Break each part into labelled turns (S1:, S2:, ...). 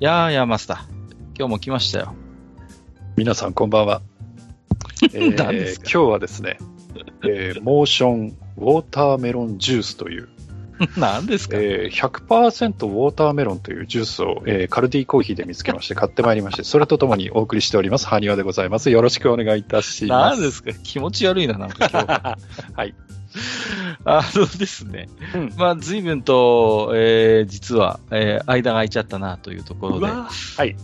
S1: いやーいやマスター今日も来ましたよ
S2: 皆さんこんばんは、えー
S1: 何ですか
S2: 今日はですね、えーモーションウォーターメロンジュースという、
S1: 何ですか、
S2: えー100%ウォーターメロンというジュースを、えーカルディコーヒーで見つけまして買ってまいりましてそれとともにお送りしておりますハニワでございますよろしくお願いいたしま
S1: 何
S2: す
S1: ですか気持ち悪いな、なんか今日。
S2: はい。
S1: あのですね。
S2: うん
S1: まあ、随分と、えー実は、えー間が空いちゃったなというところで。
S2: はい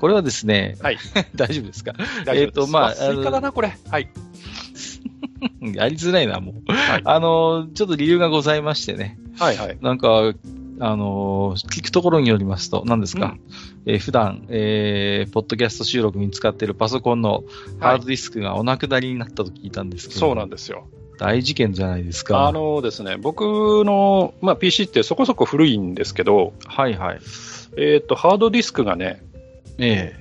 S1: これはですね、
S2: はい
S1: 大丈夫ですか
S2: 大丈
S1: え
S2: 夫です、
S1: ーとまあ
S2: スイカだなこれはい
S1: やりづらいな、もう。
S2: はい
S1: あの、ちょっと理由がございましてね。
S2: はいはい
S1: なんか、あの、聞くところによりますと、何ですか、えー普段、えーポッドキャスト収録に使っているパソコンのハードディスクがお亡くなりになったと聞いたんですけど、
S2: そうなんですよ
S1: 大事件じゃないですか。
S2: あのですね僕の、まあ、PC ってそこそこ古いんですけど、
S1: はいはい。
S2: えー、とハードディスクがね
S1: ええ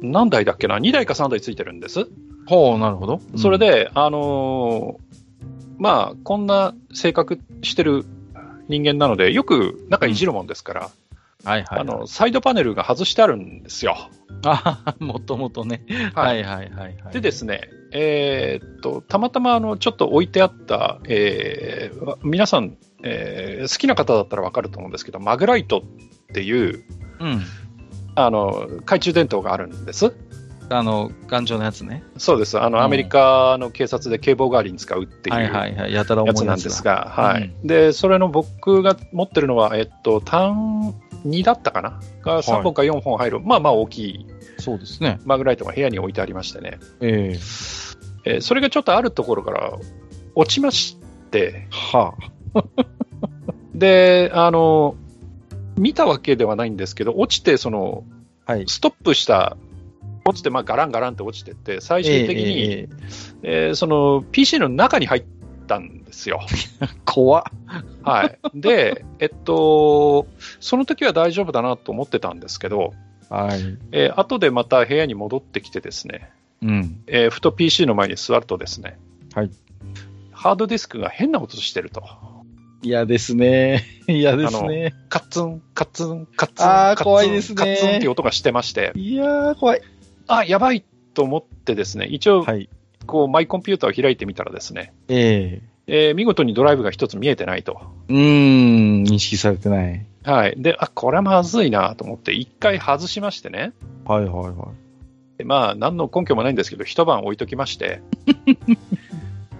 S2: 何台だっけな2台か3台ついてるんです
S1: ほう、なるほど。
S2: それ、で、あのーまあ、こんな性格してる人間なので、よく中いじるもんですから、
S1: はいはい。
S2: あの、サイドパネルが外してあるんですよ。
S1: あもともとね。
S2: は
S1: はいいはいはいはい。
S2: でですね、えーっと、たまたま、あの、ちょっと置いてあった、えーわ皆さん、えー好きな方だったらわかると思うんですけど、マグライトっていう、
S1: うん。
S2: あの、懐中電灯があるんです。
S1: あの、頑丈なやつね。
S2: そうです。あの、アメリカの警察で警棒代わりに使うっていう。
S1: はいはいはい。やたら重いや
S2: や
S1: つ
S2: つ
S1: だ
S2: なんです。が、はい
S1: うん
S2: でそれの僕が持ってるのは、えっと、単2だったかな、が3本か4本入る、まあまあ大きい
S1: そうですね。
S2: マグライトが部屋に置いてありましてね、
S1: ええ
S2: えーそれがちょっとあるところから落ちまして、
S1: は
S2: であの見たわけではないんですけど、落ちてその、
S1: あ。はい。
S2: ストップした、落ちて、まあ、ガランガランって落ちてって、最終的に、え
S1: ええ
S2: ーその PC の中に入ったんですよ。
S1: 怖っ。
S2: はい、で、えっと、その時は大丈夫だなと思ってたんですけど、
S1: はい。
S2: えー後でまた部屋に戻ってきてですね、
S1: うん。
S2: えーふと PC の前に座るとですね、
S1: はい
S2: ハードディスクが変な音してると、
S1: 嫌ですね。 嫌ですね。
S2: カッツン、カッツン、カッツン、
S1: あー
S2: カッツン
S1: 怖いですね
S2: カッツンっていう音がしてまして、
S1: いやー、怖い。
S2: あ、やばいと思ってですね、一応、
S1: はい。
S2: こう、マイコンピューターを開いてみたらですね、
S1: ええ
S2: えー見事にドライブが一つ見えてないと。
S1: うーん、認識されてない。
S2: はい。で、あ、これはまずいなと思って、一回外しましてね。
S1: はいはいは
S2: でまあ、何の根拠もないんですけど、一晩置いときまして、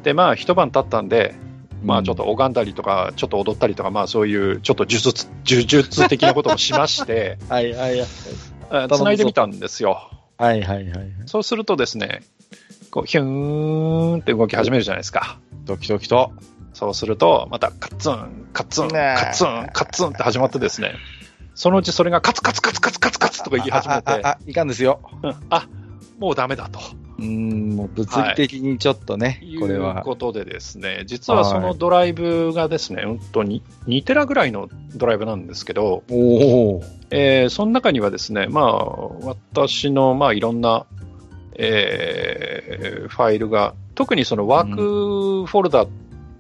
S2: で、まあ、一晩経ったんで、
S1: い。
S2: まあ、ちょっと拝んだりとか、ちょっと踊ったりとか、まあ、そういう、ちょっと呪術、呪術的なこともし まして、
S1: うん。はいはいはい。
S2: あ
S1: ぞ
S2: 繋いでみたんですよ。
S1: はいはいはいはい。
S2: そうするとですね、こう、ヒューンって動き始めるじゃないですか。
S1: ドキドキと。
S2: そうすると、またカッツン、カッツン、カ
S1: ねえ
S2: ッツン、カッツンって始まってですね、そのうちそれがカツカツカツカツカツカツとか言い始め
S1: ああ
S2: て、
S1: あ、あいかんですよ。
S2: うんあ、もうダメだと。
S1: うーん、もう物理的にちょっとね、
S2: い
S1: これ
S2: う
S1: は。
S2: ことでですね、実はそのドライブがですね、うんとに2テラぐらいのドライブなんですけど、
S1: おお。
S2: えーその中にはですね、まあ、私の、まあ、いろんな、えーファイルが、特にそのワークフォルダ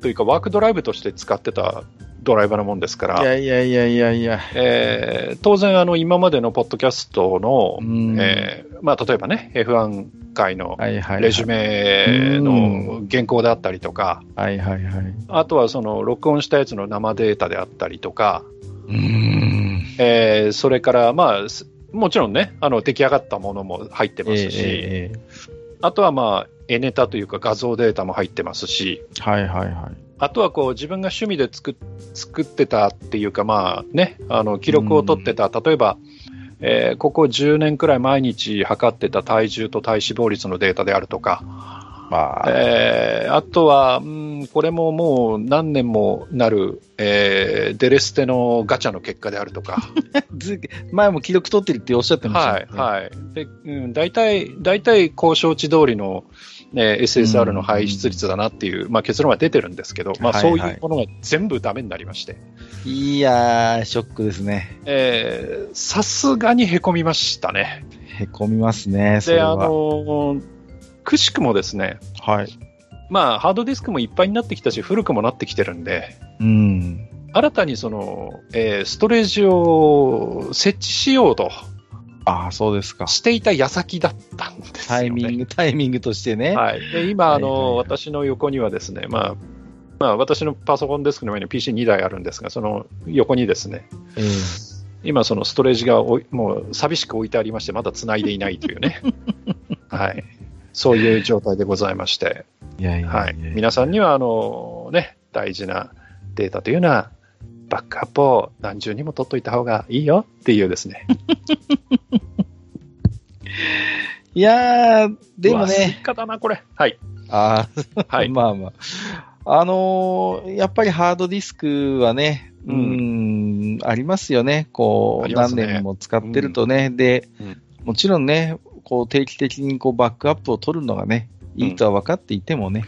S2: というか、ワークドライブとして使ってたドライバーなもんですか
S1: い
S2: ら、
S1: やいやいやいやいや。
S2: えー当然、あの、今までのポッドキャストの
S1: う、ん
S2: えーまあ、例えばね、F1 界の
S1: はいはいはい。
S2: レジュメ
S1: う
S2: の原稿であったりとか、
S1: はいはいはい。う
S2: あとはその録音したやつの生データであったりとか、
S1: ーん。
S2: えーそれから、まあ、すもちろんね、あの出来上がったものも入ってますし、
S1: えええ
S2: あとは、まあ、絵ネタというか画像データも入ってますし、
S1: えはいはいはい。
S2: あとはこう自分が趣味で作っ作ってたっていうか、まあね、あの記録を取ってた、例えば、えーここ10年くらい毎日測ってた体重と体脂肪率のデータであるとか、
S1: まあ、
S2: えーあとは、うん、これももう何年もなる、えーデレステのガチャの結果であるとか、
S1: ず前も既読取ってるっておっしゃってました
S2: は
S1: よ
S2: い
S1: ね
S2: はいでうん、大体、大体、交渉値通りの、ね、SSR の排出率だなっていう、まあ、結論は出てるんですけど、まあ、
S1: はい
S2: そう
S1: はい
S2: いうものが全部ダメになりまして、
S1: いやー、ショックですね。
S2: えーさすがにへこみましたね。
S1: へこみますね、それ
S2: であ
S1: は。
S2: のくしくもですね、
S1: はい。
S2: まあ、ハードディスクもいっぱいになってきたし、古くもなってきてるんで、
S1: うん。
S2: 新たにその、えーストレージを設置しようと
S1: ああ、そうですか。
S2: していた矢先だったんですよ、
S1: タ
S2: ね。
S1: イミング、タイミングとしてね。
S2: はい、で今、あの
S1: はいはい
S2: 私の横にはですね、まあまあ、私のパソコンデスクの上に PC2 台あるんですが、その横にですね、
S1: ええ
S2: 今、そのストレージがおいもう寂しく置いてありまして、まだ繋いでいないというね、 はい、そういう状態でございまして、
S1: いやいやや
S2: はい、皆さんにはあの、ね、大事なデータというのは、バックアップを何重にも取っといた方がいいよっていうですね、
S1: いやー、 でも
S2: うわスイ
S1: ね、
S2: カだな、これ。 はい、
S1: あ
S2: は
S1: ー
S2: い
S1: まあまあ。あのーやっぱりハードディスクはね、う、
S2: うん
S1: ありますよね。こ
S2: あ
S1: う、
S2: りま
S1: 何
S2: すね
S1: 年も使ってるとね。で
S2: うん、
S1: もちろんね、こう、定期的にこう、バックアップを取るのがね、いいとは分かっていてもね。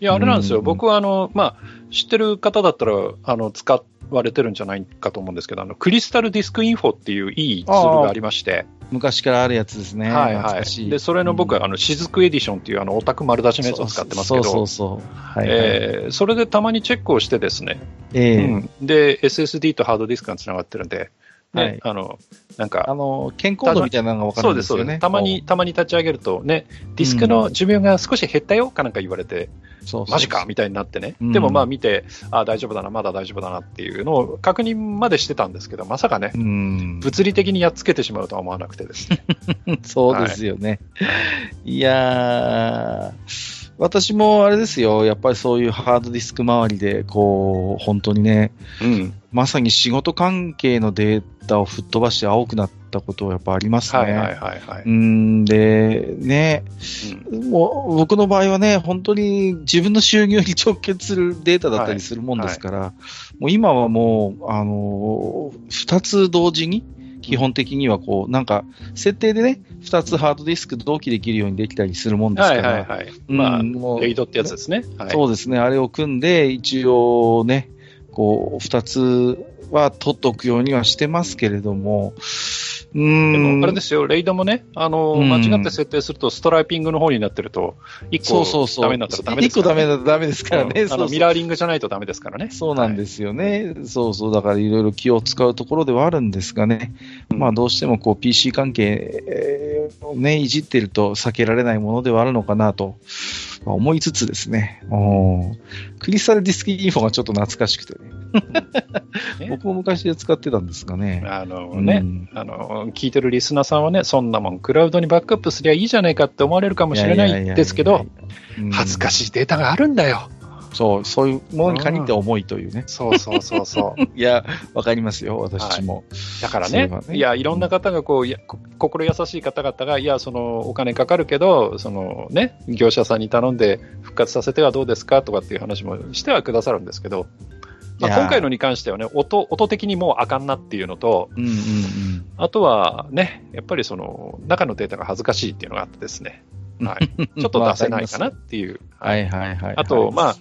S2: いや、あれなんですよ。
S1: うん
S2: 僕は、あの、まあ、知ってる方だったら、あの、使われてるんじゃないかと思うんですけど、あの、クリスタルディスクインフォっていういいツールがありまして、
S1: 昔からあるやつですね。
S2: はい
S1: 懐
S2: は
S1: かし
S2: い。
S1: い。
S2: で、それの僕は、
S1: うん
S2: あの、雫エディションっていう、あの、オタク丸出しのやつを使ってますけど、
S1: そうそうそうそう。はい、はい。
S2: えーそれでたまにチェックをしてですね、
S1: ええ
S2: うんで、SSD とハードディスクがつながってるんで、ね
S1: はい
S2: あの、なん
S1: あ
S2: か、
S1: の、健康度みたいなのが分か
S2: そ
S1: る
S2: うんで、
S1: ですす
S2: そう
S1: よ
S2: です。
S1: ね。
S2: たまに、たまに立ち上げると、ね、ディスクの寿命が少し減ったよかなんか言われて、
S1: そうそうそう、
S2: マジかみたいになってね、
S1: うん
S2: でもまあ見て、あ大丈夫だな、まだ大丈夫だなっていうのを確認までしてたんですけど、まさかね
S1: う、ん。
S2: 物理的にやっつけてしまうとは思わなくてですね。
S1: そうですよね。い、やー、私もあれですよ、やっぱりそういうハードディスク周りで、こう、本当にね、
S2: うん、
S1: まさに仕事関係のデータを吹っ飛ばして青くなったことはやっぱありますね。
S2: はいはいはいはい。
S1: うーんで、ね、
S2: うん
S1: もう僕の場合はね、本当に自分の収入に直結するデータだったりするもんですから、もう今はもう、あのー、2つ同時に、基本的にはこう、なんか、設定でね、2つハードディスク同期できるようにできたりするもんです
S2: は
S1: か
S2: い
S1: ら、
S2: はいはい。
S1: うん
S2: ま
S1: も
S2: あ、
S1: う
S2: レイドってやつですね。はい、
S1: そうですね、あれを組んで、一応ね、こう、2つは取っとくようにはしてますけれども、う
S2: で
S1: ーん。
S2: もあれですよ、レイドもね、あの
S1: うん
S2: 間違って設定すると、ストライピングの方になってると、
S1: そう
S2: 1
S1: そう
S2: 個
S1: そう。
S2: ダメになったらダメです
S1: 一個ダ
S2: から、
S1: メ
S2: ね。
S1: だとダメですからね。
S2: うんあ
S1: そう
S2: の
S1: そう
S2: ミラーリングじゃないとダメですからね。
S1: そうなんですよね、そうそう、だからいろいろ気を使うところではあるんですがね、
S2: うん
S1: まあ、どうしてもこう PC 関係えーを、ね、いじってると避けられないものではあるのかなとまあ思いつつですね、おークリスタルディスクインフォがちょっと懐かしくてね、
S2: ね
S1: 僕も昔で使ってたんですがね。
S2: あのね、
S1: うん
S2: あの聞いてるリスナーさんはね、そんなもん、クラウドにバックアップすりゃいいじゃないかって思われるかもしれないんですけど、、恥ずか
S1: しい
S2: しいデータがあるんだよ。
S1: ややややうん。そう、そういうものに限って重いというね。
S2: そうそうそうそう。
S1: いや、わかりますよ、私も。
S2: だから
S1: それ
S2: ね
S1: は、ね
S2: いや、いろんな方がこう、いやこ心優しい方々が、いや、その、お金かかるけど、そのね、業者さんに頼んで復活させてはどうですかとかっていう話もしてはくださるんですけど、ま
S1: い
S2: あ、
S1: やー
S2: 今回のに関してはね、音、音的にもうあかんなっていうのと、
S1: うんうんうん
S2: あとはね、やっぱりその、中のデータが恥ずかしいっていうのがあってですね、はい、 ちょっと出せないかなっ ていう。
S1: はいはいはい。
S2: あ と、まあ、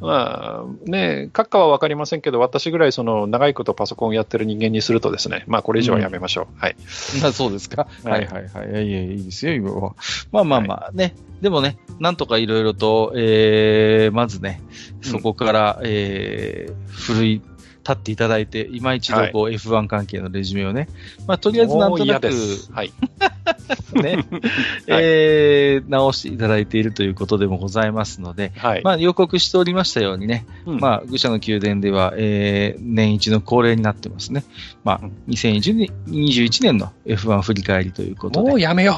S2: まあ、ね、閣下は分かりませんけど、私ぐらい、その、長いことパソコンをやってる人間にするとですね、まあ、これ以上はやめましょう。はい。
S1: あ、そうですか。は
S2: はいい
S1: はいはい。いやいや、いいですよ、今は。まあまあまあね。でもね、なんとかいろいろと、えー、まずね、そこから、えー、奮い立っていただいて、今一度こう F1 関係のレジュメをね、まあとりあえずなん
S2: もう
S1: とな
S2: 嫌
S1: く
S2: で
S1: ね、
S2: す。はい。
S1: えー、直していただいているということでもございますので、
S2: はい。
S1: まあ予告しておりましたようにね、
S2: うん
S1: まあ、愚者の宮殿では、えー年一の恒例になってますね。ま
S2: う
S1: あ
S2: ん、
S1: 2021年の F1 振り返りということで
S2: もう。やめよ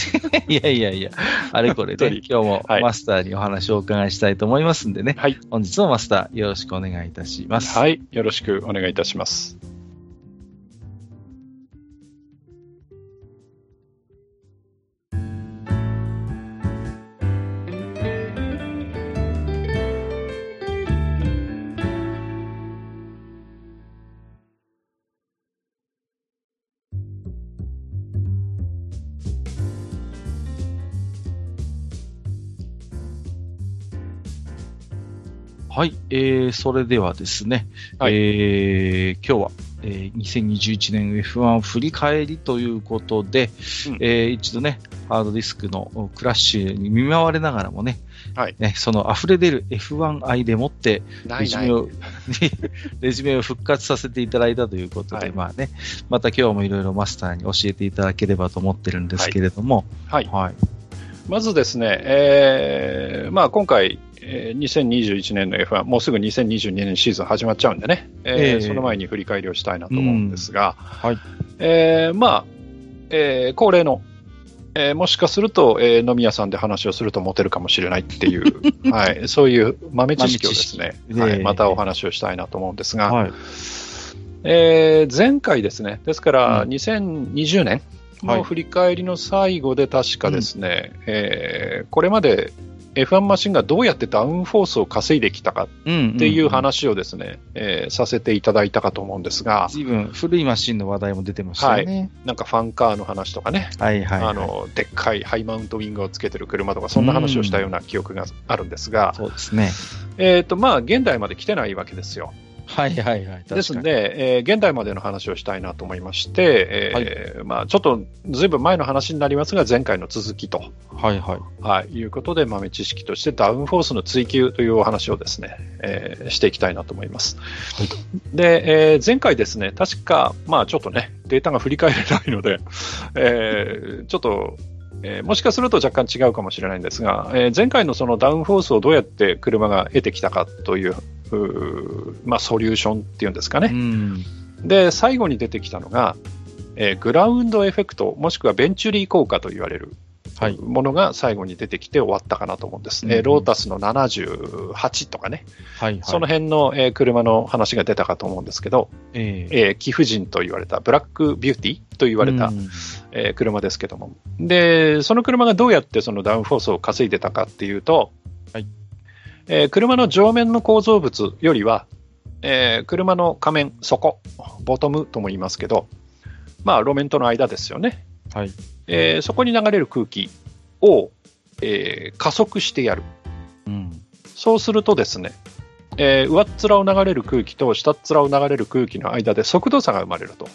S1: いやいやいや、あれこれで、
S2: 本
S1: 今日も
S2: はい
S1: マスターにお話をお伺いしたいと思いますんでね、
S2: う。はい。
S1: 本日もマスターよろしくお願いいたします。
S2: はい。よろしくお願いいたします。
S1: はい、えー、それではですね、
S2: はい
S1: えー今日は、えー2021年 F1 振り返りということで、
S2: うん
S1: えー一度ね、ハードディスクのクラッシュに見舞われながらもね、
S2: はい
S1: ねその溢れ出る F1 愛でもって
S2: な
S1: レ
S2: い
S1: ジュ
S2: な
S1: メ
S2: い。
S1: を、 レジュメを復活させていただいたということで、
S2: はい
S1: まあね、また今日もいろいろマスターに教えていただければと思ってるんですけれども、
S2: はい。
S1: はい。
S2: まずですね、えーまあ、今回、えー2021年の F1、もうすぐ2022年シーズン始まっちゃうんでね、えー
S1: ええ
S2: その前に振り返りをしたいなと思うんですが、
S1: はい。
S2: えーまあえー恒例の、えーもしかすると、えー飲み屋さんで話をするとモテるかもしれないって いう、はい、そういう豆知識をですね、
S1: 豆知識
S2: は
S1: え
S2: い、
S1: え
S2: またお話をしたいなと思うんですが、
S1: はい。
S2: えー前回ですね、ですから
S1: うん
S2: 2020年
S1: はい
S2: の振り返りの最後で確かですね、えーこれまで F1 マシンがどうやってダウンフォースを稼いできたかっ
S1: うん
S2: ていう。話をですね、えーさせていただいたかと思うんですが、
S1: 随分古いマシンの話題も出てましたよね。
S2: なんかファンカーの話とかね、
S1: はい、はい、はい。
S2: あのでっかいハイマウントウィングをつけてる車とか、そんな話をしたような記憶があるんですが、
S1: そうですね。
S2: えーとまあ、現代まで来てないわけですよ。
S1: はいはいはい。
S2: ですので、えー現代までの話をしたいなと思いまして、えーまあ、ちょっとずいぶん前の話になりますが、前回の続きと、
S1: はいはい。
S2: はい、いうことで、豆知識としてダウンフォースの追求というお話をですね、えーしていきたいなと思います。で、えー前回ですね、確か、まあ、ちょっとね、データが振り返れないので、えーちょっと、えーもしかすると若干違うかもしれないんですが、えー前回のそのダウンフォースをどうやって車が得てきたかという、うーまあ、ソリューションっていうんですかね
S1: う。ん。
S2: で、最後に出てきたのが、えーグラウンドエフェクト、もしくはベンチュリー効果と言われる
S1: はい。
S2: ものが最後に出てきて終わったかなと思うんですね。
S1: うん
S2: ロータスの78とかね、
S1: はいはい。
S2: その辺の、えー車の話が出たかと思うんですけど、
S1: ええ
S2: えー貴婦人と言われた、ブラックビューティーと言われた、
S1: うん
S2: えー車ですけども。で、その車がどうやってそのダウンフォースを稼いでたかっていうと、
S1: はい
S2: えー車の上面の構造物よりは、えー車の仮面、底、ボトムとも言いますけど、まあ、路面との間ですよね。
S1: はい。
S2: えーそこに流れる空気を、えー加速してやる。
S1: うん。
S2: そうするとですね、えー上っ面を流れる空気と下っ面を流れる空気の間で速度差が生まれると。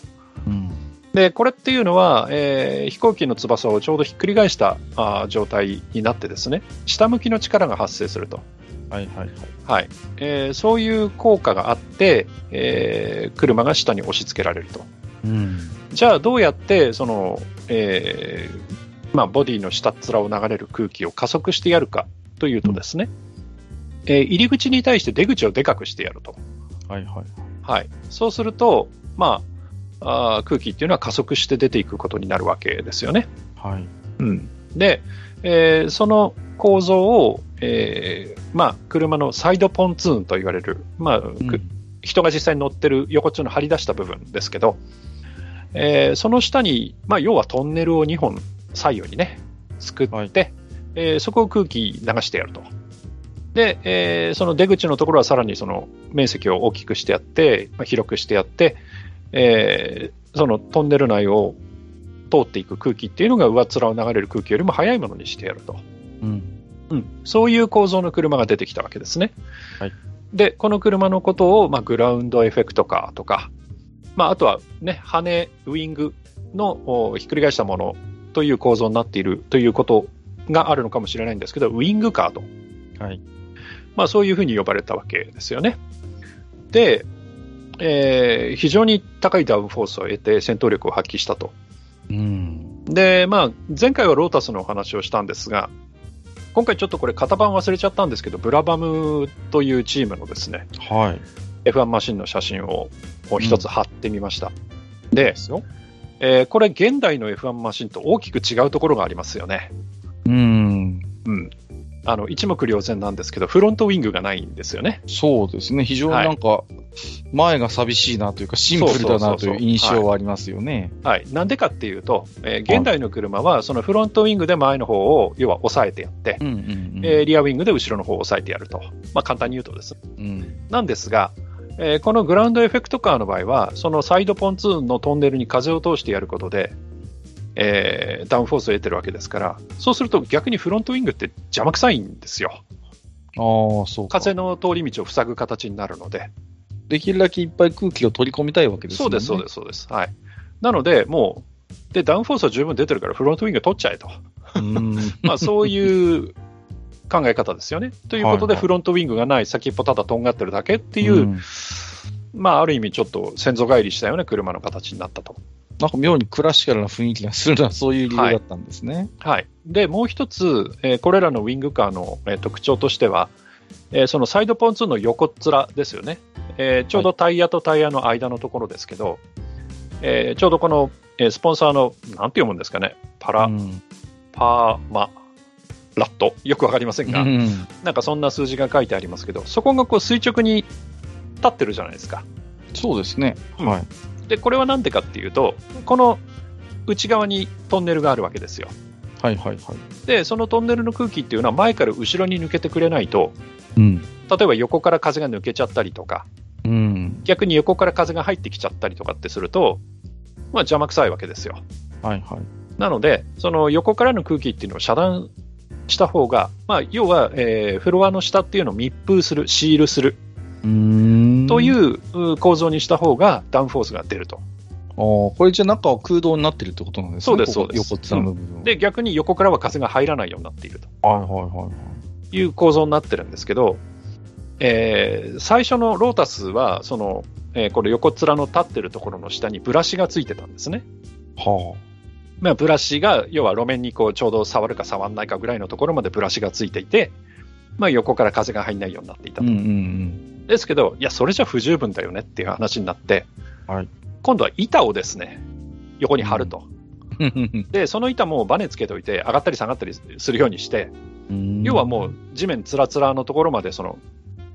S1: うん。
S2: でこれっていうのは、えー飛行機の翼をちょうどひっくり返したあー状態になってですね下向きの力が発生すると、
S1: はいはいはい。
S2: はいえーそういう効果があって、えー車が下に押し付けられると
S1: うん。
S2: じゃあどうやってその、えーまあ、ボディの下っ面を流れる空気を加速してやるかというとですね、えー入り口に対して出口をでかくしてやると、
S1: はいはい。
S2: はい、そうすると、まあ、あー空気っていうのは加速して出ていくことになるわけですよね。
S1: はい。
S2: で、えーその構造を、えーまあ、車のサイドポンツーンと言われる、まあく人が実際に乗ってる横っちょの張り出した部分ですけど、えーその下に、まあ、要はトンネルを2本左右にね、作って、
S1: はい
S2: えーそこを空気流してやると。で、えーその出口のところはさらにその面積を大きくしてやって、まあ広くしてやって、えーそのトンネル内を通っていく空気っていうのが上っ面を流れる空気よりも速いものにしてやると。
S1: うん。
S2: うん、そういう構造の車が出てきたわけですね。
S1: はい
S2: で、この車のことを、まあ、グラウンドエフェクトカーとか、まあ、あとは、ね、羽、ウィングのおひっくり返したものという構造になっているということがあるのかもしれないんですけど、ウィングカーと、
S1: はい。
S2: まあ、そういうふうに呼ばれたわけですよね。で、えー非常に高いダウンフォースを得て戦闘力を発揮したと。
S1: うん。
S2: で、まあ、前回はロータスのお話をしたんですが、今回ちょっとこれ、型番忘れちゃったんですけど、ブラバムというチームのですね、
S1: はい。
S2: F1 マシンの写真をを一つ貼ってみました。
S1: で
S2: で、
S1: すよ。
S2: えーこれ、現代の F1 マシンと大きく違うところがありますよね。
S1: うん。
S2: うん。あの、一目瞭然なんですけど、フロントウィングがないんですよね。
S1: そうですね。非常になんか、前が寂しいなというか、シンプルだなという印象はありますよね。
S2: はい。なんでかっていうと、えー現代の車は、そのフロントウィングで前の方を、要は押さえてやって、
S1: うんうんうん。
S2: えーリアウィングで後ろの方を押さえてやると。まあ、簡単に言うとですね
S1: うん。
S2: なんですが、えーこのグラウンドエフェクトカーの場合は、そのサイドポンツーンのトンネルに風を通してやることで、えーダウンフォースを得てるわけですから、そうすると逆にフロントウィングって邪魔くさいんですよ。
S1: ああ、そうか。
S2: 風の通り道を塞ぐ形になるので、
S1: できるだけいっぱい空気を取り込みたいわけです
S2: そ
S1: も
S2: うん
S1: ね。
S2: です、そうです、そうです。はい。なので、もう、で、ダウンフォースは十分出てるから、フロントウィング取っちゃえと。
S1: す。 うん。
S2: まあ、そういう考え方です よね。ということ
S1: はいは
S2: で、
S1: い
S2: フロントウィングがない、先っぽただとんがってるだけっていう、
S1: うん
S2: まあ、ある意味、ちょっと先祖返りしたような車の形になったと。
S1: なんか妙にクラシカルな雰囲気がするのはそういう理由だったんですね。
S2: はい。で、もう一つ、えーこれらのウィングカーの、えー特徴としては、えーそのサイドポン2の横っ面ですよね。えーちょうどタイヤとタイヤの間のところですけど、えーちょうどこの、えースポンサーの、なんて読むんですかね、パラ、
S1: うん
S2: パーマ、ラット、よくわかりませんが、
S1: うん
S2: なんかそんな数字が書いてありますけど、そこがこう垂直に立ってるじゃないですか。
S1: そうですね。はい。
S2: で、これはなんでかっていうと、この内側にトンネルがあるわけですよ。
S1: はいはいはい。
S2: で、そのトンネルの空気っていうのは前から後ろに抜けてくれないと、
S1: うん。
S2: 例えば横から風が抜けちゃったりとか、
S1: うん。
S2: 逆に横から風が入ってきちゃったりとかってすると、まあ、邪魔くさいわけですよ。
S1: はいはい。
S2: なので、その横からの空気っていうのを遮断した方が、まあ、要は、えーフロアの下っていうのを密封する、シールする
S1: うーん
S2: とい
S1: あ
S2: うう構造にした方がダウンフォースが出ると。
S1: あ、これじゃ中は空洞になってるってことなんですね。
S2: そうです
S1: ここ
S2: そうです
S1: 横っ面の部分。
S2: で、逆に横からは風が入らないようになっていると
S1: はいはいはいはい。
S2: いう構造になってるんですけど、えー最初のロータスは、その、えーこの横っ面の立ってるところの下にブラシがついてたんですね。
S1: は
S2: まあ、ブラシが、要は路面にこうちょうど触るか触らないかぐらいのところまでブラシがついていて、まあ、横から風が入らないようになっていた
S1: あ。うんうんうん。
S2: ですけど、いや、それじゃ不十分だよねっていう話になって、
S1: はい
S2: 今度は板をですね、横に貼ると。
S1: うん
S2: で、その板もバネつけておいて、上がったり下がったりするようにして、
S1: うん
S2: 要はもう地面つらつらのところまでその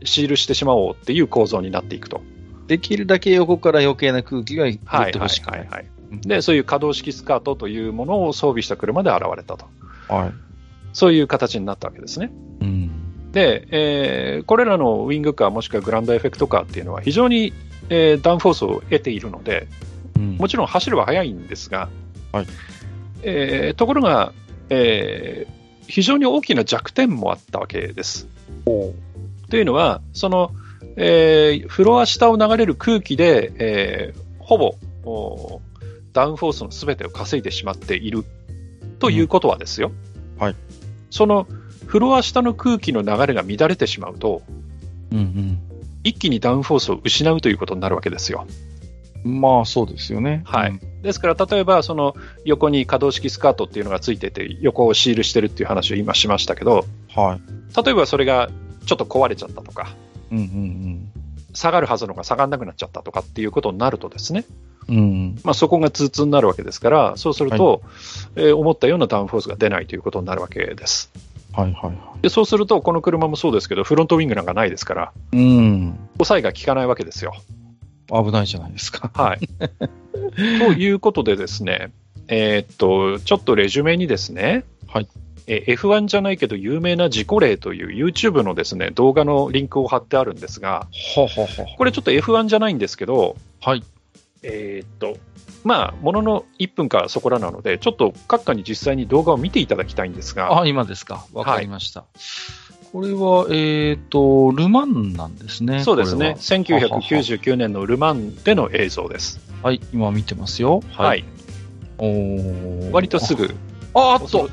S2: シールしてしまおうっていう構造になっていくと。
S1: できるだけ横から余計な空気が入
S2: は
S1: っ
S2: い
S1: てほ
S2: はい
S1: しく
S2: は
S1: ないい。
S2: はい。
S1: うん
S2: で、そういう可動式スカートというものを装備した車で現れたと。
S1: はい。
S2: そういう形になったわけですね。
S1: うん。
S2: で、えーこれらのウィングカーもしくはグランドエフェクトカーっていうのは非常に、えーダウンフォースを得ているので、
S1: うん
S2: もちろん走るは速いんですが、
S1: はい
S2: えーところが、えー非常に大きな弱点もあったわけです。というのは、その、えーフロア下を流れる空気で、えーほぼおーダウンフォースのすべてを稼いでしまっているということはですよ、
S1: うんはい
S2: そのフロア下の空気の流れが乱れてしまうと、
S1: うん
S2: 一気にダウンフォースを失うということになるわけですよ。
S1: うん。まあそうですよね。
S2: はい
S1: うん。
S2: ですから、例えば、その横に可動式スカートっていうのがついてて、横をシールしてるっていう話を今しましたけど、
S1: はい。
S2: 例えばそれがちょっと壊れちゃったとか、
S1: うんうん
S2: 下がるはずのが下がらなくなっちゃったとかっていうことになるとですね、
S1: うん。うん。
S2: まあ、そこが通通になるわけですから、そうすると、えー思ったようなダウンフォースが出ないということになるわけです。
S1: はいはいは
S2: でそうすると、この車もそうですけど、フロントウィングなんかないですから、
S1: い。うん。
S2: 抑えが効かないわけですよ。
S1: 危ないじゃないですか。
S2: はい。ということでですね、えーっと、ちょっとレジュメにですね、
S1: はい
S2: えー F1 じゃないけど有名な事故例という YouTube のですね、動画のリンクを貼ってあるんですが、
S1: ははは
S2: これちょっと F1 じゃないんですけど、
S1: はい。
S2: えーっと、まあ、ものの1分かそこらなので、ちょっと各家に実際に動画を見ていただきたいんですが、
S1: あ、今ですか。わかりました。これは、えっ、と、ルマンなんですね。
S2: そうですね、
S1: こ
S2: 1999年のル・マンでの映像です。
S1: れは。はい、今見てますよ。。
S2: はいい、
S1: おー
S2: 割とす。ぐ、
S1: あ、あっと。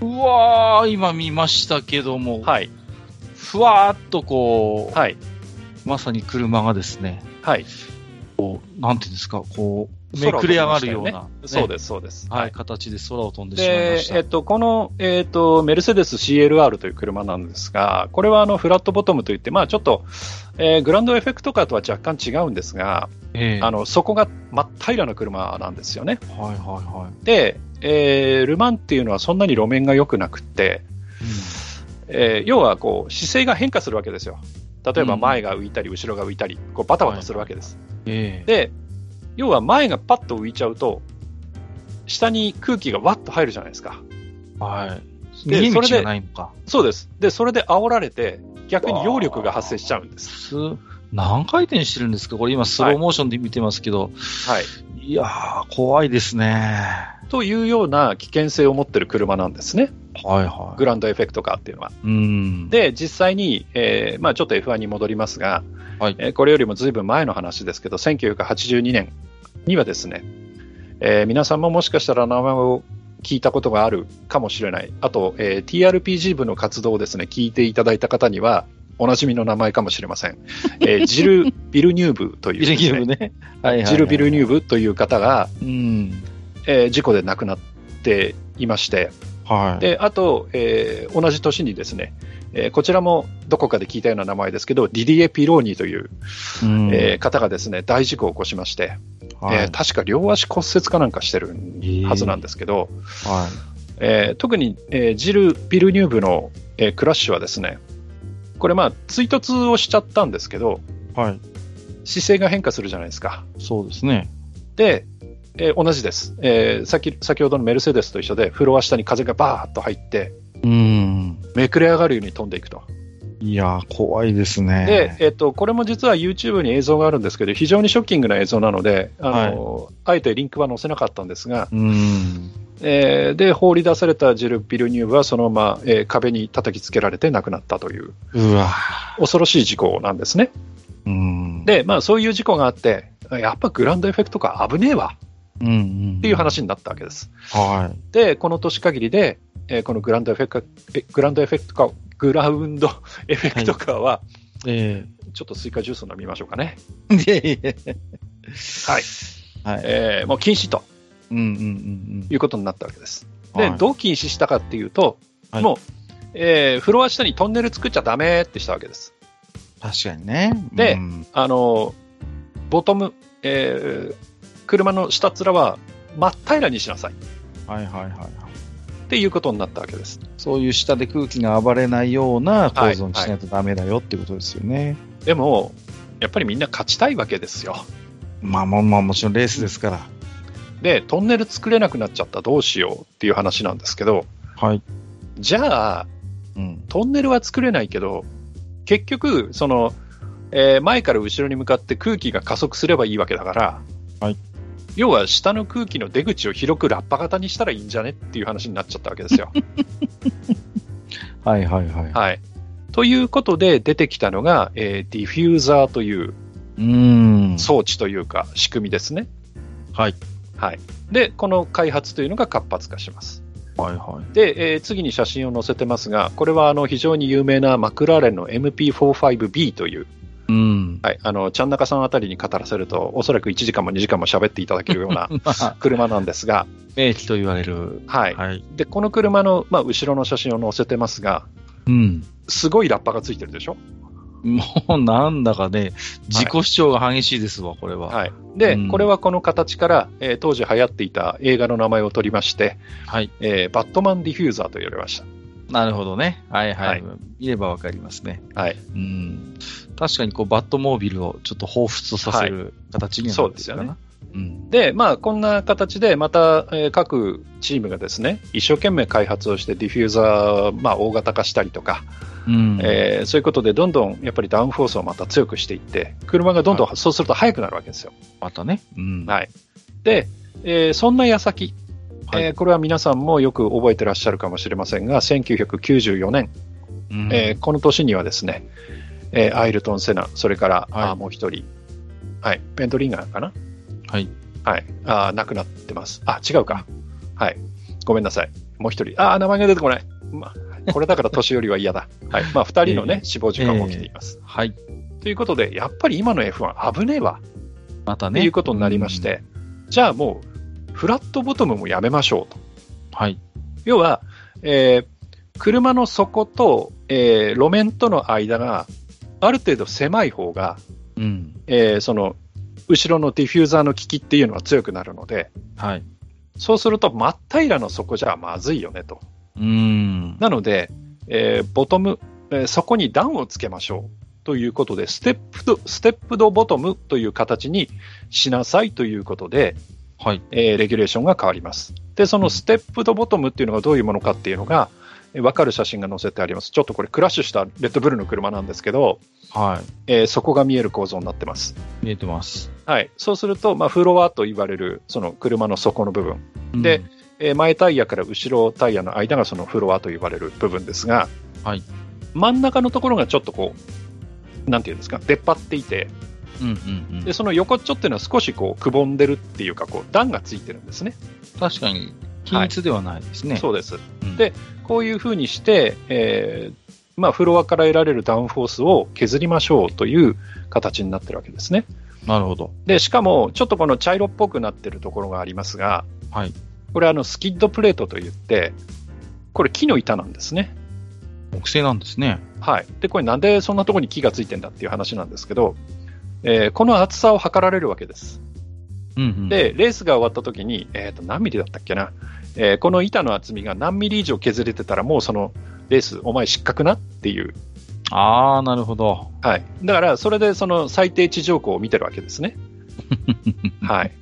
S1: うわー、今見ましたけども、
S2: はい、
S1: ふわーっとこう、
S2: はい、
S1: まさに車がですね、
S2: はい、
S1: なんていうんですか、こう、め
S2: 空を飛
S1: くれ
S2: び
S1: 上
S2: ま
S1: が
S2: した
S1: るよ
S2: よ
S1: う
S2: ね
S1: な、
S2: そう
S1: ね
S2: です、そうです。
S1: はい、形で空を飛んでしまいま
S2: で
S1: し、。
S2: えったと、この、えっと、メルセデス CLR という車なんですが、これはあのフラットボトムといって、まあ、ちょっと、えーグランドエフェクトカーとは若干違うんですが、
S1: ええ
S2: あのそこが真っ平らな車なんですよね。
S1: はいはいはい。
S2: で、えール・マンっていうのはそんなに路面が良くなくって、えー要はこう姿勢が変化するわけですよ。例えば
S1: うん
S2: 前が浮いたり、後ろが浮いたり、こうバタバタするわけです。
S1: うんええ
S2: で、要は前がパッと浮いちゃうと、下に空気がわっと入るじゃないですか。
S1: はい。
S2: で
S1: 逃げ
S2: それ
S1: 道が
S2: で
S1: ないのか。
S2: そうです。で、それで煽られて、逆に揚力が発生しちゃうんです。
S1: す何回転してるんですかこれ今スローモーションで見てますけど、
S2: はい。
S1: い、やー、怖いですね。
S2: というような危険性を持ってる車なんですね。
S1: はいは
S2: グランドエフェクトかっていうのは。
S1: い。うん。、
S2: で、実際に、えーまあ、ちょっと F1 に戻りますが、
S1: はい
S2: えーこれよりもずいぶん前の話ですけど、1982年にはですね、えー皆さんももしかしたら名前を聞いたことがあるかもしれない、あと、えー TRPG 部の活動をですね聞いていただいた方には、おなじみの名前かもしれません、えージル・ビルニューブという
S1: ビル
S2: で
S1: ニュ
S2: すね、
S1: ーブね。はいはいはい
S2: ジル・ビルニューブという方が、
S1: うん。
S2: えー事故で亡くなっていまして、
S1: はい。
S2: であと、えー同じ年にですね、えーこちらもどこかで聞いたような名前ですけど、ディディエ・ピローニという、
S1: うん
S2: えー方がですね大事故を起こしまして、
S1: はい
S2: えー確か両足骨折かなんかしてるはずなんですけど、
S1: はい。
S2: えー特に、えージル・ビルニューブの、えークラッシュはですね、これ、まあ、追突をしちゃったんですけど、
S1: はい。
S2: 姿勢が変化するじゃないですか。
S1: そうですね。
S2: で、えー同じです、えー先、先ほどのメルセデスと一緒で、フロア下に風がバーッと入って、
S1: うん。
S2: めくれ上がるように飛んでいくと。
S1: いやー、怖いですね。
S2: で、えっと、これも実は YouTube に映像があるんですけど、非常にショッキングな映像なので、あのあえてリンクは載せなかったんですが、
S1: うん。
S2: えーで、放り出されたジル・ビルニューブはそのまま、えー壁に叩きつけられて亡くなったという、
S1: うわ
S2: 恐ろしい事故なんですね。
S1: うん。、
S2: で、まあ、そういう事故があって、やっぱグランドエフェクトか危ねえわ
S1: うん、うん。
S2: っていう。話になったわけです。
S1: は
S2: で、この年限りで、えーこのグランドエフェクト、えグランドエフェクトか、グラウンドエフェクトカーは、
S1: い。え
S2: ちょっとスイカジュース飲みましょうかね。
S1: え。いや いやいや
S2: はい。
S1: はい。
S2: えーもう禁止と
S1: うんうんうん
S2: いうことになったわけです。
S1: うん。
S2: で、
S1: はい
S2: どう禁止したかっていうと、
S1: はい
S2: もう、えーフロア下にトンネル作っちゃダメってしたわけです。
S1: 確かにね。
S2: で
S1: うん
S2: あのーボトム、えー車の下っ面は真っ平らにしなさいっ
S1: はいはいはいはい。
S2: ていうことになったわけです。
S1: そういう下で空気が暴れないような構造にしないとダメだよってことですよね。
S2: でも、やっぱりみんな勝ちたいわけですよ。
S1: まあまあまあもちろんレースですから。
S2: で、トンネル作れなくなっちゃったどうしようっていう話なんですけど、
S1: はい。
S2: じゃあ、
S1: うん。
S2: トンネルは作れないけど、結局、その、えー前から後ろに向かって空気が加速すればいいわけだから、
S1: はい
S2: 要は下の空気の出口を広くラッパ型にしたらいいんじゃねっていう話になっちゃったわけです よ。
S1: はいはいはい。
S2: はい、ということで出てきたのが、えーディフューザーという
S1: うーん。
S2: 装置というか仕組みですね。
S1: はい。
S2: はい、で、この開発というのが活発化します。
S1: はいは
S2: で、えー次に写真を載せてますが、これはあの非常に有名なマクラーレンの MP45B という
S1: い。うん。
S2: はい、あのちゃん中さんあたりに語らせると、おそらく1時間も2時間も喋っていただけるような
S1: まあ、
S2: 車なんですが、
S1: 名機と言われる。
S2: はい
S1: はい。
S2: でこの車の、まあ、後ろの写真を載せてますが、
S1: うん。
S2: すごいラッパがついてるでしょ、
S1: もうなんだかね、自己主張が激しいですわ、これは。はい。
S2: はい、で、
S1: うん
S2: これはこの形から、えー当時流行っていた映画の名前を取りまして、えーバットマンディフューザーと言われまし
S1: なるほどね。はいはい。
S2: は
S1: 見ればわかりますね。
S2: た。はい、
S1: うん。確かにこう、バットモービルをちょっと彷彿とさせる形にはなってるかな。
S2: は
S1: うん。
S2: で、まあ、こんな形で、また、えー各チームがですね一生懸命開発をして、ディフューザー、まあ、大型化したりとか、
S1: うん。
S2: えーそういうことでどんどんやっぱりダウンフォースをまた強くしていって車がどんどんそうすると速くなるわけですよ。
S1: またね。うん。
S2: はい、で、えーそんな矢先、
S1: はい
S2: えーこれは皆さんもよく覚えてらっしゃるかもしれませんが1994年、
S1: うん
S2: えーこの年にはですね、えーアイルトン・セナそれから、
S1: はい
S2: あーもう一人、はい、ペントリンガーかな、
S1: はい。
S2: はい、あー亡くなってます。あ違うか、はい、ごめんなさい、もう一人、あー名前が出てこない。まあこれだから年寄りは 嫌だ。はい。まあ、二人のね、死亡事故が起きています。
S1: はい。
S2: ということで、やっぱり今の F1 危ねえわ
S1: また
S2: っ
S1: ね。
S2: ていうことになりまし
S1: うん。
S2: て、じゃあもう、フラットボトムもやめましょうと。
S1: はい。
S2: 要は、えー車の底と、えー路面との間がある程度狭い方が、
S1: うん。
S2: えーその後ろのディフューザーの効きっていうのは強くなるので、
S1: はい。
S2: そうすると真っ平らの底じゃまずいよねと。
S1: うん。
S2: なので、えーボトム、えーそこに段をつけましょうということで、ステップド、ステップドボトムという形にしなさいということで、
S1: はい。
S2: えーレギュレーションが変わります。で、そのステップドボトムっていうのがどういうものかっていうのが、えーわかる写真が載せてあります。ちょっとこれクラッシュしたレッドブルの車なんですけど、
S1: は
S2: えー底が見える構造になってます。
S1: い。見えてます。
S2: はい。そうすると、まあ、フロアと言われる、その車の底の部分。で
S1: うん、
S2: えー前タイヤから後ろタイヤの間がそのフロアと呼ばれる部分ですが、
S1: はい
S2: 真ん中のところがちょっとこう、なんていうんですか、出っ張っていて、
S1: うんうんうん
S2: でその横っちょっていうのは少しこうくぼんでるっていうか、こう段がついてるんですね。
S1: 確かに、均一ではないですね。
S2: そうです
S1: うん
S2: でこういうふうにして、えーまあ、フロアから得られるダウンフォースを削りましょうという形になってるわけですね。
S1: なるほど。
S2: で、しかも、ちょっとこの茶色っぽくなってるところがありますが、
S1: はい
S2: これあのスキッドプレートといって、これ木の板なんですね。
S1: 木製なんですね。
S2: はい。で、これなんでそんなところに木がついてんだっていう話なんですけど、えーこの厚さを測られるわけです。
S1: うんうん、
S2: で、レースが終わった時に、えっ、と、何ミリだったっけな、えーこの板の厚みが何ミリ以上削れてたら、もうその、レース、お前失格なっていう。
S1: ああ、なるほど。
S2: はい。だから、それでその最低地上高を見てるわけ ですね。はい。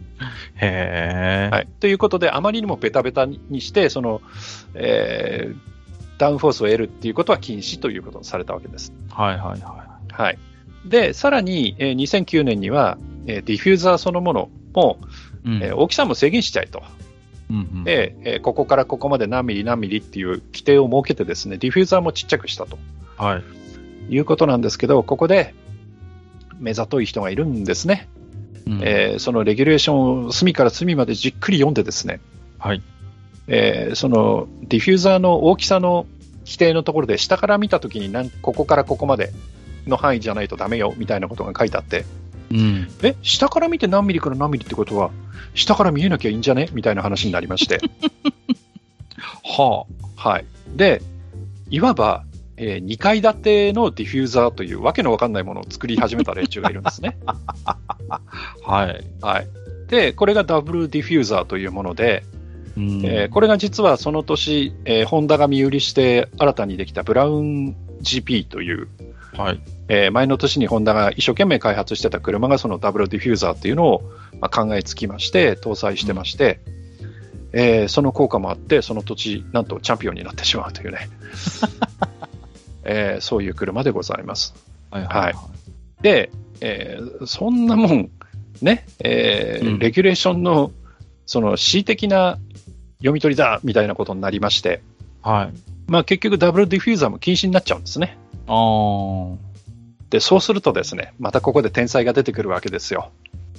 S1: へえ、
S2: はい、ということで、あまりにもベタベタにして、その、えーダウンフォースを得るっていうことは禁止ということにされたわけです。
S1: はいはいは
S2: はい、で、さらに、えー2009年には、えーディフューザーそのものも、
S1: い。うん
S2: えー大きさも制限しちゃえと。
S1: うんうん
S2: で、えーここからここまで何ミリ何ミリっていう規定を設けてですね、ディフューザーもちっちゃくしたと
S1: はい。
S2: いうことなんですけど、ここで、目ざとい人がいるんですね。
S1: うん
S2: えーそのレギュレーションを隅から隅までじっくり読んでですね、
S1: はい
S2: えーそのディフューザーの大きさの規定のところで下から見たときになんここからここまでの範囲じゃないとダメよみたいなことが書いてあって
S1: うん
S2: え下から見て何ミリから何ミリってことは下から見えなきゃいいんじゃねみたいな話になり まして、
S1: は
S2: はい、でいわば、え2階建てのディフューザーというわけのわかんないものを作り始めた連中がいるんですね。
S1: あ、はい。
S2: はい、でこれがダブルディフューザーというもので、
S1: うん
S2: えーこれが実はその年、えーホンダが身売りして新たにできたブラウン GP という、
S1: はい。
S2: えー前の年にホンダが一生懸命開発してた車がそのダブルディフューザーっていうのを、まあ、考えつきまして搭載してまして、えーその効果もあってその土地なんとチャンピオンになってしまうとい うね、えーそういう車でございます
S1: はい
S2: はいで、えーそんなもん、ね、えー
S1: うん
S2: レギュレーションの、その、恣意的な読み取りだ、みたいなことになりまして、
S1: はい。
S2: まあ結局ダブルディフューザーも禁止になっちゃうんですね。
S1: ああ、
S2: で、そうするとですね、またここで天才が出てくるわけですよ。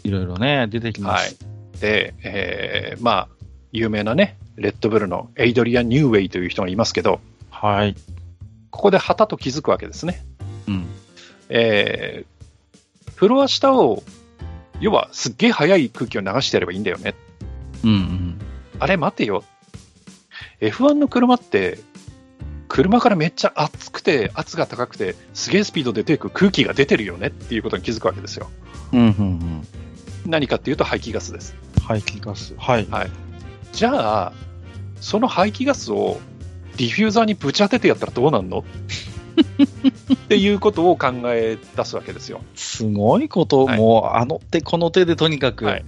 S1: いろいろね、出てきま
S2: は
S1: す。
S2: い。で、えーまあ、有名なね、レッドブルのエイドリアン・ニューウェイという人がいますけど、
S1: はい。はい。
S2: ここで旗と気づくわけですね。
S1: うん。
S2: えーフロア下を、要はすっげえ速い空気を流してやればいいんだよね
S1: うんうん。
S2: あれ待てよ。F1 の車って、車からめっちゃ熱くて、圧が高くて、すげえスピードで出てく空気が出てるよねっていうことに気づくわけですよ。
S1: うんうんうん。
S2: 何かっていうと排気ガスです。
S1: 排気ガス。はい。
S2: じゃあ、その排気ガスをディフューザーにぶち当ててやったらど うなんのっていうことを考え出すわけですよ。
S1: すごいこと、
S2: はい
S1: もう、あの手この手でとにかく。
S2: はい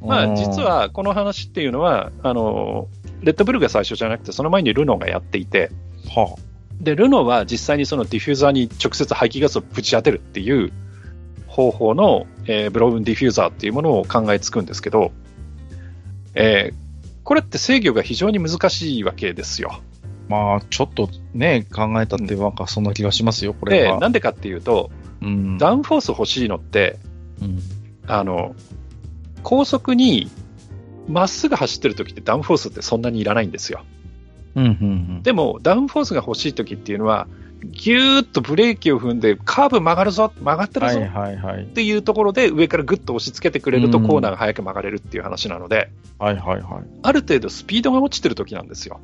S2: ま
S1: う
S2: あ、
S1: ん
S2: 実、はこの話っていうのは、あの、レッドブルが最初じゃなくて、その前にルノーがやっていて、
S1: は
S2: で、ルノは実際にそのディフューザーに直接排気ガスをぶち当てるっていう方法の、えーブロウンディフューザーっていうものを考えつくんですけど、えーこれって制御が非常に難しいわけですよ。
S1: あ、まあ、ちょっとね、考えたって、なんかそんな気がしますよ、これ
S2: で、
S1: は。
S2: なんでかっていうと、
S1: うん
S2: ダウンフォース欲しいのって、
S1: うん
S2: あの、高速にまっすぐ走ってる時ってダウンフォースってそんなにいらないんですよ。
S1: うんうんうん。
S2: でも、ダウンフォースが欲しい時っていうのは、ぎゅーっとブレーキを踏んで、カーブ曲がるぞ、曲がってる
S1: は
S2: ぞ
S1: いはいはい
S2: っ。ていうところで上からグッと押し付けてくれると
S1: うん
S2: コーナーが早く曲がれるっていう話なので、
S1: はいはいは
S2: ある程度スピードが落ちてる時なんですよ。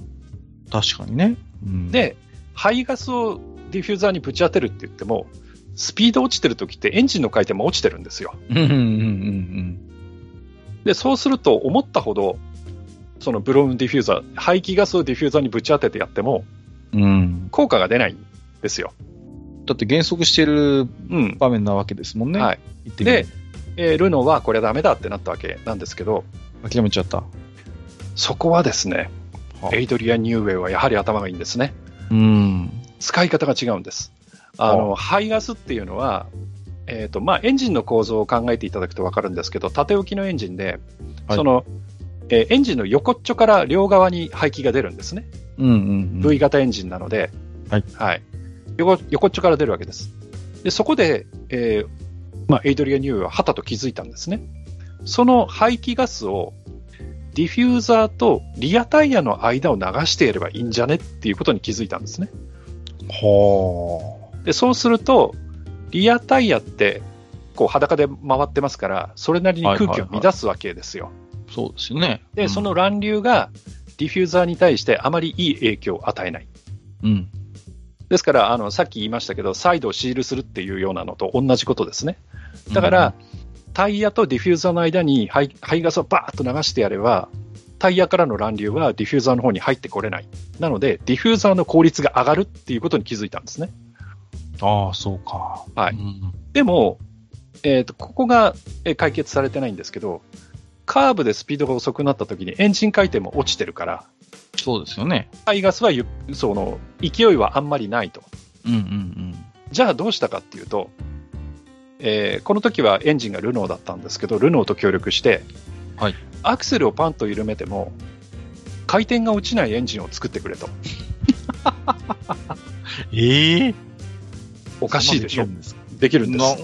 S1: い。確かにね。うん、
S2: で、排ガスをディフューザーにぶち当てるって言っても、スピード落ちてる時ってエンジンの回転も落ちてるんですよ。
S1: うんうんうんうん
S2: で、そうすると思ったほど、そのブロウンディフューザー、排気ガスをディフューザーにぶち当ててやっても
S1: うん。うん。
S2: 効果が出ないんですよ。
S1: だって減速してる
S2: うん。
S1: 場面なわけですもんね。
S2: はい。
S1: 言ってみれば
S2: でえールノーはこれはダメだってなったわけなんですけど、
S1: 諦めちゃった。
S2: そこはですね
S1: は、あ
S2: エイドリアン・ニューウェイはやはり頭がいいんですね。
S1: うん。
S2: 使い方が違うんです。あの排ガスっていうのは、えーとまあ、エンジンの構造を考えていただくと分かるんですけど、縦置きのエンジンで、
S1: はい
S2: そのえーエンジンの横っちょから両側に排気が出るんですね。
S1: うんうんうん。
S2: V 型エンジンなので、
S1: はい
S2: 横横っちょから出るわけです。でそこで、えーまあ、エイドリアン・ニューははたと気づいたんですね。その排気ガスをディフューザーとリアタイヤの間を流していればいいんじゃねっていうことに気づいたんですね。
S1: ほ
S2: でそうすると、リアタイヤってこう裸で回ってますから、それなりに空気を乱すわけですよ。
S1: う。そうですよね。う
S2: で、
S1: ん
S2: その、乱流がディフューザーに対してあまりいい影響を与えない。
S1: うん。
S2: ですから、あの、さっき言いましたけど、サイドをシールするっていうようなのと同じことですね。だから、タイヤとディフューザーの間に排排ガスをバーッと流してやれば、タイヤからの乱流はディフューザーの方に入ってこれない。なので、ディフューザーの効率が上がるっていうことに気づいたんですね。
S1: ああ、そうか。
S2: はい
S1: うん
S2: でも、えー、とここがえー解決されてないんですけど、カーブでスピードが遅くなった時にエンジン回転も落ちてるから、
S1: そうですよね。
S2: 排ガスはゆその勢いはあんまりないと。
S1: うんうん
S2: じゃあどうしたかっていうと、えーこの時はエンジンがルノーだったんですけど、ルノーと協力して、
S1: はい
S2: アクセルをパンと緩めても、回転が落ちないエンジンを作ってくれと。
S1: うん。ええ
S2: お
S1: お
S2: かしいでしょ。
S1: で
S2: できるんです。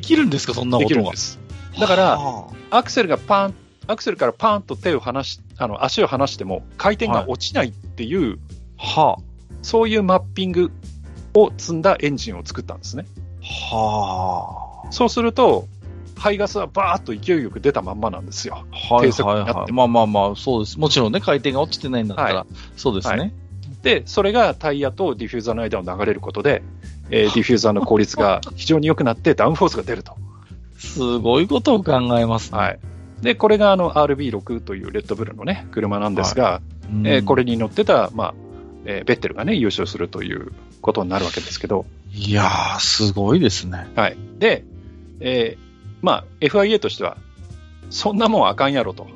S1: きるんですか、そんな
S2: で
S1: こ
S2: き
S1: と
S2: るん
S1: が
S2: で。す。だから
S1: はあ、
S2: アクセルがパン、アクセルからパンと手を離し、あの、足を離しても回転が落ちないっていう、
S1: は
S2: そういうマッピングを積んだエンジンを作ったんですね。
S1: あ、は
S2: そうすると、排ガスはバーッと勢いよく出たまんまなんですよ。
S1: あ、はい
S2: 低速
S1: はい
S2: になっ
S1: は
S2: て
S1: い。まあまあまあ、そうです。もちろんね、回転が落ちてないんだったら、
S2: は
S1: そうですね。
S2: はで、それがタイヤとディフューザーの間を流れることで、 えーディフューザーの効率が非常に良くなってダウンフォースが出ると。
S1: すごいことを考えますね。
S2: はい。で、これがあの RB6 というレッドブルのね、車なんですが、
S1: うん
S2: えーこれに乗ってた、まあ、えーベッテルがね、優勝するということになるわけですけど、
S1: いやー、すごいですね。
S2: はい。で、えーまあ、FIA としては、そんなもんあかんや ろと。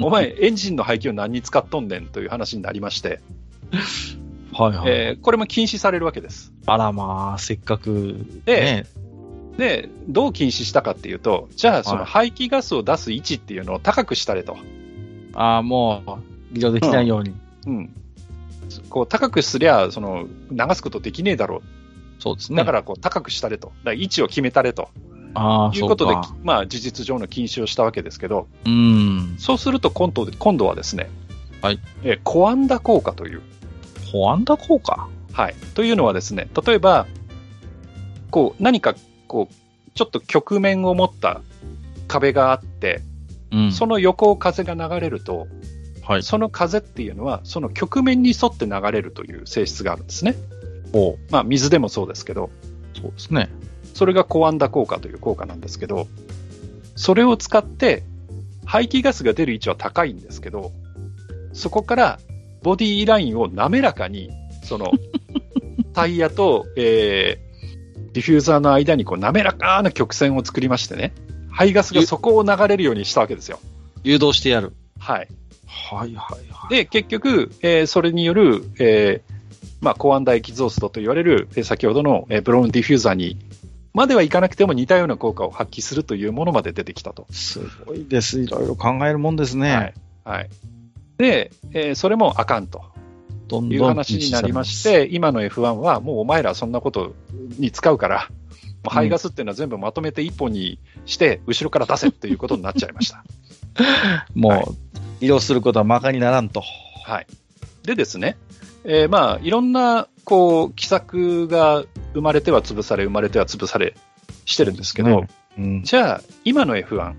S2: お前、エンジンの排気を何に使っとんねんという話になりまして、
S1: はいはい。
S2: えーこれも禁止されるわけです。
S1: あらまあ、せっかく、ね
S2: で。で、どう禁止したかっていうと、じゃあ、そ
S1: は
S2: の
S1: い
S2: 排気ガスを出す位置っていうのを高くしたれと。
S1: ああ、もう、移動できないように。
S2: うん。こう、高くすりゃ、その、流すことできねえだろ
S1: そうです
S2: う。
S1: ね。
S2: だから、こう、高くしたれと。だから位置を決めたれと。
S1: ああ、
S2: いうことで
S1: そうか、
S2: まあ、事実上の禁止をしたわけですけど、
S1: うん。
S2: そうすると今度、今度はですね、
S1: はい。
S2: えー、コアンダ効果という。
S1: 保安打効果
S2: はい。というのはですね、例えば、こう、何か、こう、ちょっと曲面を持った壁があって、
S1: うん
S2: その横を風が流れると、
S1: はい。
S2: その風っていうのは、その曲面に沿って流れるという性質があるんですね。
S1: ほ
S2: まあ、水でもそうですけど、
S1: そうですね。
S2: それがコアンダ効果という効果なんですけど、それを使って、排気ガスが出る位置は高いんですけど、そこからボディラインを滑らかに、その、タイヤと、えーディフューザーの間にこう滑らかな曲線を作りましてね、排ガスがそこを流れるようにしたわけですよ。
S1: 誘導してやる。
S2: はい。
S1: はいはいは
S2: で、結局、えーそれによる、えーまあ、高安ダエキゾーストと言われる、えー先ほどの、えーブローンディフューザーにまではいかなくても似たような効果を発揮するというものまで出てきたと。
S1: い。すごいです。いろいろ考えるもんですね。
S2: はいはい、で、えーそれもあかんと
S1: どんどん
S2: いう話になりまし。て、今の F1 はもうお前らそんなことに使うから、もう排ガスっていうのは全部まとめて一本にして、後ろから出せということになっちゃいました。
S1: もう、
S2: はい
S1: 移動することは馬鹿にならんと。
S2: はい。でですね、えーまあ、いろんな、こう、奇策が生まれては潰され、生まれては潰されしてるんですけど、
S1: ねうん。
S2: じゃあ、今の F1、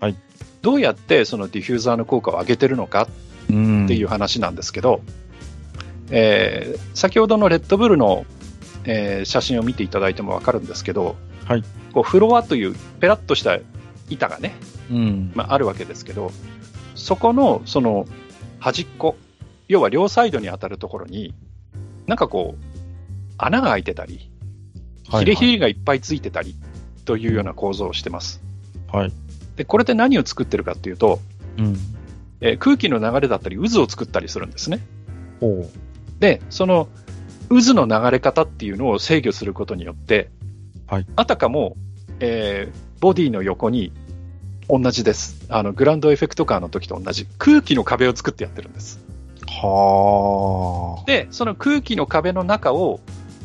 S1: はい
S2: どうやってそのディフューザーの効果を上げてるのか
S1: うん
S2: っていう。話なんですけど、えー先ほどのレッドブルの、えー写真を見ていただいてもわかるんですけど、
S1: はい
S2: こうフロアというペラッとした板がね、
S1: うん。
S2: まあ、あるわけですけど、そこのその端っこ、要は両サイドに当たるところに、なんかこう、穴が開いてたり、
S1: はい
S2: ヒレヒレがいっぱいついてたりというような構造をしてます。
S1: はい。
S2: で、これで何を作ってるかっていうと、
S1: うん。
S2: えー空気の流れだったり、渦を作ったりするんですね。
S1: ほ
S2: で、その渦の流れ方っていうのを制御することによって、
S1: はい
S2: あたかも、えーボディの横に同じですあのグランドエフェクトカーの時と同じ空気の壁を作ってやってるんです
S1: はあ。
S2: でその空気の壁の中を、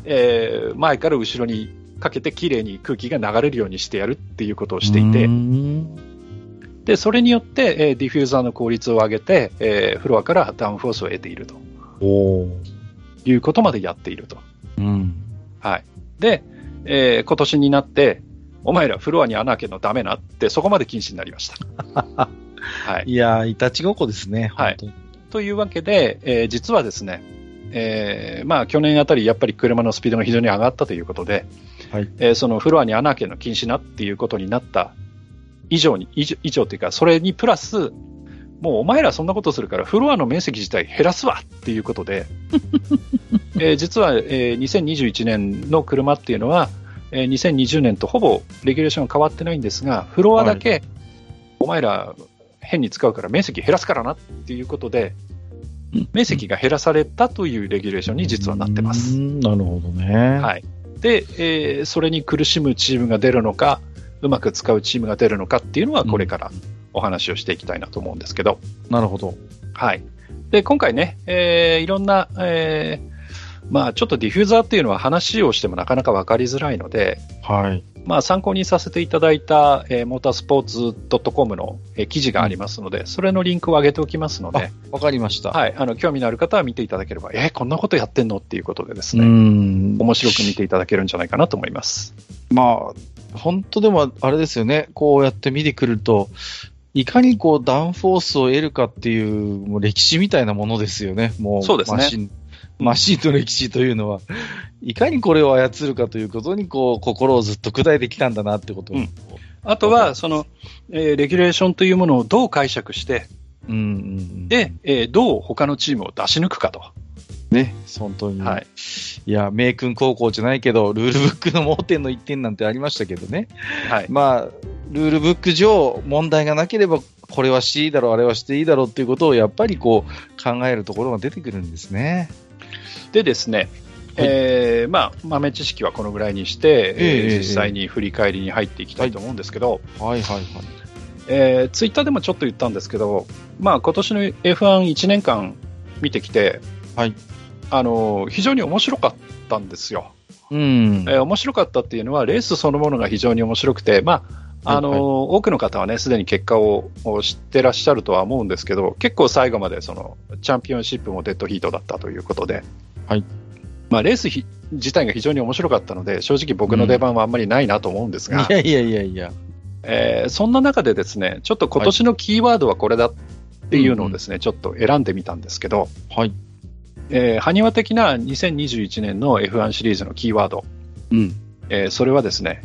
S2: えー前から後ろにかけて綺麗に空気が流れるようにしてやるっていうことをしていうて
S1: ん
S2: でそれによって、えーディフューザーの効率を上げて、えーフロアからダウンフォースを得ていると
S1: おー
S2: いうことまでやっていると
S1: うん。
S2: はい。で、えー今年になって、お前らフロアに穴開けるのダメなって、そこまで禁止になりました。はい。
S1: いやー、いたちごっこですね。
S2: はい
S1: 本
S2: というわけで、えー実はですね、えーまあ去年あたりやっぱり車のスピードが非常に上がったということで、
S1: はい
S2: えーそのフロアに穴開けるの禁止なっていうことになった以上に、以上以上というか、それにプラス、もうお前らそんなことするからフロアの面積自体減らすわっていうこと で、えー実は、えー2021年の車っていうのは、えー2020年とほぼレギュレーションが変わってないんですが、フロアだけ、お前ら変に使うから面積減らすからなっていうことで、
S1: うん
S2: 面積が減らされたというレギュレーション
S1: 当
S2: に実はなってま
S1: う
S2: す。
S1: んなるほどね。
S2: はい、で、えーそれに苦しむチームが出るのか、うまく使うチームが出るのかっていうのは、これからお話をしていきたいなと思うんですけど、
S1: なるほど。
S2: はい、で今回ね、えーいろんな、えーまあ、ちょっとディフューザーっていうのは話をしてもなかなか分かりづらいので、
S1: はい。
S2: まあ、参考にさせていただいた、えー、モータースポーツ .com の、えー記事がありますので、それのリンクを上げておきますので、
S1: わかりました。
S2: はい、あの興味のある方は見ていただければ、えーこんなことやってんのっていうことでです
S1: う
S2: ね、
S1: ん。
S2: 面白く見ていただけるんじゃないかなと思います。
S1: まあ、本当でもあれですよね。こうやって見てくると、いかにこうダウンフォースを得るかっていうもう歴史みたいなものですよね。もう
S2: そうですね
S1: マシン、マシンの歴史というのは、いかにこれを操るかということにこう心をずっと砕いてきたんだなってことを。
S2: うんあとは、その、えーレギュレーションというものをどう解釈して、
S1: うんうんうん
S2: で、えーどう他のチームを出し抜くかと。
S1: ね、本当に。
S2: はい。
S1: いや、名君高校じゃないけど、ルールブックの盲点の一点なんてありましたけどね。
S2: はい。
S1: まあ、ルールブック上、問題がなければ、これはしていいだろう、あれはしていいだろうっていうことを、やっぱりこう、考えるところが出てくるんですね。
S2: でですね、
S1: はい
S2: えーまあ、豆知識はこのぐらいにして、えー
S1: ええ
S2: 実際に振り返りに入っていきたいと思うんですけど、
S1: はいはいはい。
S2: えーツイッターでもちょっと言ったんですけど、まあ、今年の F11 年間見てきて、
S1: はい
S2: あの非常に面白かったんですよ、
S1: うん。
S2: えー面白かったっていうのはレースそのものが非常に面白くて、まああの
S1: はいは
S2: 多くの方はねすでに結果をを知ってらっしゃるとは思うんですけど結構最後までそのチャンピオンシップもデッドヒートだったということで、
S1: はい
S2: まあ、レースひ自体が非常に面白かったので正直僕の出番はあんまりないなと思うんですが。
S1: いやいやいやいや。
S2: えーそんな中でですね、ちょっと今年のキーワードはこれだっていうのをですね、ちょっと選んでみたんですけど、
S1: はい。
S2: えー、埴輪的な2021年の F1 シリーズのキーワード、
S1: うん。
S2: えーそれはですね、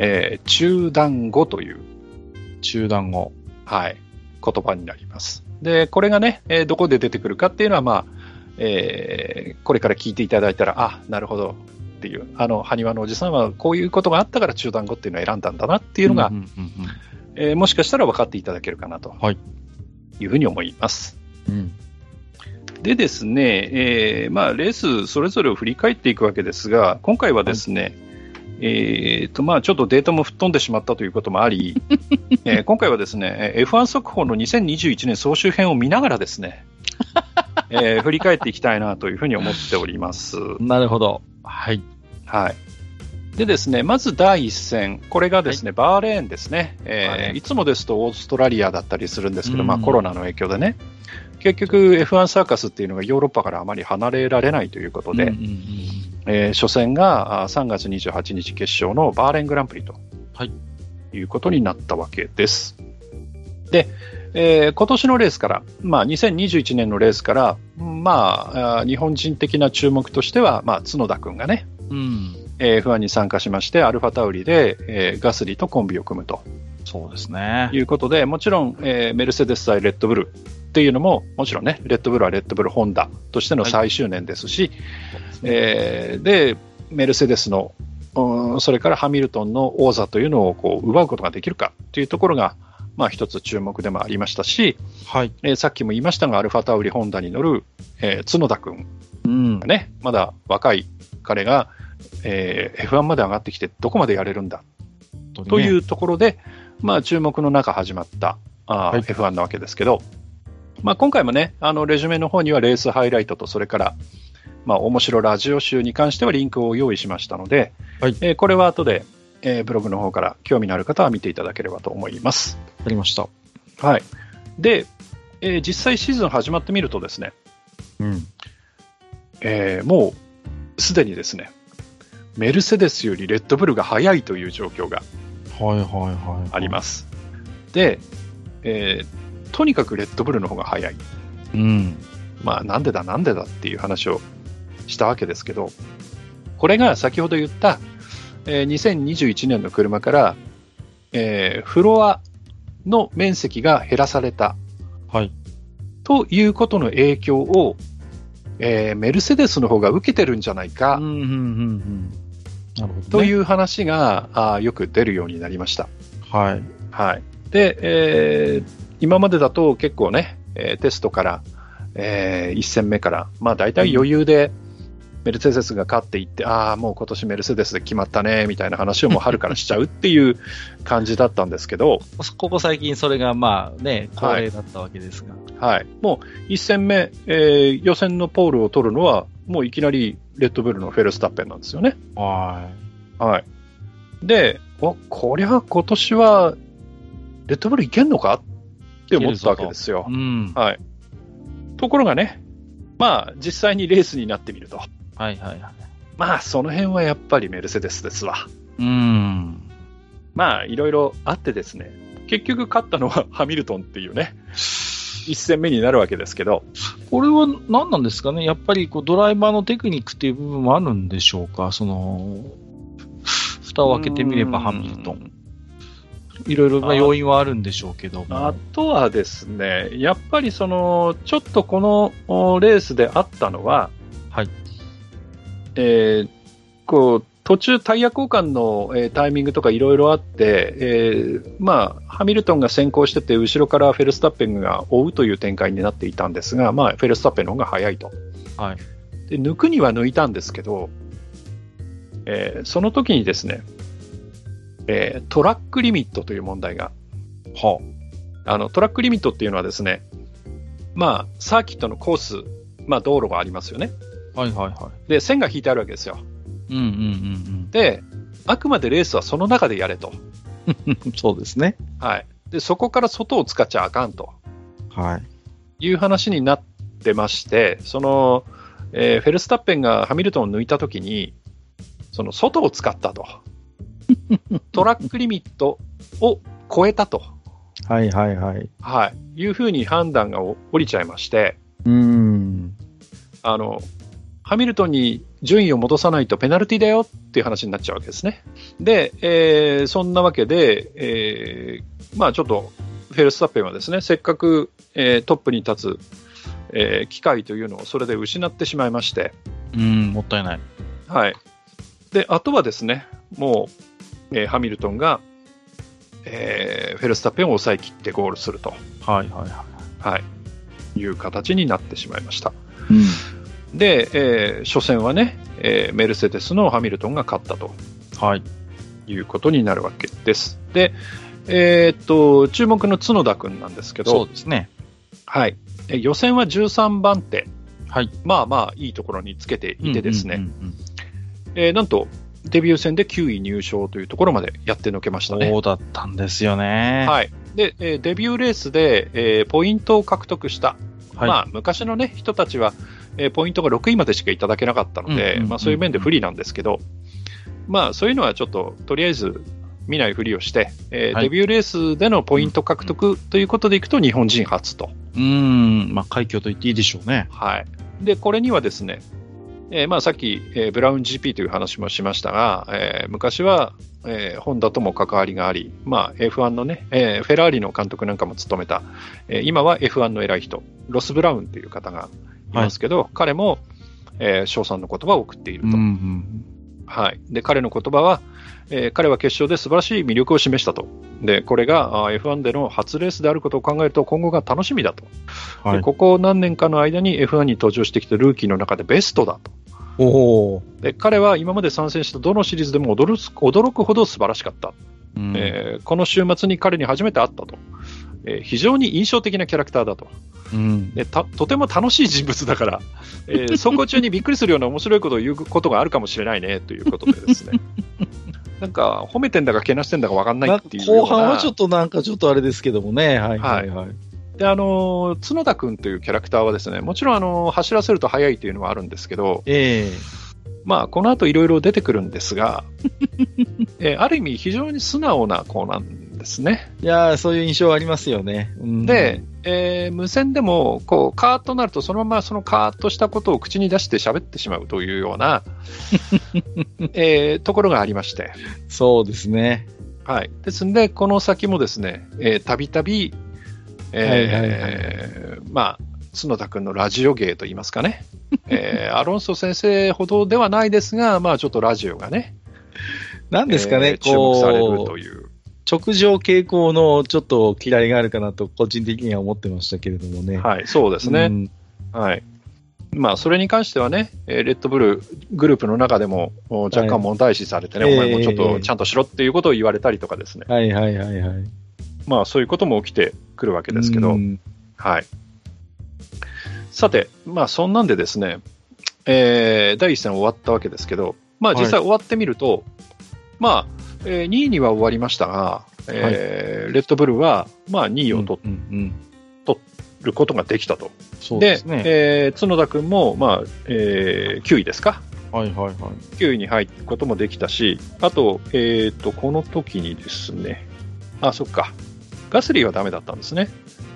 S2: えー中断後という、
S1: 中断後。
S2: はい、言葉になります。で、これがね、えーどこで出てくるかっていうのは、まあ、えーこれから聞いていただいたら、あ、なるほどっていう、あの、埴輪のおじさんはこういうことがあったから中断後っていうのを選んだんだなっていうのが、
S1: うんうんうん
S2: えーもしかしたら分かっていただけるかなと、
S1: はい、
S2: いうふうに思います。
S1: うん。うん
S2: でですね、えーまあ、レースそれぞれを振り返っていくわけですが、今回はですね、えーとまあ、ちょっとデータも吹っ飛んでしまったということもあり、えー今回はですね、えー F1 速報の2021年総集編を見ながらですね、えー振り返っていきたいなというふうに思っております。
S1: なるほど。はい。
S2: はい。でですね、まず第一戦、これがですね、バーレーンですね、
S1: バーレ
S2: え
S1: ー
S2: ー
S1: ン
S2: いつもですとオーストラリアだったりするんですけど、
S1: うん
S2: まあ、コロナの影響でね、結局、F1 サーカスっていうのがヨーロッパからあまり離れられないということで、
S1: うんうんうん
S2: えー初戦があー3月28日決勝のバーレングランプリと、
S1: はい、
S2: うことになったわけです。で、えー今年のレースから、まあ、2021年のレースから、まあ、あー日本人的な注目としては、まあ、角田君がね、
S1: うん。
S2: えー、F1 に参加しまして、アルファタウリで、えーガスリとコンビを組むと
S1: そうですね。
S2: いうことで、もちろん、えーメルセデス対レッドブルっていうのも、もちろんね、レッドブルはレッドブルホンダとしての最終年ですし、えーで、メルセデスの、うんそれからハミルトンの王座というのをこう奪うことができるかというところが、まあ、一つ注目でもありましたし、
S1: はい。
S2: えーさっきも言いましたが、アルファタウリホンダに乗る、えー角田君
S1: うん。
S2: ね、まだ若い彼が、えー F1 まで上がってきてどこまでやれるんだというところで、まあ、注目の中始まったあ、
S1: はい
S2: F1 なわけですけど、まあ、今回もね、あのレジュメの方にはレースハイライトと、それから、まあ、面白ラジオ集に関してはリンクを用意しましたので、
S1: はい
S2: えーこれは後で、えーブログの方から興味のある方は見ていただければと思います。
S1: わかりました。
S2: はい、で、えー実際シーズン始まってみるとですね、
S1: うん。
S2: えーもうすでにですね、メルセデスよりレッドブルが速いという状況が
S1: はいはいはい。
S2: あります。で、えーとにかくレッドブルの方が速い。
S1: す。うん。
S2: まあ、なんでだなんでだっていう話をしたわけですけど、これが先ほど言った、えー2021年の車から、えーフロアの面積が減らされた
S1: はい。
S2: ということの影響を、えーメルセデスの方が受けてるんじゃないか
S1: うんうんうんうん。なるほど、ね。。
S2: というう話が、あーよく出るようになりました。
S1: はい。
S2: はい、で、えー今までだと結構ね、えーテストから、え1戦目から、まあ、大体余裕でメルセデスが勝っていって、ああ、もう今年メルセデスで決まったねみたいな話をもう春からしちゃうっていう感じだったんですけど、
S3: ここ最近それがまあね、
S2: 恒例
S3: だったわけですが。
S2: はい、もう1戦目、えー予選のポールを取るのは、もういきなりレッドブルのフェルスタッペンなんですよね。
S1: は
S2: はい、で、おこりゃ今年はレッドブルいけんのかって思ったわけですよ。
S1: い。うん。
S2: はい。ところがね、まあ、実際にレースになってみると、
S3: はいはいはい。
S2: まあ、その辺はやっぱりメルセデスですわ。
S1: うん。
S2: まあ、いろいろあってですね、結局勝ったのはハミルトンっていう ね、1戦目になるわけですけど、
S1: これは何なんですかね、やっぱりこうドライバーのテクニックっていう部分もあるんでしょうか、その蓋を開けてみれば
S2: うん
S1: ハミルトン、いろいろな要因はあるんでしょうけども、
S2: あとはですね、やっぱりその、ちょっとこのおレースであったのは、
S1: はい。
S2: えーこう、途中タイヤ交換の、えータイミングとかいろいろあって、えーまあ、ハミルトンが先行してて、後ろからフェルスタッペンが追うという展開になっていたんですが、まあ、フェルスタッペンの方が早いと。
S1: はい
S2: で、抜くには抜いたんですけど、えーその時にですね、えートラックリミットという問題が
S1: は
S2: あのトラックリミットっていうのはですね、まあ、サーキットのコース、まあ、道路がありますよね。
S1: あはいはいは
S2: で、線が引いてあるわけですよ。
S1: い、うんうん
S2: で、あくまでレースはその中でやれと。
S1: うんうん、そうですね、
S2: はい。で、そこから外を使っちゃあかんと
S1: はい、
S2: いう話になってまして、その、えーフェルスタッペンがハミルトンを抜いたときに、その外を使ったと。トラックリミットを超えたと。
S1: はいはいはい、
S2: はい。いうふうに判断がお降りちゃいまして、
S1: うん、
S2: あの、ハミルトンに順位を戻さないとペナルティだよっていう話になっちゃうわけですね。で、えーそんなわけで、えーまあちょっと、フェルスタッペンはですね、せっかく、えートップに立つ、えー機会というのをそれで失ってしまいまして、
S1: うん、もったいない、
S2: はい。で、あとはですね、もう、えーハミルトンが、えーフェルスタッペンを抑え切ってゴールすると、
S1: はいはいは
S2: はい、いう形になってしまいました。
S1: い、うん、
S2: で、えー初戦はね、えーメルセデスのハミルトンが勝ったと
S1: はい、
S2: いうことになるわけです。で、えーっと、注目の角田君なんですけ
S1: そう
S2: ど、
S1: ですね、
S2: はい、えー予選は13番手、
S1: はい、
S2: まあまあいいところにつけていてですね、
S1: うんうん
S2: えーなんとデビュー戦で9位入賞というところまでやってのけました
S1: うん
S2: ね。
S1: そうだったんですよね、
S2: はい、で、えーデビューレースで、えーポイントを獲得した
S1: はい、
S2: まあ、昔の、ね、人たちは、えーポイントが6位までしかいただけなかったの
S1: うんうんう
S2: で
S1: ん、
S2: まあそういう面で不利なんですけど、まあ、そういうのはちょっととりあえず見ないふりをして、えー
S1: はい
S2: デビューレースでのポイント獲得ということでいくと日本人初と、
S1: うん、まあ、快挙と言っていいでしょうね、
S2: はい、でこれにはですね、えーまあ、さっき、えーブラウン GP という話もしましたが、えー昔は、えーホンダとも関わりがあり、まあ、F1 のね、えーフェラーリの監督なんかも務めた、えー今は F1 の偉い人、ロス・ブラウンという方がいますけど、彼も、えー賞賛の言葉を送っている
S1: う
S2: と。
S1: ん、うん、
S2: はい、で彼の言葉は、えー彼は決勝で素晴らしい魅力を示したと。でこれがあー F1 での初レースであることを考えると今後が楽しみだと。
S1: は
S2: で
S1: い、
S2: ここ何年かの間に F1 に登場してきたルーキーの中でベストだと。
S1: おお。
S2: で彼は今まで参戦したどのシリーズでも驚く驚くほど素晴らしかった。
S1: うん
S2: えーこの週末に彼に初めて会ったと、えー非常に印象的なキャラクターだと
S1: うん
S2: でたとても楽しい人物だから、えー 走行中にびっくりするような面白いことを言うことがあるかもしれないねということでです ねなんか褒めてんだかけなしてんだか分かんない
S1: な
S2: っていうような
S1: 後半はちょっとなんかちょっとあれですけどもね。はいはいはい。
S2: であのー角田君というキャラクターはですねもちろん、あのー走らせると速いというのはあるんですけど、
S1: ええ
S2: まあ、この後いろいろ出てくるんです が、えーある意味非常に素直な子なんですね。
S1: いやーそういう印象ありますよね。うん
S2: で、、えー無線でもこうカーッとなるとそのままそのカーッとしたことを口に出して喋ってしまうというよう な、えーところがありまして、
S1: そうですね。
S2: はい、ですのでこの先もですねえーたびたびえーまあ角田君のラジオ芸といいますかね、えーアロンソ先生ほどではないですが、まあ、ちょっとラジオがね、
S1: なんですかね、
S2: えー注目される
S1: ことう、
S2: いう。
S1: 直上傾向のちょっと嫌いがあるかなと、個人的には思ってましたけれどもね。
S2: はい、そうですね。
S1: うん
S2: はい。まあ、それに関してはね、えーレッドブルグループの中でもお若干問題視されてね、
S1: はい
S2: お前もちょっ
S1: え
S2: と
S1: え
S2: ちゃんとしろっていうことを言われたりとかですね、
S1: はいはいはいはい。
S2: まあ、そういうことも起きてくるわけですけど、
S1: うん
S2: はい。さて、まあ、そんなんでですね、えー第一戦終わったわけですけど、まあ、
S1: はい
S2: 実際終わってみると、まあ、え2位には終わりましたが、えーレッドブルは、まあ、2位を取
S1: うんうん
S2: ることができたと。
S1: そう
S2: で
S1: ですね。
S2: えー角田君も、まあえ9位ですか、
S1: はいはいはい。
S2: 9位に入ることもできたし、あと、えー、とこの時にですね、あ、そっか、ガスリーはダメだったんですね。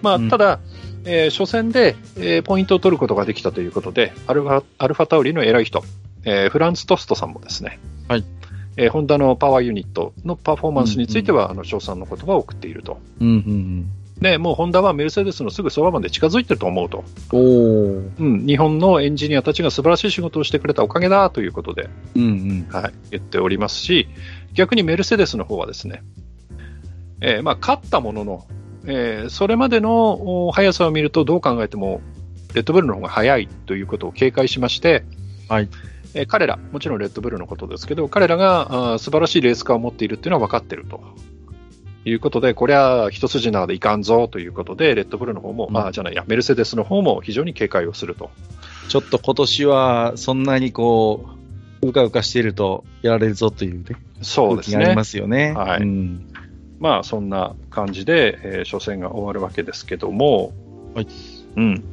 S2: まあ、
S1: うん
S2: ただ、えー初戦で、えーポイントを取ることができたということで、アルファアルファタウリの偉い人、えーフランス・トストさんもですね、
S1: はい
S2: えーホンダのパワーユニットのパフォーマンスについては、あの称賛の言葉を送っていると。
S1: うんうん
S2: でもうホンダはメルセデスのすぐそばまで近づいてると思うと、
S1: うん。おー。
S2: うん、日本のエンジニアたちが素晴らしい仕事をしてくれたおかげだということで、
S1: うんうん。
S2: はい、言っておりますし、逆にメルセデスの方はですね、えーまあ、勝ったものの、えーそれまでのお速さを見ると、どう考えても、レッドブルの方が速いということを警戒しまして、
S1: はい
S2: えー彼ら、もちろんレッドブルのことですけど、彼らがあー素晴らしいレースカーを持っているっていうのは分かっていると。いうことで、これは一筋縄でいかんぞということで、レッドブルの方も、
S1: うん
S2: あーじゃないや、メルセデスの方も非常に警戒をすると。
S1: ちょっと今年はそんなにこう、うかうかしているとやられるぞというね、
S2: そうで
S1: 空
S2: す
S1: 気があ
S2: ね
S1: りま。すよね。
S2: はい
S1: うん
S2: まあそんな感じで、えー初戦が終わるわけですけども、
S1: はい
S2: うん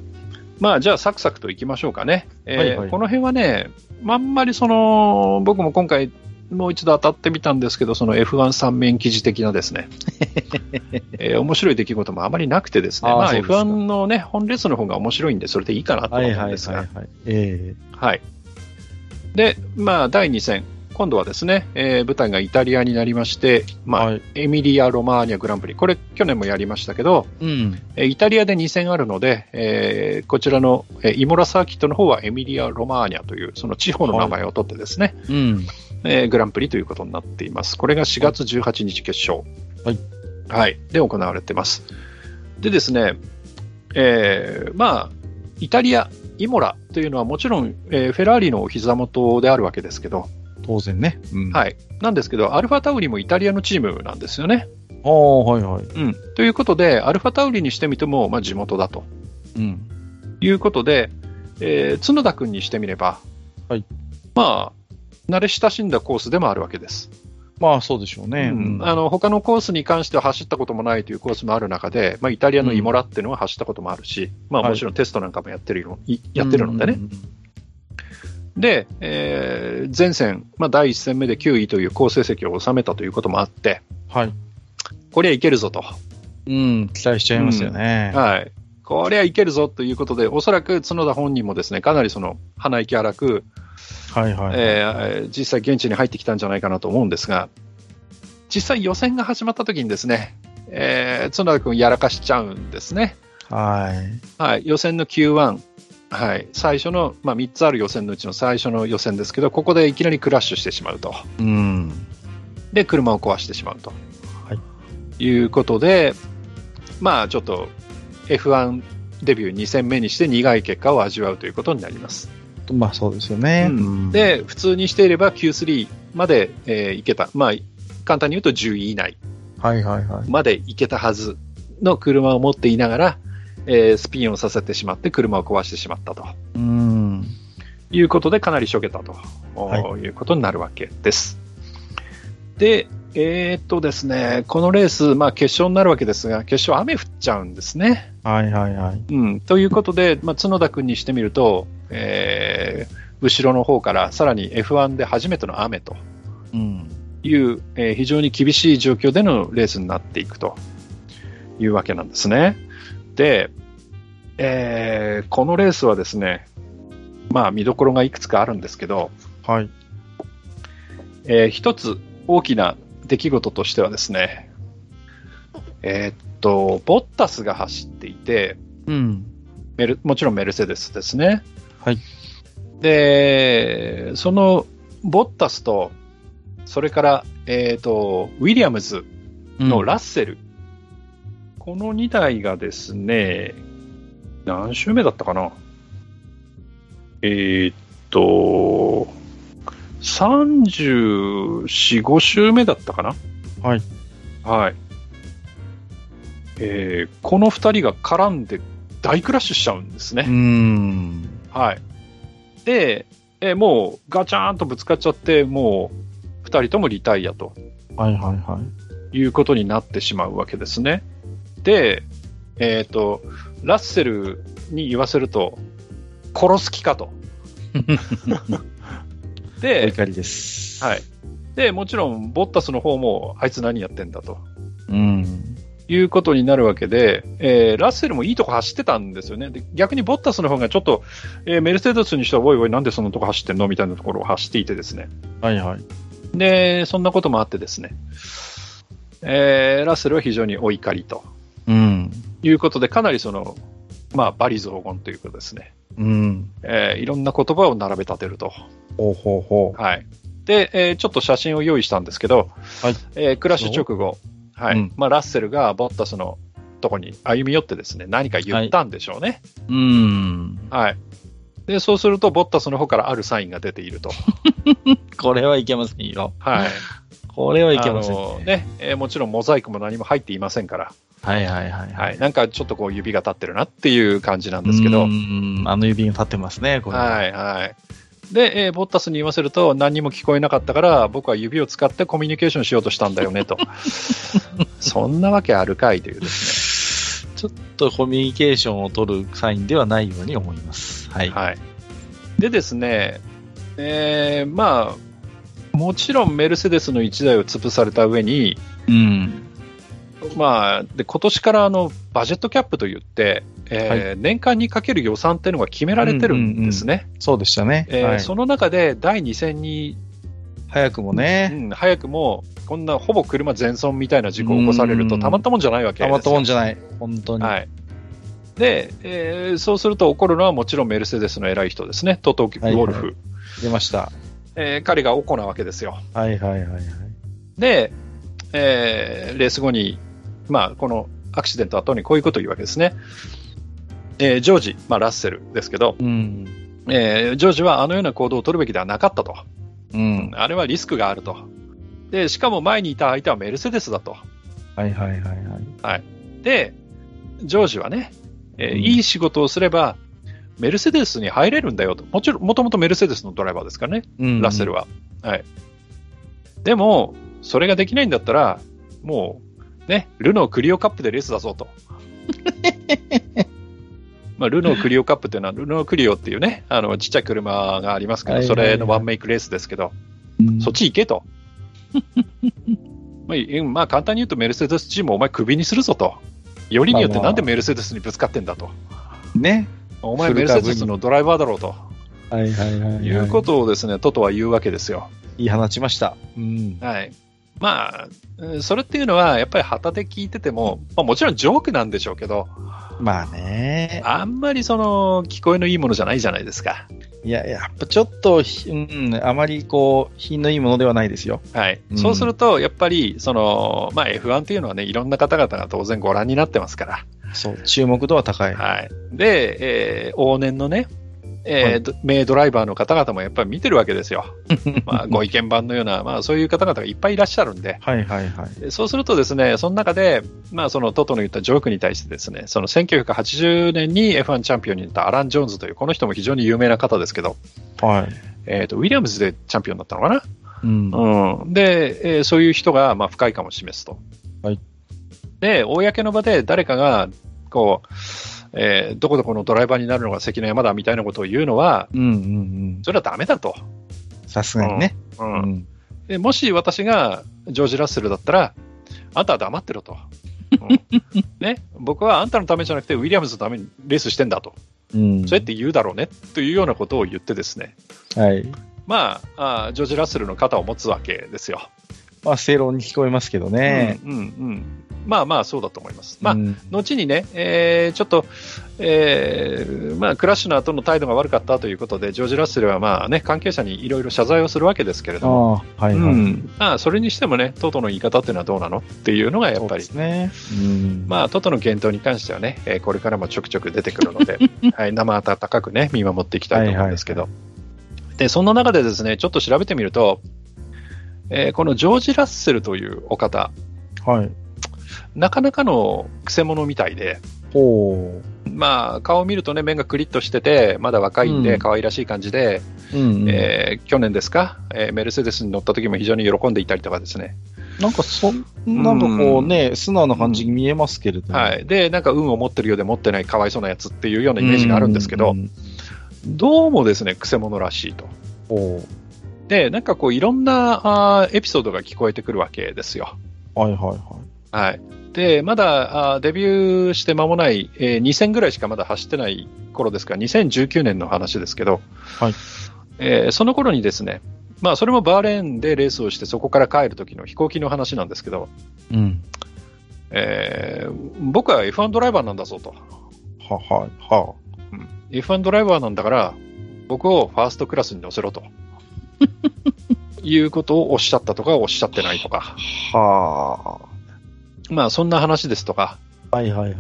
S2: まあ、じゃあ、サクサクといきましょうかね、えー
S1: はいはい
S2: この辺はね、まああんまりその僕も今回、もう一度当たってみたんですけど、その F1 三面記事的なで すね、えー面白い出来事もあまりなくてですね、
S1: あー
S2: まあ、
S1: そうですか
S2: F1 の、ね、本列の方が面白いんで、それでいいかなと
S1: はい
S2: 思うん
S1: はい
S2: です
S1: はい
S2: が、
S1: はい。え
S2: はい。で、まあ、第2戦、今度はですね、えー舞台がイタリアになりまして、
S1: え
S2: まあ、
S1: はい。
S2: エミリア・ロマーニャグランプリ、これ、去年もやりましたけど、
S1: うん。
S2: えーイタリアで2戦あるので、えーこちらのえーイモラサーキットの方はエミリア・ロマーニャという、その地方の名前を取ってですね、
S1: うん。
S2: えーグランプリということになっています。これが4月18日決勝、
S1: はい
S2: はいで行われてます。でですね、えーまあ、イタリア、イモラというのはもちろん、えーフェラーリのお膝元であるわけですけど、
S1: 当然ね。うん。い。
S2: はい、なんですけど、アルファタウリもイタリアのチームなんですよね。
S1: ああ、はいはい。
S2: うん、ということで、アルファタウリにしてみても、まあ、地元だと
S1: うん。
S2: いうことで、えー角田君にしてみれば、
S1: はい
S2: まあ、慣れ親しんだコースでもあるわけです。
S1: まあそうでしょうね。
S2: うんあの他のコースに関しては走ったこともないというコースもある中で、まあ、イタリアのイモラっていうのは走ったこともあるし、まあ、
S1: はい
S2: もちろんテストなんかもやってるよいやってるのでね。
S1: うん。
S2: で、えー前戦、まあ、第1戦目で9位という好成績を収めたということもあって、
S1: はい。
S2: こりゃいけるぞと。
S1: うん。期待しちゃいますよね。
S2: はい。これはいけるぞということで、おそらく角田本人もですね、かなりその鼻息荒く、
S1: はいはい。
S2: えー実際現地に入ってきたんじゃないかなと思うんですが、実際予選が始まった時にですね、えー角田君やらかしちゃうんですね。
S1: はい。
S2: はい。予選の Q1。はい。最初の、まあ3つある予選のうちの最初の予選ですけど、ここでいきなりクラッシュしてしまうと。
S1: うん。
S2: で、車を壊してしまうと。。
S1: はい
S2: いうことで、まあ、ちょっと F1 デビュー2戦目にして苦い結果を味わうということになります。
S1: まあそうですよね。
S2: うん
S1: うん、
S2: で、普通にしていれば Q3 まで、えーいけた。まあ、簡単に言うと10位以内
S4: はいはいはい。
S2: まで行けたはずの車を持っていながら、えースピンをさせてしまって車を壊してしまったと
S4: うん。
S2: いうことでかなりしょげたと、
S4: は
S2: いうことになるわけです。で、えーっとですね、このレース、まあ決勝になるわけですが、決勝雨降っちゃうんですね。
S4: はいはいはい。
S2: うん、ということで、まあ、角田君にしてみると、えー後ろの方からさらに F1 で初めての雨と
S4: うん。
S2: いう、えー非常に厳しい状況でのレースになっていくというわけなんですね。で、えーこのレースはですね、まあ、見どころがいくつかあるんですけど、
S4: はい。
S2: えー一つ大きな出来事としてはですね、えーっと、ボッタスが走っていて、
S4: うん。
S2: メルもちろんメルセデスですね。
S4: はい。
S2: で、そのボッタスと、それから、えっ、と、ウィリアムズのラッセル、この2台がですね、何周目だったかなえっ、と、34、5周目だったかな
S4: はい。
S2: はい。えーこの2人が絡んで大クラッシュしちゃうんですね。
S4: うん。
S2: はい。で、えーもうガチャーンとぶつかっちゃって、もう2人ともリタイアと
S4: はいはいはい。
S2: いうことになってしまうわけですね。で、えっ、と、ラッセルに言わせると、殺す気か と。
S1: お
S2: で、
S1: 怒りです。
S2: はい。で、もちろん、ボッタスの方も、あいつ何やってんだと
S4: うん。
S2: いうことになるわけで、えーラッセルもいいとこ走ってたんですよね。で逆にボッタスの方がちょっと、えーメルセデスにしては、おいおい、なんでそんなとこ走ってんのみたいなところを走っていてですね。
S4: はいはい。
S2: で、そんなこともあってですね、えーラッセルは非常にお怒りと
S4: うん。
S2: いうことで、かなりその、まあ、バリ雑言ということですね、
S4: うん。
S2: えーいろんな言葉を並べ立てると。
S4: ほうほうほ
S2: はい。で、えーちょっと写真を用意したんですけど、
S4: はい
S2: えークラッシュ直後、はい、
S4: うん
S2: まあ、ラッセルがボッタスのとこに歩み寄ってですね、何か言ったんでしょうね。
S4: う。うん。
S2: はい。で、そうすると、ボッタスの方からあるサインが出ていると。
S1: これはいけませんよ。
S2: はい。
S1: これはいけ
S2: あ
S1: ません。
S2: のね、えーもちろんモザイクも何も入っていませんから、
S1: はいはいはい。はい
S2: はい、なんかちょっとこう指が立ってるなっていう感じなんですけど、
S1: う
S2: は
S1: んあの指が立ってますね、これ。
S2: いはい。で、えーボッタスに言わせると、何にも聞こえなかったから、僕は指を使ってコミュニケーションしようとしたんだよ ねと、そんなわけあるかいというです
S1: ちょっとコミュニケーションを取るサインではないように思います。はい。
S2: ね。はい、でですね、えーまあ、もちろんメルセデスの1台を潰された上に、
S1: うん。
S2: まあ、で今年からあのバジェットキャップといって、えー年間にかける予算っていうのが決められてるんですね。
S4: そうでしたね。
S2: えー
S4: はい
S2: その中で第2戦に、
S1: 早くもね、
S2: うん早くもこんなほぼ車全損みたいな事故を起こされると
S1: うん
S2: たまったもんじゃないわけです
S1: た
S2: よ
S1: まったもんじゃない。本当に。
S2: はいでえーそうすると怒るのはもちろんメルセデスの偉い人ですね、トト・ウォルフ、
S4: はい出ました。
S2: えー彼がおこなわけですよ。
S4: はいはいはいはい。
S2: で、えーレース後に、まあ、このアクシデント後にこういうことを言うわけですね。えージョージ、まあ、ラッセルですけど、
S4: うん。
S2: えージョージはあのような行動を取るべきではなかったと。
S4: うん。
S2: あれはリスクがあると。で、しかも前にいた相手はメルセデスだと。
S4: はいはいはいはい。
S2: で、ジョージはね、えー
S4: うん
S2: いい仕事をすれば、メルセデスに入れるんだよと。もちろん、もともとメルセデスのドライバーですからね、
S4: うん
S2: ラッセルは。はい。でも、それができないんだったら、もう、ね、ルノークリオカップでレースだ ぞと。まあ、ルノークリオカップっていうのは、ルノークリオっていうね、あの、ちっちゃい車がありますけど、
S4: はい
S2: そ
S4: はいはい
S2: れのワンメイクレースですけど、
S4: うん
S2: そっち行 けと。まあいまあ、簡単に言うと、メルセデスチームをお前、クビにするぞと。よりによって、
S4: まあまあ
S2: なんでメルセデスにぶつかってんだと。
S4: ね。
S2: お前、メルセデスのドライバーだろうと
S4: はいはいはいはい。
S2: いうことをですね、トトは言うわけですよ。
S4: 言い放ちました。うん。
S2: はい。まあうん、それっていうのは、やっぱり旗で聞いてても、まあ、もちろんジョークなんでしょうけど、
S4: まあね。
S2: あんまりその、聞こえのいいものじゃないじゃないですか。
S4: いや、やっぱちょっとひ、うん、あまりこう、品のいいものではないですよ。
S2: はい。
S4: うん
S2: そうすると、やっぱり、その、まあ、F1 っていうのはね、いろんな方々が当然ご覧になってますから、
S4: そう、注目度は高い。
S2: はい。で、えー往年のね、えー名ドライバーの方々もやっぱり見てるわけです よ。まあ、ご意見番のような、まあ、そういう方々がいっぱいいらっしゃるんで、
S1: はいはいはい。
S2: でそうするとですね、その中で、まあ、そのトトの言ったジョークに対してですね、その1980年に F1 チャンピオンになったアラン・ジョーンズという、この人も非常に有名な方ですけど、
S1: はい。
S2: えーと、ウィリアムズでチャンピオンだったのかな
S1: うん。
S2: うん、で、えーそういう人が、まあ、不快感を示すと。
S1: はい
S2: で、公の場で誰かが、こう、えーどこどこのドライバーになるのが関の山だみたいなことを言うのは、
S1: うんうんうん。
S2: それはダメだと。
S1: さすがにね。
S2: う
S1: うんん。
S2: でもし私がジョージ・ラッセルだったら、あんたは黙ってろと。うん ね、僕はあんたのためじゃなくて、ウィリアムズのためにレースしてんだと、
S1: うん。
S2: そうやって言うだろうねというようなことを言って、ですね、
S1: はい。
S2: まあ、あージョージ・ラッセルの肩を持つわけですよ。
S1: まあ、正論に聞こえますけどね。
S2: うんうんうん、まあまあそうだと思います。まあ、
S1: うん
S2: 後にね、えーちょっと、えーまあ、クラッシュの後の態度が悪かったということで、ジョージ・ラッセルはまあ、ね、関係者にいろいろ謝罪をするわけですけれ
S1: あ
S2: ども、
S1: あ、はいうはい。
S2: んまあ、それにしてもね、トトの言い方っていうのはどうなのっていうのがやっぱり
S1: そうです、ね。うん。
S2: まあ、トトの検討に関してはね、えーこれからもちょくちょく出てくる ので、はい、生温かくね、見守っていきたいと思うんですけど、でそんな中でですね、ちょっと調べてみると、えーこのジョージ・ラッセルというお方、
S1: はい。
S2: なかなかのくせ者みたいで、
S1: ほ
S2: まあ、顔を見るとね、面がクリッとしてて、まだ若いん
S1: う
S2: で、
S1: ん
S2: 可愛らしい感じで、
S1: う。うん、うん。
S2: えー去年ですか、えーメルセデスに乗った時も非常に喜んでいたりとかですね、
S1: なんかそんなんかこうね、素直な感じに見えますけれども。
S2: はい、で、なんか運を持ってるようで持ってない、かわいそうなやつっていうようなイメージがあるんですけど、
S1: うんうんうん
S2: どうもですね、くせ者らしいと。
S1: ほ
S2: で、なんかこう、いろんなあーエピソードが聞こえてくるわけですよ。
S1: う。はいはいは
S2: はい。で、まだあーデビューして間もない、えー2000ぐらいしかまだ走ってない頃ですから、2019年の話ですけど、
S1: はい
S2: えーその頃にですね、まあ、それもバーレーンでレースをして、そこから帰る時の飛行機の話なんですけど、
S1: い。うん。
S2: えー僕は F1 ドライバーなんだぞと。
S1: ははいは
S2: F1 ドライバーなんだから、僕をファーストクラスに乗せ ろと。いうことをおっしゃったとか、おっしゃってないとか、
S1: あ。は
S2: まあそんな話ですとか、
S1: あ。はいはいはい。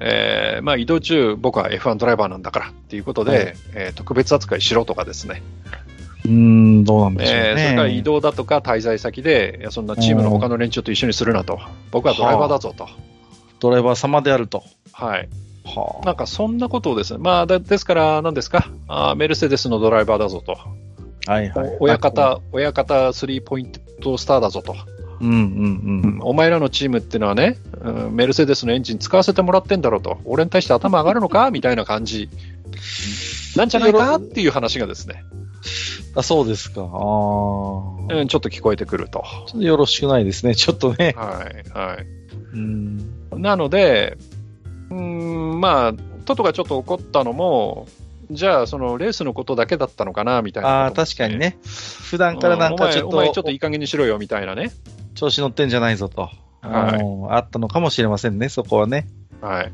S2: えーまあ、移動中、僕は F1 ドライバーなんだからっていうことで、
S1: はい
S2: えー特別扱いしろとかですね、
S1: うーん、どうなんでしょうね。
S2: えーそれから移動だとか滞在先で、いやそんなチームの他の連中と一緒にするなと、僕はドライバーだぞと、
S1: ドライバー様であると。
S2: はい、
S1: は
S2: なんかそんなことをですね、まあ、だですから、なんですかあー、メルセデスのドライバーだぞと、
S1: あ。はいはい。
S2: お親方、親方スリーポイントスターだぞと、
S1: うんうんうん。
S2: お前らのチームってのはね、うんメルセデスのエンジン使わせてもらってんだろうと、俺に対して頭上がるのかみたいな感じなんじゃないかっていう話がですね。
S1: あ、そうですか。ああ。
S2: うん、ちょっと聞こえてくると。
S1: ちょっとよろしくないですね。ちょっとね。
S2: はい、はい。
S1: うん。
S2: なので、うーん、まあ、トトがちょっと怒ったのも、じゃあ、そのレースのことだけだったのかな、みたいな。
S1: ああ、確かに。ね。普段から
S2: な
S1: なんん
S2: か
S1: か
S2: ち
S1: ち
S2: ょ
S1: ょ
S2: っ
S1: っ
S2: と。
S1: と、
S2: お前ちょっといい加減にしろよ、みたいなね。
S1: 調子乗ってんじゃないぞと。
S2: はい
S1: うんあったのかもしれませんね、そこはね。
S2: はい。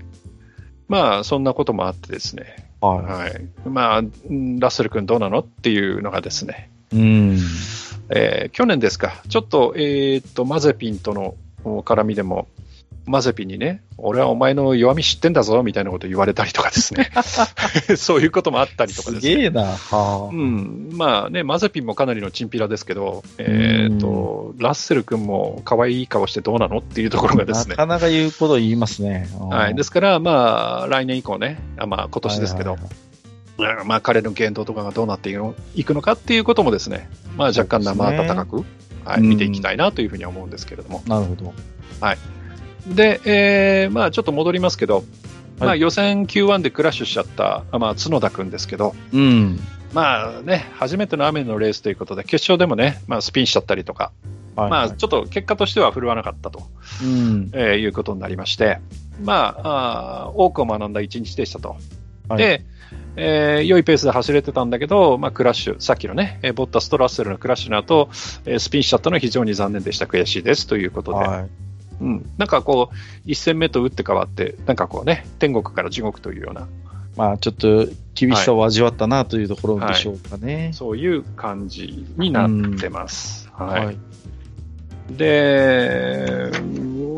S2: まあ、そんなこともあってですね。
S1: は
S2: はい。まあ、うんラッセル君どうなのっていうのがですね。
S1: い。うん。
S2: えー去年ですか。ちょっと、えーっと、マゼピンとの絡みでも、マゼピンにね、俺はお前の弱み知ってんだぞ、みたいなこと言われたりとかです ね。 そういうこともあったりとか
S1: す
S2: ですね。
S1: げえな。は
S2: う
S1: あ。
S2: ん、まあね、マゼピンもかなりのチンピラですけど、えーっと、ラッセル君も可愛い顔してどうなのっていうところがで
S1: な
S2: すね。
S1: かなか言うことを言いますね。
S2: はい、ですすから、まあ、来年以降ね、あまあ、今年ですけど、
S1: はいはい
S2: うんまあ、彼の言動とかがどうなっていくのいくのかっていうこともですね、まあ、若干
S1: そうです
S2: 生
S1: ね
S2: 温かく、はい、
S1: うん
S2: 見ていきたいなというふうには思うんですけれども。
S1: なるほど。
S2: で、えーまあ、ちょっと戻りますけど、ま
S1: は
S2: あ、
S1: い
S2: 予選 Q1 でクラッシュしちゃった、あまあ、角田君ですけど、
S1: うん。
S2: まあね、初めての雨のレースということで、決勝でもね、まあ、スピンしちゃったりとか、
S1: はい
S2: ま
S1: は
S2: あ、
S1: い。
S2: ちょっと結果としては振るわなかったと、
S1: うん。
S2: えーいうことになりまして、まあ、あー多くを学んだ一日でしたと。
S1: はい
S2: で、えー良いペースで走れてたんだけど、まあ、クラッシュ、さっきのね、えーボッタスとラッセルのクラッシュの後、えースピンしちゃったのは非常に残念でした、悔しいですということで、
S1: はい。
S2: うん、なんかこう、1戦目と打って変わって、なんかこうね、天国から地獄というような、
S1: まあ、ちょっと厳しさを味わったなというところでしょうかね。
S2: そういう感じになってます。はい
S1: はい
S2: で、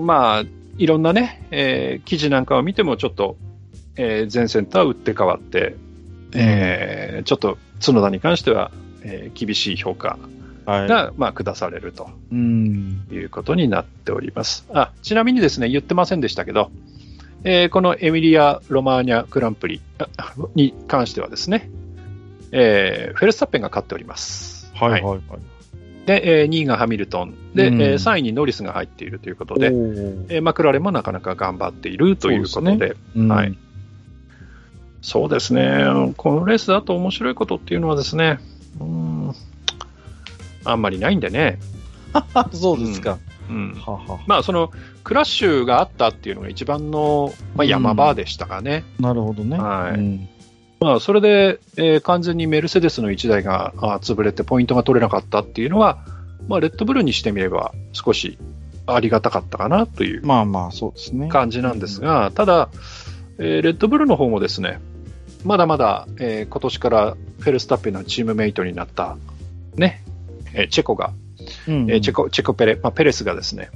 S2: まあ、いろんなね、えー記事なんかを見ても、ちょっと、えー前線とは打って変わって、えーちょっと角田に関しては、えー厳しい評価
S1: はい。
S2: が、まあ、下されると
S1: うん。
S2: いうことになっております。あちなみにですね、言ってませんでしたけど、えーこのエミリア・ロマーニャグランプリあに関してはですね、えーフェルスタッペンが勝っております。
S1: はいはいはい。
S2: で、え2位がハミルトン、で、
S1: うん
S2: え3位にノリスが入っているということで、
S1: お
S2: えーマクラレンもなかなか頑張っているということ
S1: そ
S2: で、
S1: うー
S2: はい。そうですね、このレースだと面白いことっていうのはですね、うーんあんまりないんでね、
S1: あ、 そうですか。
S2: うん
S1: はは。
S2: まあ、そのクラッシュがあったっていうのが一番の、まあ、山場でしたかね、
S1: なるほどね。
S2: はい
S1: うん
S2: まあ、それで、えー完全にメルセデスの1台があー潰れてポイントが取れなかったっていうのは、まあ、レッドブルにしてみれば少しありがたかったかなという
S1: まあまあ、そうですね。
S2: 感じなんですが、ただ、えーレッドブルの方もですね、まだまだ、えー今年からフェルスタッペンのチームメイトになった、ね、えーチェコが、
S1: うん
S2: えーチェコ、チェコペレ、まあ、ペレスがですね、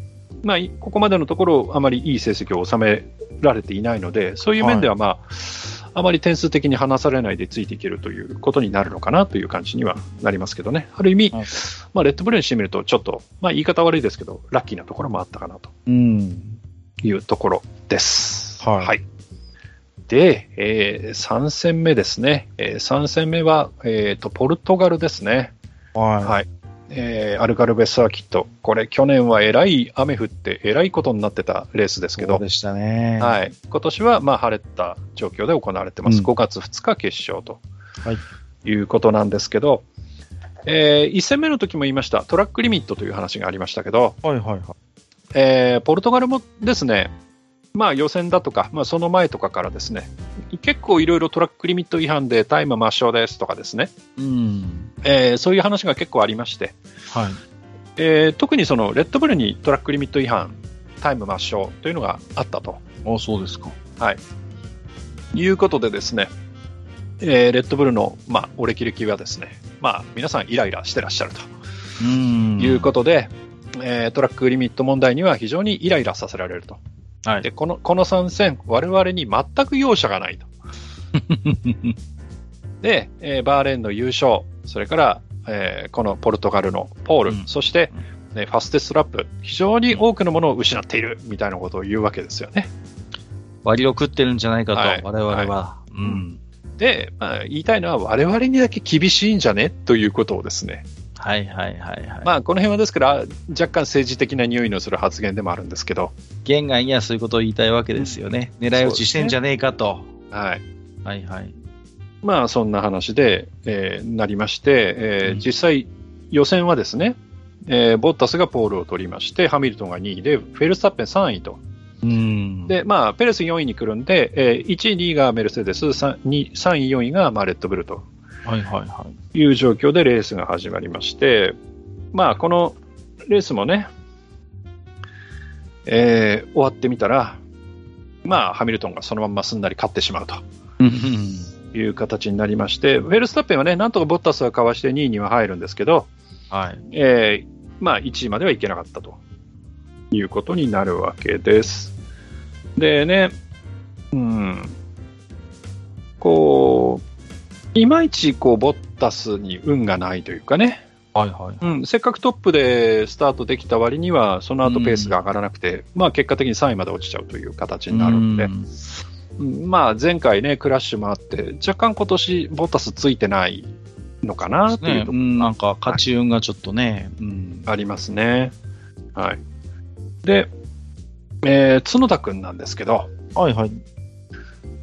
S2: まあ、いここまでのところ、あまりいい成績を収められていないので、そういう面では、まあ、あまり点数的に離されないでついていけるということになるのかなという感じにはなりますけどね、ある意味、
S1: はい
S2: まあ、レッドブルにしてみると、ちょっと、まあ、言い方悪いですけど、ラッキーなところもあったかなと
S1: うん。
S2: というところです。
S1: はい
S2: で、え3戦目ですね。え3戦目は、えーと、ポルトガルですね。
S1: は
S2: はい。えーアルガルベサーキット。これ、去年はえらい雨降って、えらいことになってたレースです
S1: い。
S2: け
S1: そう
S2: ど、
S1: でしたね。
S2: はい、今年はまあ晴れた状況で行われてます、
S1: うん
S2: 5月2日決勝と、、
S1: はい
S2: うことなんですけど、え1戦目の時も言いました、トラックリミットという話がありましたけど、
S1: はいはいはい。
S2: えーポルトガルもですね、まあ、予選だとか、まあ、その前とかからですね、結構いろいろトラックリミット違反でタイム抹消ですとかですね、
S1: うん。
S2: えーそういう話が結構ありまして、
S1: はい。
S2: えー特にそのレッドブルにトラックリミット違反、タイム抹消というのがあったと
S1: あ、そうですか。
S2: いうことでですね、えーレッドブルの、まあ、お歴々はですね、まあ、皆さんイライラしてらっしゃると
S1: うん
S2: いうことで、えートラックリミット問題には非常にイライラさせられると。
S1: はい
S2: でこのこの参戦、我々に全く容赦 がないと。で、えーバーレーンの優勝、それから、えーこのポルトガルのポール、
S1: うん
S2: そして、ね、ファステストラップ、非常に多くのものを失っているみたいなことを言うわけですよね。
S1: 割を食ってるんじゃないかと、
S2: はい
S1: 我々は。うん。
S2: で、まあ、言いたいのは、我々にだけ厳しいんじゃねということをですね、
S1: はいはいはいはい。
S2: まあ、この辺はですから、若干政治的な匂いのする発言でもあるんですけど、
S1: 現外にはそういうことを言いたいわけですよね。狙い撃ちしてんじゃねえかと。
S2: はい、
S1: はいはい。
S2: まあそんな話で、えーなりまして、えー
S1: うん
S2: 実際、予選はですね、えーボッタスがポールを取りまして、ハミルトンが2位で、フェルスタッペン3位と、
S1: うん
S2: でまあ、ペレス4位に来るんで、えー1位、2位がメルセデス、3, 位、3位4位がまあレッドブルと
S1: はいはいはい。
S2: いう状況でレースが始まりまして、まあ、このレースもね、えー終わってみたら、まあ、ハミルトンがそのまんますんなり勝ってしまうと。いう形になりまして、フェルスタッペンはね、なんとかボッタスはかわして2位には入るんですけど、
S1: はい。
S2: えーまあ1位まではいけなかったということになるわけです。でね、うん、こう、いまいちこうボッタスに運がないというかね、
S1: はいはい。
S2: うん、せっかくトップでスタートできた割には、その後ペースが上がらなくて、まあ結果的に3位まで落ちちゃうという形になるんで、
S1: うん
S2: まあ、前回ね、クラッシュもあって、若干今年、ボタスついてないのかなっていう
S1: ね
S2: と
S1: う
S2: こ
S1: んなんか、勝ち運がちょっとね。うん。
S2: ありますね。はい。で、えー角田くんなんですけど、
S1: はいはい。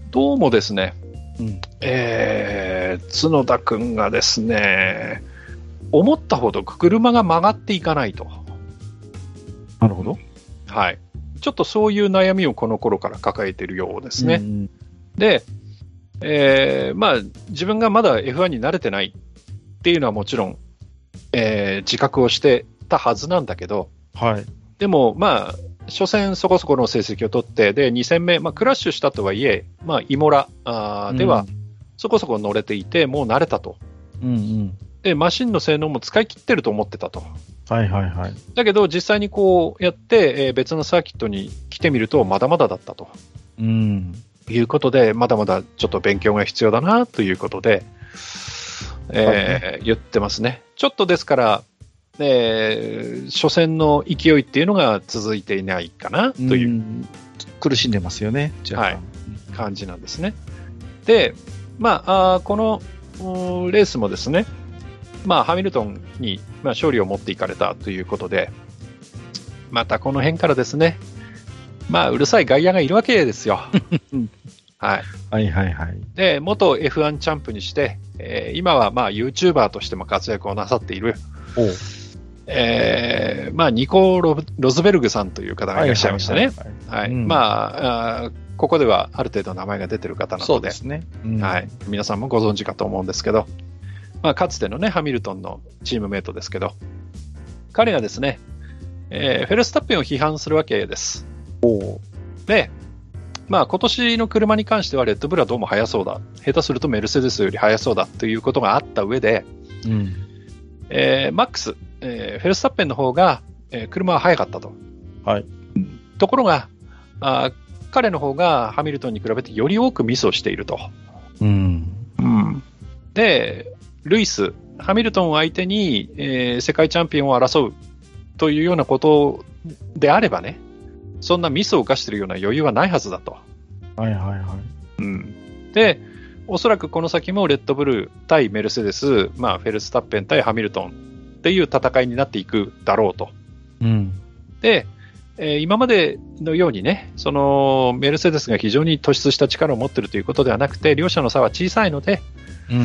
S2: どうもですね、
S1: うん
S2: えー角田くんがですね、思ったほど車が曲がっていかないと。
S1: なるほど。
S2: はい。ちょっとそういう悩みをこの頃から抱えているようですね。
S1: うん
S2: で、えーまあ、自分がまだ F1 に慣れてないっていうのはもちろん、えー自覚をしてたはずなんだけど、
S1: はい。
S2: でも、まあ、初戦そこそこの成績を取って、で、2戦目、まあ、クラッシュしたとはいえ、まあ、イモラあーでは、そこそこ乗れていて、もう慣れたと。
S1: うんうん。
S2: で、マシンの性能も使い切ってると思ってたと。
S1: はいはいはい。
S2: だけど、実際にこうやって、えー別のサーキットに来てみると、まだまだだったと。
S1: うん。
S2: いうことで、まだまだちょっと勉強が必要だなということで、えー言ってますね。ちょっとですから、えー、初戦の勢いっていうのが続いていないかなという
S1: うん苦しんでますよね、じゃあ。
S2: はい感じなんですね。で、まあ、あーこのうんレースもですね、まあ、ハミルトンに、まあ、勝利を持っていかれたということで、またこの辺からですね、まあ、うるさい外野がいるわけですよ。はい、
S1: はいはいはい。
S2: で元 F1 チャンプにして、えー今はまあ YouTuber としても活躍をなさっている、えーまあ、ニコロ・ロズベルグさんという方がいらっしゃいました
S1: はい
S2: ね。
S1: はいはいはい
S2: はい
S1: うん
S2: まああーここではある程度名前が出てる方な
S1: そう
S2: の
S1: で
S2: です
S1: ね。うん
S2: はい、皆さんもご存知かと思うんですけど、まあ、かつての、ね、ハミルトンのチームメイトですけど、彼がですね、えーフェルスタッペンを批判するわけです。で、まあ、今年の車に関しては、レッドブルはどうも速そうだ、下手するとメルセデスより速そうだということがあった上で、
S1: うん
S2: えーマックス、えーフェルスタッペンの方が、えー車は速かったと。
S1: はい
S2: ところがあー彼の方がハミルトンに比べてより多くミスをしていると。
S1: うん。
S2: で、ルイス、ハミルトンを相手に、えー世界チャンピオンを争うというようなことであればね、そんなミスを犯しているような余裕はないはずだと。
S1: はいはいはい。
S2: で、おそらくこの先もレッドブル対メルセデス、まあ、フェルスタッペン対ハミルトンっていう戦いになっていくだろうと。
S1: うん。
S2: で、えー今までのようにね、そのメルセデスが非常に突出した力を持っているということではなくて、両者の差は小さいので、
S1: うん。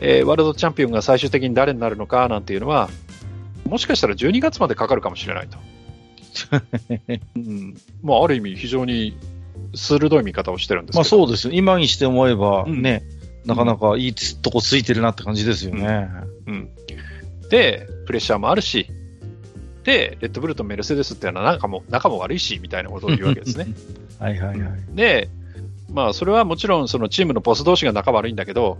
S2: えーワールドチャンピオンが最終的に誰になるのかなんていうのは、もしかしたら12月までかかるかもしれな いと。うんまあ、ある意味、非常に鋭い見方をしてるんですけど、
S1: まあそうですよ。今にして思えば、
S2: うん
S1: ね、なかなかいいとこついてるなって感じですよね。
S2: うんで、プレッシャーもあるし、で、レッドブルとメルセデスっていうのはなんかもう仲も悪いしみたいなことを言うわけですね。
S1: はいはいはい。
S2: で、まあ、それはもちろんそのチームのボス同士が仲悪いんだけど、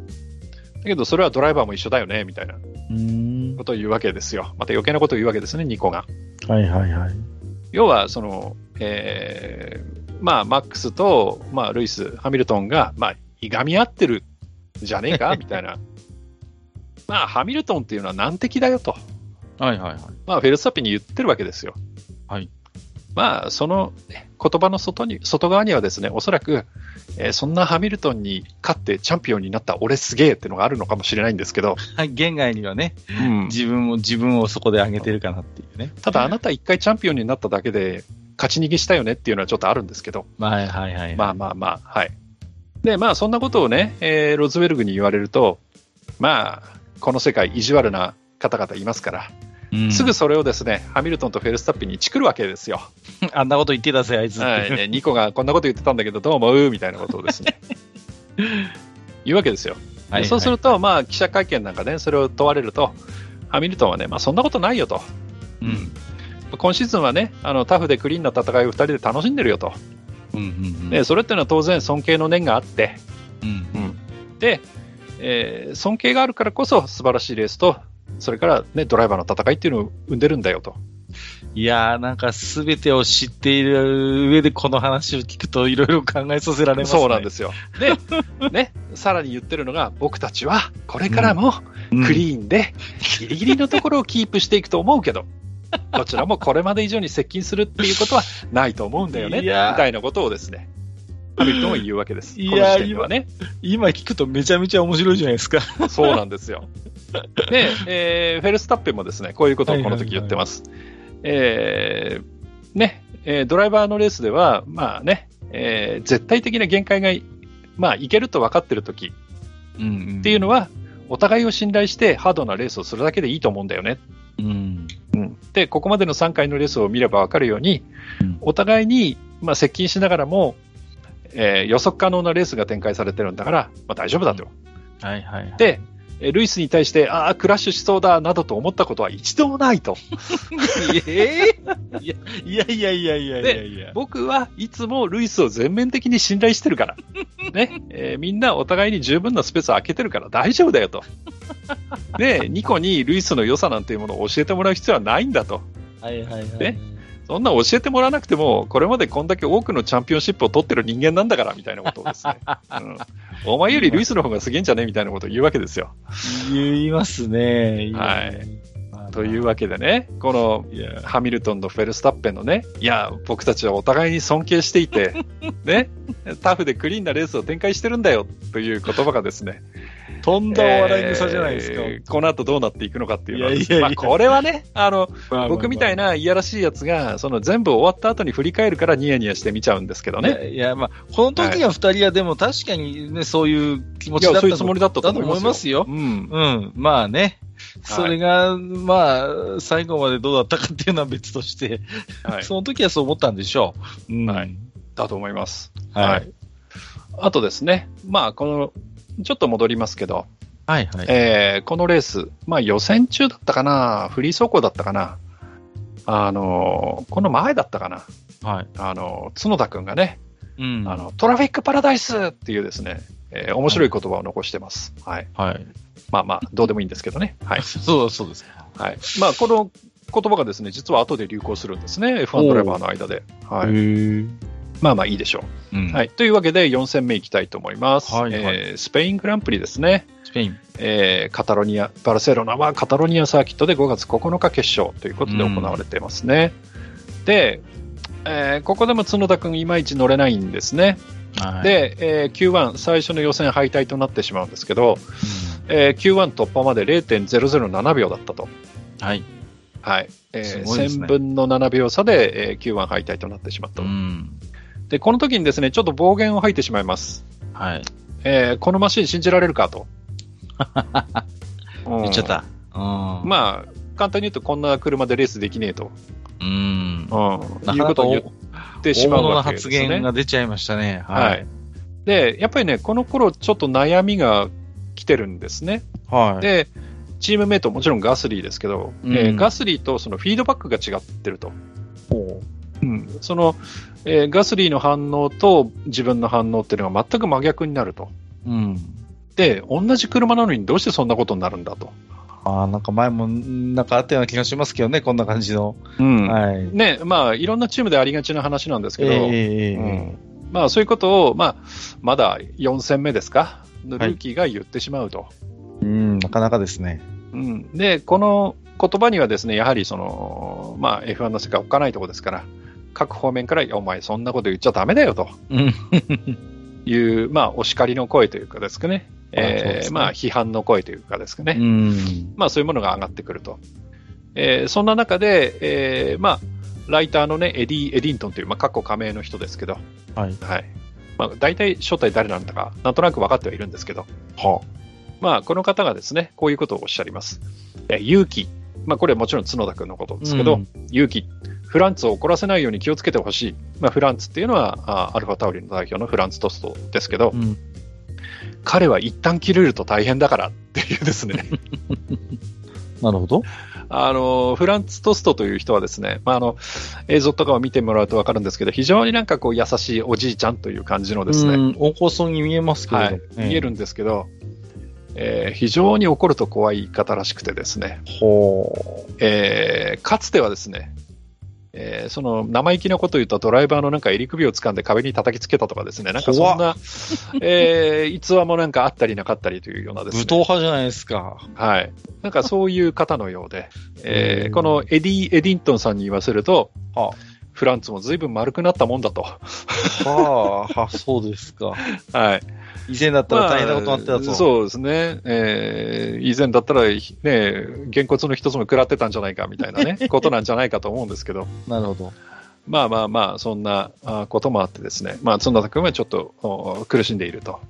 S2: だけどそれはドライバーも一緒だよねみたいな
S1: うん。
S2: ことを言うわけですよ。また余計なことを言うわけですね、ニコが。
S1: はいはいはい。
S2: 要はその、えーまあ、マックスと、まあ、ルイス、ハミルトンが、まあ、いがみ合ってるじゃねえかみたいな、まあ、ハミルトンっていうのは難敵だよと、
S1: はいはいはい。
S2: まあ、フェルスタッペンに言ってるわけですよ。
S1: はい
S2: まあ、その言葉の外に外側にはですね、おそらく、えーそんなハミルトンに勝ってチャンピオンになった俺すげえってのがあるのかもしれないんですけど、
S1: はい、現外にはね、
S2: うん
S1: 自分を、自分をそこで上げてるかなっていうね。
S2: ただあなた一回チャンピオンになっただけで勝ち逃げしたよねっていうのはちょっとあるんですけど、
S1: はいはいはい。
S2: まあまあまあ、はい。で、まあそんなことをね、えーロズベルグに言われると、まあ、この世界意地悪な方々いますから、
S1: うん
S2: すぐそれをですね、ハミルトンとフェルスタッピンにチクるわけですよ。
S1: あんなこと言ってたぜ、あいつ。
S2: はい、ね、ニコがこんなこと言ってたんだけどどう思うみたいなこと をですね、言うわけですよ。で
S1: はい
S2: そうすると、まあ記者会見なんかね、それを問われると、ハミルトンはね、まあそんなことないよと。
S1: うん。
S2: 今シーズンはね、あのタフでクリーンな戦いを2人で楽しんでるよと。
S1: うんうん
S2: で、それっていうのは当然尊敬の念があって、
S1: うん。
S2: で、えー尊敬があるからこそ素晴らしいレースと、それから、ね、ドライバーの戦いっていうのを生んでるんだよと。
S1: いやー、なんかすべてを知っている上でこの話を聞くといろいろ考えさせられますね。。
S2: そうなんですすよ。で、ね、さらに言ってるのが、僕たちはこれからもクリーンで、ギリギリのところをキープしていくと思う けど、どちらもこれまで以上に接近するっていうことはないと思うんだよね、
S1: い
S2: み
S1: やー
S2: たいなことをですね、ハミルトンは言うわけです。
S1: いやー
S2: この時点ではね。
S1: 今聞くとめちゃめちゃ面白いじゃないですか。
S2: そうなんですよ。で、えーフェルスタッペンもですね、こういうことをこの時言ってます。えーね、えードライバーのレースでは、まあね、えー絶対的な限界が、まあ、いけると分かってる時
S1: うん。
S2: っていうのは、お互いを信頼してハードなレースをするだけでいいと思うんだよね。
S1: うん。
S2: で、ここまでの3回のレースを見れば分かるように
S1: うん、
S2: お互いに、まあ、接近しながらも、えー予測可能なレースが展開されてるんだから、まあ、大丈夫だと。
S1: はいはいはい。
S2: で、えールイスに対して、ああ、クラッシュしそうだなどと思ったことは一度もない と、
S1: えー、いやいやいやいやいやいや。
S2: 僕はいつもルイスを全面的に信頼してるから、ねえーみんなお互いに十分なスペースを空けてるから大丈夫だよと、で、ニコにルイスの良さなんていうものを教えてもらう必要はないんだと、
S1: はいはいはい。
S2: ねそんな教えてもらわなくても、これまでこんだけ多くのチャンピオンシップを取ってる人間なんだからみたいなことをで すね、うん、お前よりルイスの方がすげえんじゃねみたいなことを言うわけですよ。
S1: 言いますね。
S2: はいというわけでね、このハミルトンとフェルスタッペンのね、いや、僕たちはお互いに尊敬していて、 ね、タフでクリーンなレースを展開してるんだよという言葉がですね、
S1: とんだお笑いの差じゃないですか、え
S2: ー、この後どうなっていくのかっていうのは、ね、いやいやいやまあ、これはね、あの、僕みたいないやらしいやつが、その全部終わった後に振り返るからニヤニヤして見ちゃうんですけどね。
S1: いや、まあ、この時は2人はでも確かにね、そういう気持ちだった
S2: そういうつもりだったと
S1: 思いますよ。
S2: うん。
S1: うん。まあね。それが、はい、まあ、最後までどうだったかっていうのは別として、はい、その時はそう思ったんでしょ
S2: う。うん、はい。だと思います。
S1: はい。はい、
S2: あとですね、まあ、この、ちょっと戻りますけど、
S1: はいはい
S2: えー、このレース、まあ、予選中だったかな、フリー走行だったかな、あのこの前だったかな、
S1: はい、
S2: あの角田君がね、
S1: うん、
S2: あの、トラフィックパラダイスっていうですね、えー、面白い言葉を残してます。はい。
S1: はい。
S2: まあまあ、どうでもいいんですけどね。はい。
S1: そう、そうです。。
S2: はい。まあ、この言葉がですね、実は後で流行するんですね。F1 ドライバーの間で。はいまあまあいいでしょう。うん、はい。というわけで、4戦目いきたいと思います。
S1: はい、
S2: えー、スペイングランプリですね。
S1: スペイン。
S2: えー、カタロニア、バルセロナはカタロニアサーキットで5月9日決勝ということで行われていますね。うん、で、えー、ここでも角田君、いまいち乗れないんですね。はい、で、えー、Q1、最初の予選敗退となってしまうんですけど、うん、えー、Q1 突破まで0.007秒だったと。
S1: はい。、
S2: はい。えー、ね、1000分の7秒差で、えー、Q1 敗退となってしまった、うんで、この時にですね、ちょっと暴言を吐いてしまいます。
S1: はい。
S2: えー、このマシン信じられるか と。
S1: 言っちゃった。
S2: うん、まあ、簡単に言うと、こんな車でレースできねえと。
S1: うん。
S2: うん。いうことを言ってしまうわけですね。
S1: 発言が出ちゃいましたね。はい。はい、
S2: で、やっぱりね、この頃ちょっと悩みが来てるんですね。
S1: はい。
S2: で、チームメイト、もちろんガスリーですけど、うん、えー、ガスリーとそのフィードバックが違ってると。うん、その、えー、ガスリーの反応と自分の反応っていうのが全く真逆になると。
S1: うん、
S2: で、同じ車なのにどうしてそんなことになるんだと。
S1: あなんか前もなんかあったような気がしますけどね、こんな感じの。
S2: うん
S1: はい
S2: ねまあ、いろんなチームでありがちな話なんですけど、
S1: え、
S2: ー、うんまあ、そういうことを、まあ、まだ4戦目ですか、のルーキーが言ってしまうと。はい
S1: うんなかなかですね。
S2: うん、で、この言葉にはですねやはりその、まあ、F1 の世界、おっかないところですから、各方面から、お前、そんなこと言っちゃだめだよと。いう、まあ、お叱りの声というかですかね、えーね、まあ、批判の声というかですね、まあ、そういうものが上がってくると。えー、そんな中で、えー、まあ、ライターのね、エディ・エディントンという、まあ、過去加盟の人ですけど、
S1: はい。
S2: はい。まあ、大体、正体誰なんだか、なんとなく分かってはいるんですけど、
S1: はあ、
S2: まあ、この方がですね、こういうことをおっしゃります。えー、勇気。まあ、これはもちろん角田君のことですけど、うん、勇気。フランツを怒らせないように気をつけてほしい。まあ、フランツっていうのは、あアルファタオリの代表のフランツ・トストですけど、
S1: うん
S2: 彼は一旦切れると大変だからっていうですね
S1: なるほど。
S2: あの、フランツ・トストという人はですね、まあ、あの、映像とかを見てもらうとわかるんですけど、非常になんかこう優しいおじいちゃんという感じのですね。、
S1: おこそに見えますけど、はい
S2: 見えるんですけど、えー、非常に怒ると怖い言い方らしくてですね。
S1: ほ
S2: う。えー、かつてはですね、えー、その生意気なことを言ったドライバーのなんか襟首を掴んで壁に叩きつけたとかですね、なんかそんな、えー、逸話もなんかあったりなかったりというようなですね。
S1: 武闘派じゃないですか。
S2: はい。なんかそういう方のようで、えー、このエディ・エディントンさんに言わせると、
S1: はあ、
S2: フランツも随分丸くなったもんだと。
S1: は あ、はそうですか。
S2: はい。
S1: 以前だったら大変なことになってたと、
S2: まあ、そうですね、えー、以前だったら、ね、げんこつの一つも食らってたんじゃないかみたいな ね、ことなんじゃないかと思うんですけど、
S1: なるほど
S2: まあまあまあ、そんなこともあってですね、まあ、角田君はちょっと苦しんでいると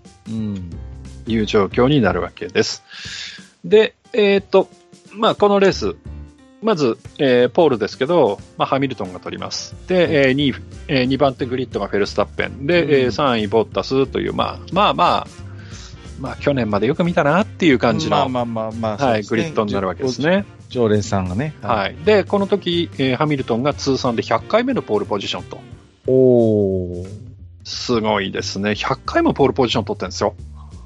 S2: いう状況になるわけです。で、えー、っと、まあ、このレース、まず、えー、ポールですけど、まあ、ハミルトンが取ります。で、えー、2位、えー、2番手グリッドがフェルスタッペン。で、うん、えー、3位ボッタスという、まあ、まあまあ、まあ、去年までよく見たなっていう感じの、まあ
S1: まあまあま
S2: あ、はい、ね、グリッドになるわけですね。
S1: 常連さんがね。
S2: はい。で、この時、えー、ハミルトンが通算で100回目のポールポジションと。
S1: お
S2: すごいですね。100回もポールポジション取ってるんですよ。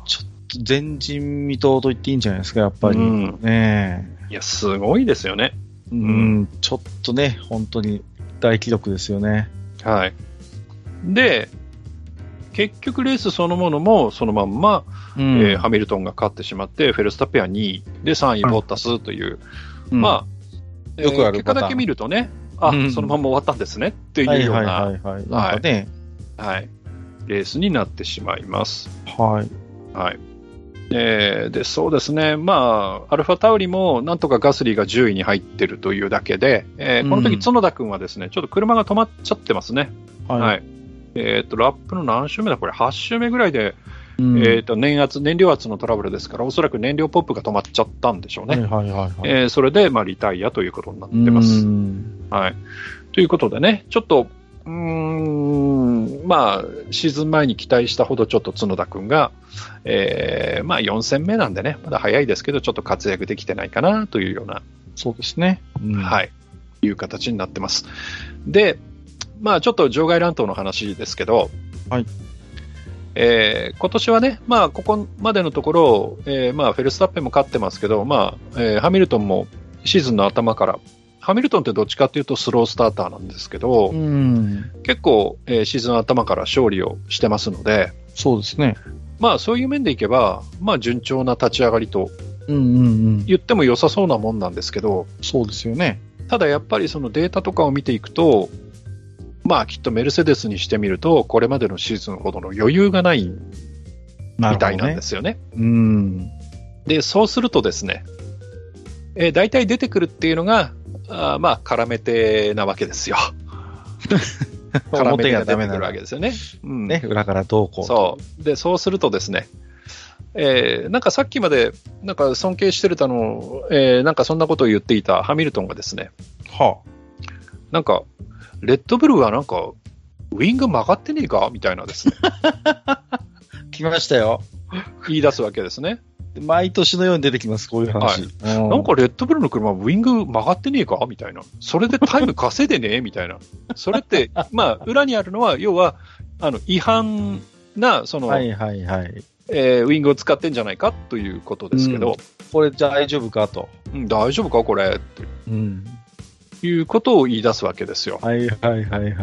S1: ちょっと前人未到と言っていいんじゃないですか、やっぱり。うん、ね
S2: いや、すごいですよね。
S1: うん、ちょっとね、本当に大記録ですよね。
S2: はい。で、結局レースそのものもそのまんま、
S1: うん
S2: えーハミルトンが勝ってしまって、フェルスタッペンは2位、で3位ボッタスという、
S1: うん
S2: まあ、
S1: よくある
S2: 結果
S1: パターン
S2: だけ見るとね、あ、
S1: うん
S2: そのまま終わったんですねってい
S1: は
S2: う
S1: い
S2: ような、
S1: は
S2: はいい
S1: はいはい。なんかね、
S2: レースになってしまいます。
S1: はい。
S2: はい。えーで、そうですね。まあ、アルファタウリも、なんとかガスリーが10位に入ってるというだけで、えーこ
S1: う
S2: の時、
S1: ん
S2: 角田君はですね、ちょっと車が止まっちゃってますね。
S1: は
S2: はい。えっ、と、ラップの何周目だこれ、8周目ぐらいで、
S1: うん
S2: えっ、と、燃圧、燃料圧のトラブルですから、おそらく燃料ポップが止まっちゃったんでしょうね。
S1: はいはいはいはい。
S2: えーそれで、まあ、リタイアということになってます
S1: う。ん
S2: はい。ということでね、ちょっと、うーん、まあ、シーズン前に期待したほど、ちょっと角田君が、えーまあ、4戦目なんでね、まだ早いですけど、ちょっと活躍できてないかなというような、
S1: そうですね。い。
S2: はい、いう形になってます。で、まあ、ちょっと場外乱闘の話ですけど、
S1: はい。
S2: えー今年はね、まあ、ここまでのところ、えーまあ、フェルスタッペンも勝ってますけど、まあ、えーハミルトンもシーズンの頭から、ハミルトンってどっちかっていうとスロースターターなんですけど、
S1: うん。
S2: 結構、えーシーズン頭から勝利をしてますので、
S1: そうですね。
S2: まあ、そういう面でいけば、まあ、順調な立ち上がりと
S1: うんうんうん。
S2: 言っても良さそうなもんなんですけど、
S1: そうですよね。
S2: ただやっぱりそのデータとかを見ていくと、まあ、きっとメルセデスにしてみると、これまでのシーズンほどの余裕がないみ
S1: なるほど
S2: たいなんで
S1: ね。
S2: すよね。
S1: うん。
S2: で、そうするとですね、えー大体出てくるっていうのが、あーまあ、絡めてなわけですよ。 絡め
S1: 表
S2: てが
S1: が
S2: 出
S1: ダ
S2: て
S1: メ
S2: く
S1: な
S2: るわ
S1: ら
S2: けですよね。うん
S1: ね、裏からどうこう。
S2: そう。で、そうするとですね、えーなんかさっきまで、なんか尊敬してるたの、えーなんかそんなことを言っていたハミルトンがですね、
S1: は
S2: なんか、レッドブルはなんか、ウィング曲がってねえかみたいなですね、
S1: あ、来ましたよ。
S2: 言い出すわけですね。
S1: 毎年のように出てきます、こういう話。うん
S2: なんかレッドブルの車、ウィング曲がってねえかみたいな。それでタイム稼いでねえみ たいな。それって、まあ、裏にあるのは、要は、あの、違反な、その、
S1: はいはいはい。
S2: えーウィングを使ってんじゃないかということですけど、
S1: これじゃあ大丈夫かと。
S2: うん大丈夫かこれって
S1: うん。
S2: いうことを言い出すわけですよ。
S1: はいはいはいはいはい。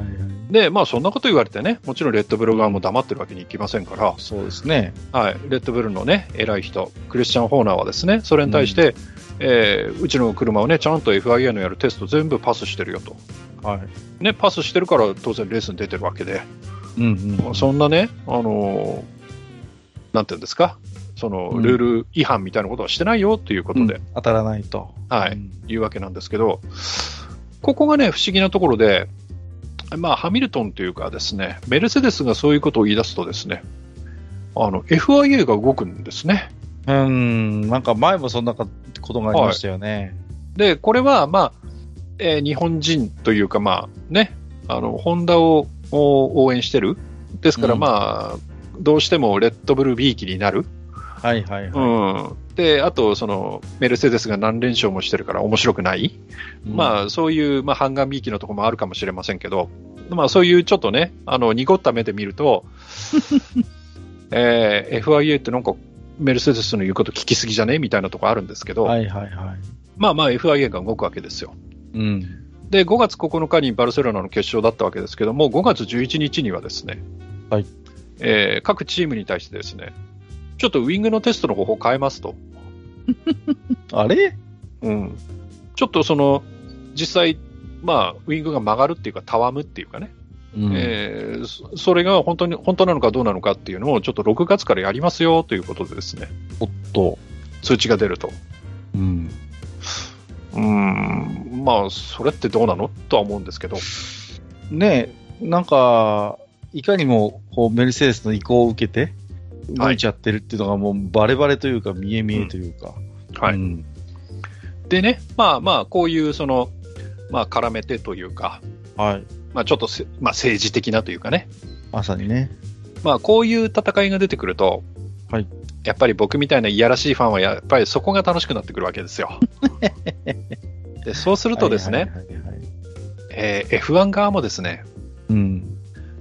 S2: で、まあそんなこと言われてね、もちろんレッドブル側も黙ってるわけにいきませんから、
S1: そうですね。
S2: はい、レッドブルのね、偉い人、クリスチャン・ホーナーはですね、それに対して、うえーうちの車をね、ちゃんと FIA のやるテスト全部パスしてるよと。
S1: は
S2: ね、パスしてるから当然レースに出てるわけで、
S1: い。うんうん。
S2: そんなね、あのーなんていうんですか、その
S1: うん
S2: ルール違反みたいなことはしてないよということで、
S1: 当たらないと。
S2: はい
S1: うん
S2: いうわけなんですけど、ここがね、不思議なところで、まあ、ハミルトンというかですね、メルセデスがそういうことを言い出すとですね、あの、FIA が動くんですね。
S1: うん。なんか前もそんなことがありましたよね。
S2: で、これは、まあ、えー日本人というか、まあ、ね、あの、ホンダをお応援してる。ですから、
S1: うん
S2: まあ、どうしてもレッドブルビーキになる。
S1: はいはいはい。
S2: うん。で、あと、その、メルセデスが何連勝もしてるから面白くない。まあ、そういう、まあ、半眼美意気のところもあるかもしれませんけど、まあ、そういうちょっとね、あの、濁った目で見 ると、えー FIA ってなんか、メルセデスの言うこと聞きすぎじゃねみたいなところあるんですけど、
S1: はいはいはい。
S2: まあまあ FIA が動くわけですよ。
S1: うん。
S2: で、5月9日にバルセロナの決勝だったわけですけども、5月11日にはですね、
S1: はい
S2: えー各チームに対してですね、ちょっとウィングのテストの方法変えますと。
S1: あれ
S2: うん、ちょっとその、実際、まあ、ウィングが曲がるっていうか、たわむっていうかね、
S1: うん
S2: えーそそれが本当に本当なのかどうなのかっていうのをちょっと6月からやりますよということでですね
S1: おっと。
S2: 通知が出ると
S1: うん。
S2: うーんまあそれってどうなのとは思うんですけど
S1: ねえ、なんか、いかにも、こう、メルセデスの意向を受けて、動いちゃってるっていうのがもうバレバレというか、見え見えというか。
S2: はい
S1: うん
S2: でねまあまあこういうそのまあ絡めてというか
S1: はい。
S2: まあちょっとせ、まあ、政治的なというかね
S1: まさにね。
S2: まあこういう戦いが出てくると、
S1: はい
S2: やっぱり僕みたいないやらしいファンはやっぱりそこが楽しくなってくるわけですよ でそうするとですね、
S1: はいはいはいはい
S2: えー F1 側もですね
S1: うん。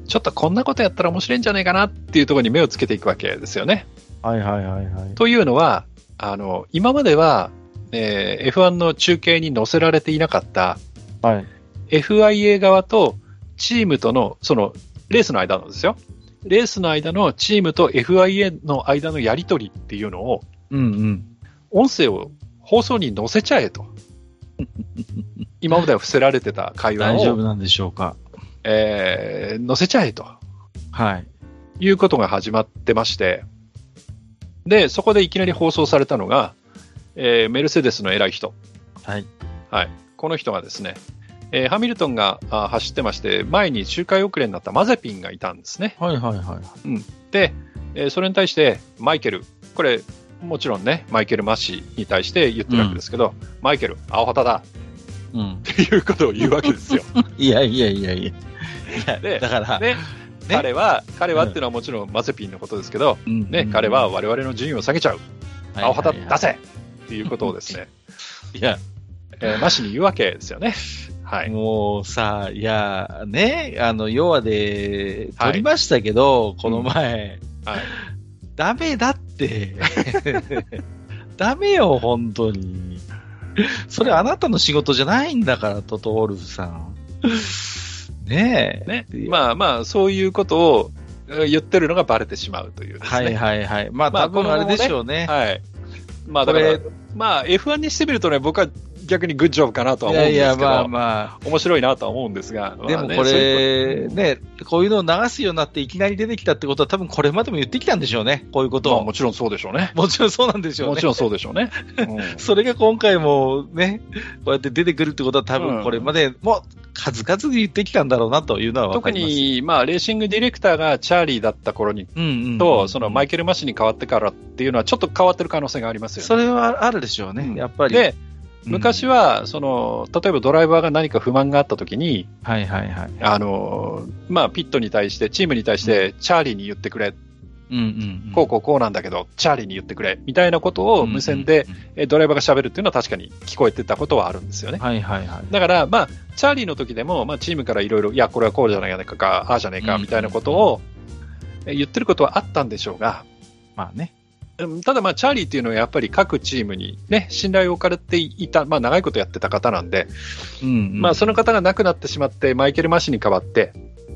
S2: ちょっとこんなことやったら面白いんじゃないかなっていうところに目をつけていくわけですよね。
S1: はいはいはいはい。
S2: というのは、あの、今までは、えー F1 の中継に載せられていなかった、
S1: はい。
S2: FIA 側とチームとの、その、レースの間のですよ。レースの間のチームと FIA の間のやりとりっていうのを、
S1: うんうん。
S2: 音声を放送に載せちゃ えと。今までは伏せられてた会話
S1: 大丈夫
S2: を、
S1: なんでしょうか。
S2: えー載せちゃえと
S1: はい。
S2: いうことが始まってまして、で、そこでいきなり放送されたのが、えーメルセデスの偉い人。
S1: はい。
S2: はい。この人がですね、えーハミルトンがあー走ってまして、前に周回遅れになったマゼピンがいたんですね。
S1: はいはいはい。
S2: で、えーそれに対してマイケル、これ、もちろんね、マイケル・マッシーに対して言ってるわけですけど、マイケル、青旗だ
S1: うん。
S2: っていうことを言うわけですよ。
S1: いやいやいやいや。
S2: で
S1: だから、
S2: ね彼は、彼はっていうのはもちろんマゼピンのことですけど、
S1: うん
S2: ね、彼は、我々の順位を下げちゃう、
S1: はい
S2: 青旗
S1: はい
S2: 出せっていうことをですね、
S1: いや、
S2: えーマッシーに言うわけですよね。はい。
S1: もうさ、いや、ね、あの、弱で
S2: はい
S1: 取りましたけど、この前、
S2: はい
S1: ダメだって。 ダメよ、本当に。それあなたの仕事じゃないんだから、トトオルフさん。ねえ。
S2: ね
S1: い、や
S2: まあまあ、そういうことをえー言ってるのがバレてしまうというです
S1: はい
S2: ね。
S1: はいはい。まあ、
S2: まあ
S1: 多分あれでしょうね。
S2: はい。まあ、だから
S1: こ、
S2: まあ、F1 にしてみるとね、僕は逆にグッジョブかなとはい思うん
S1: や
S2: です
S1: い
S2: けど、
S1: や、まあま
S2: 面白いなとは思うんですが、
S1: あ。で
S2: まあ
S1: も
S2: ね
S1: こ
S2: そういう
S1: れ、ね、こういうのを流すようになっていきなり出てきたってことは多分これまでも言ってきたんでしょうね。こういうこと
S2: まあ
S1: を。
S2: もちろんそうでしょうね。
S1: もちろんそうなんでしょうね。
S2: もちろんそうでしょうね。
S1: それが今回もね、こうやって出てくるってことは多分これまでも数々言ってきたんだろうなというのは分か
S2: 特
S1: ります。
S2: に、まあ、レーシングディレクターがチャーリーだった頃に
S1: うんうん、
S2: と、そのマイケル・マッシュに変わってからっていうのは、ちょっと変わってる可能性がありますよね。
S1: それはあるでしょうね、
S2: うん
S1: やっぱり。
S2: で、
S1: うん
S2: 昔、は、その、例えばドライバーが何か不満があったときに、
S1: はいはいはい。
S2: あの、まあ、ピットに対して、チームに対して、チャーリーに言ってくれ、
S1: うんうんうん
S2: こうこうこうなんだけど、チャーリーに言ってくれ、みたいなことを無線で、
S1: うんうんうん
S2: えドライバーが喋るっていうのは確かに聞こえてたことはあるんですよね。
S1: はいはいはい。
S2: だから、まあ、チャーリーの時でも、まあ、チームからいろいろ、いや、これはこうじゃないか、ああじゃないか、
S1: うん
S2: みたいなことをえ言ってることはあったんでしょうが、
S1: まあね。
S2: うんただ、まあ、チャーリーっていうのはやっぱり各チームにね、信頼を置かれていた、まあ、長いことやってた方なんで、
S1: うんうん
S2: まあ、その方が亡くなってしまって、マイケル・マッシュに代わって、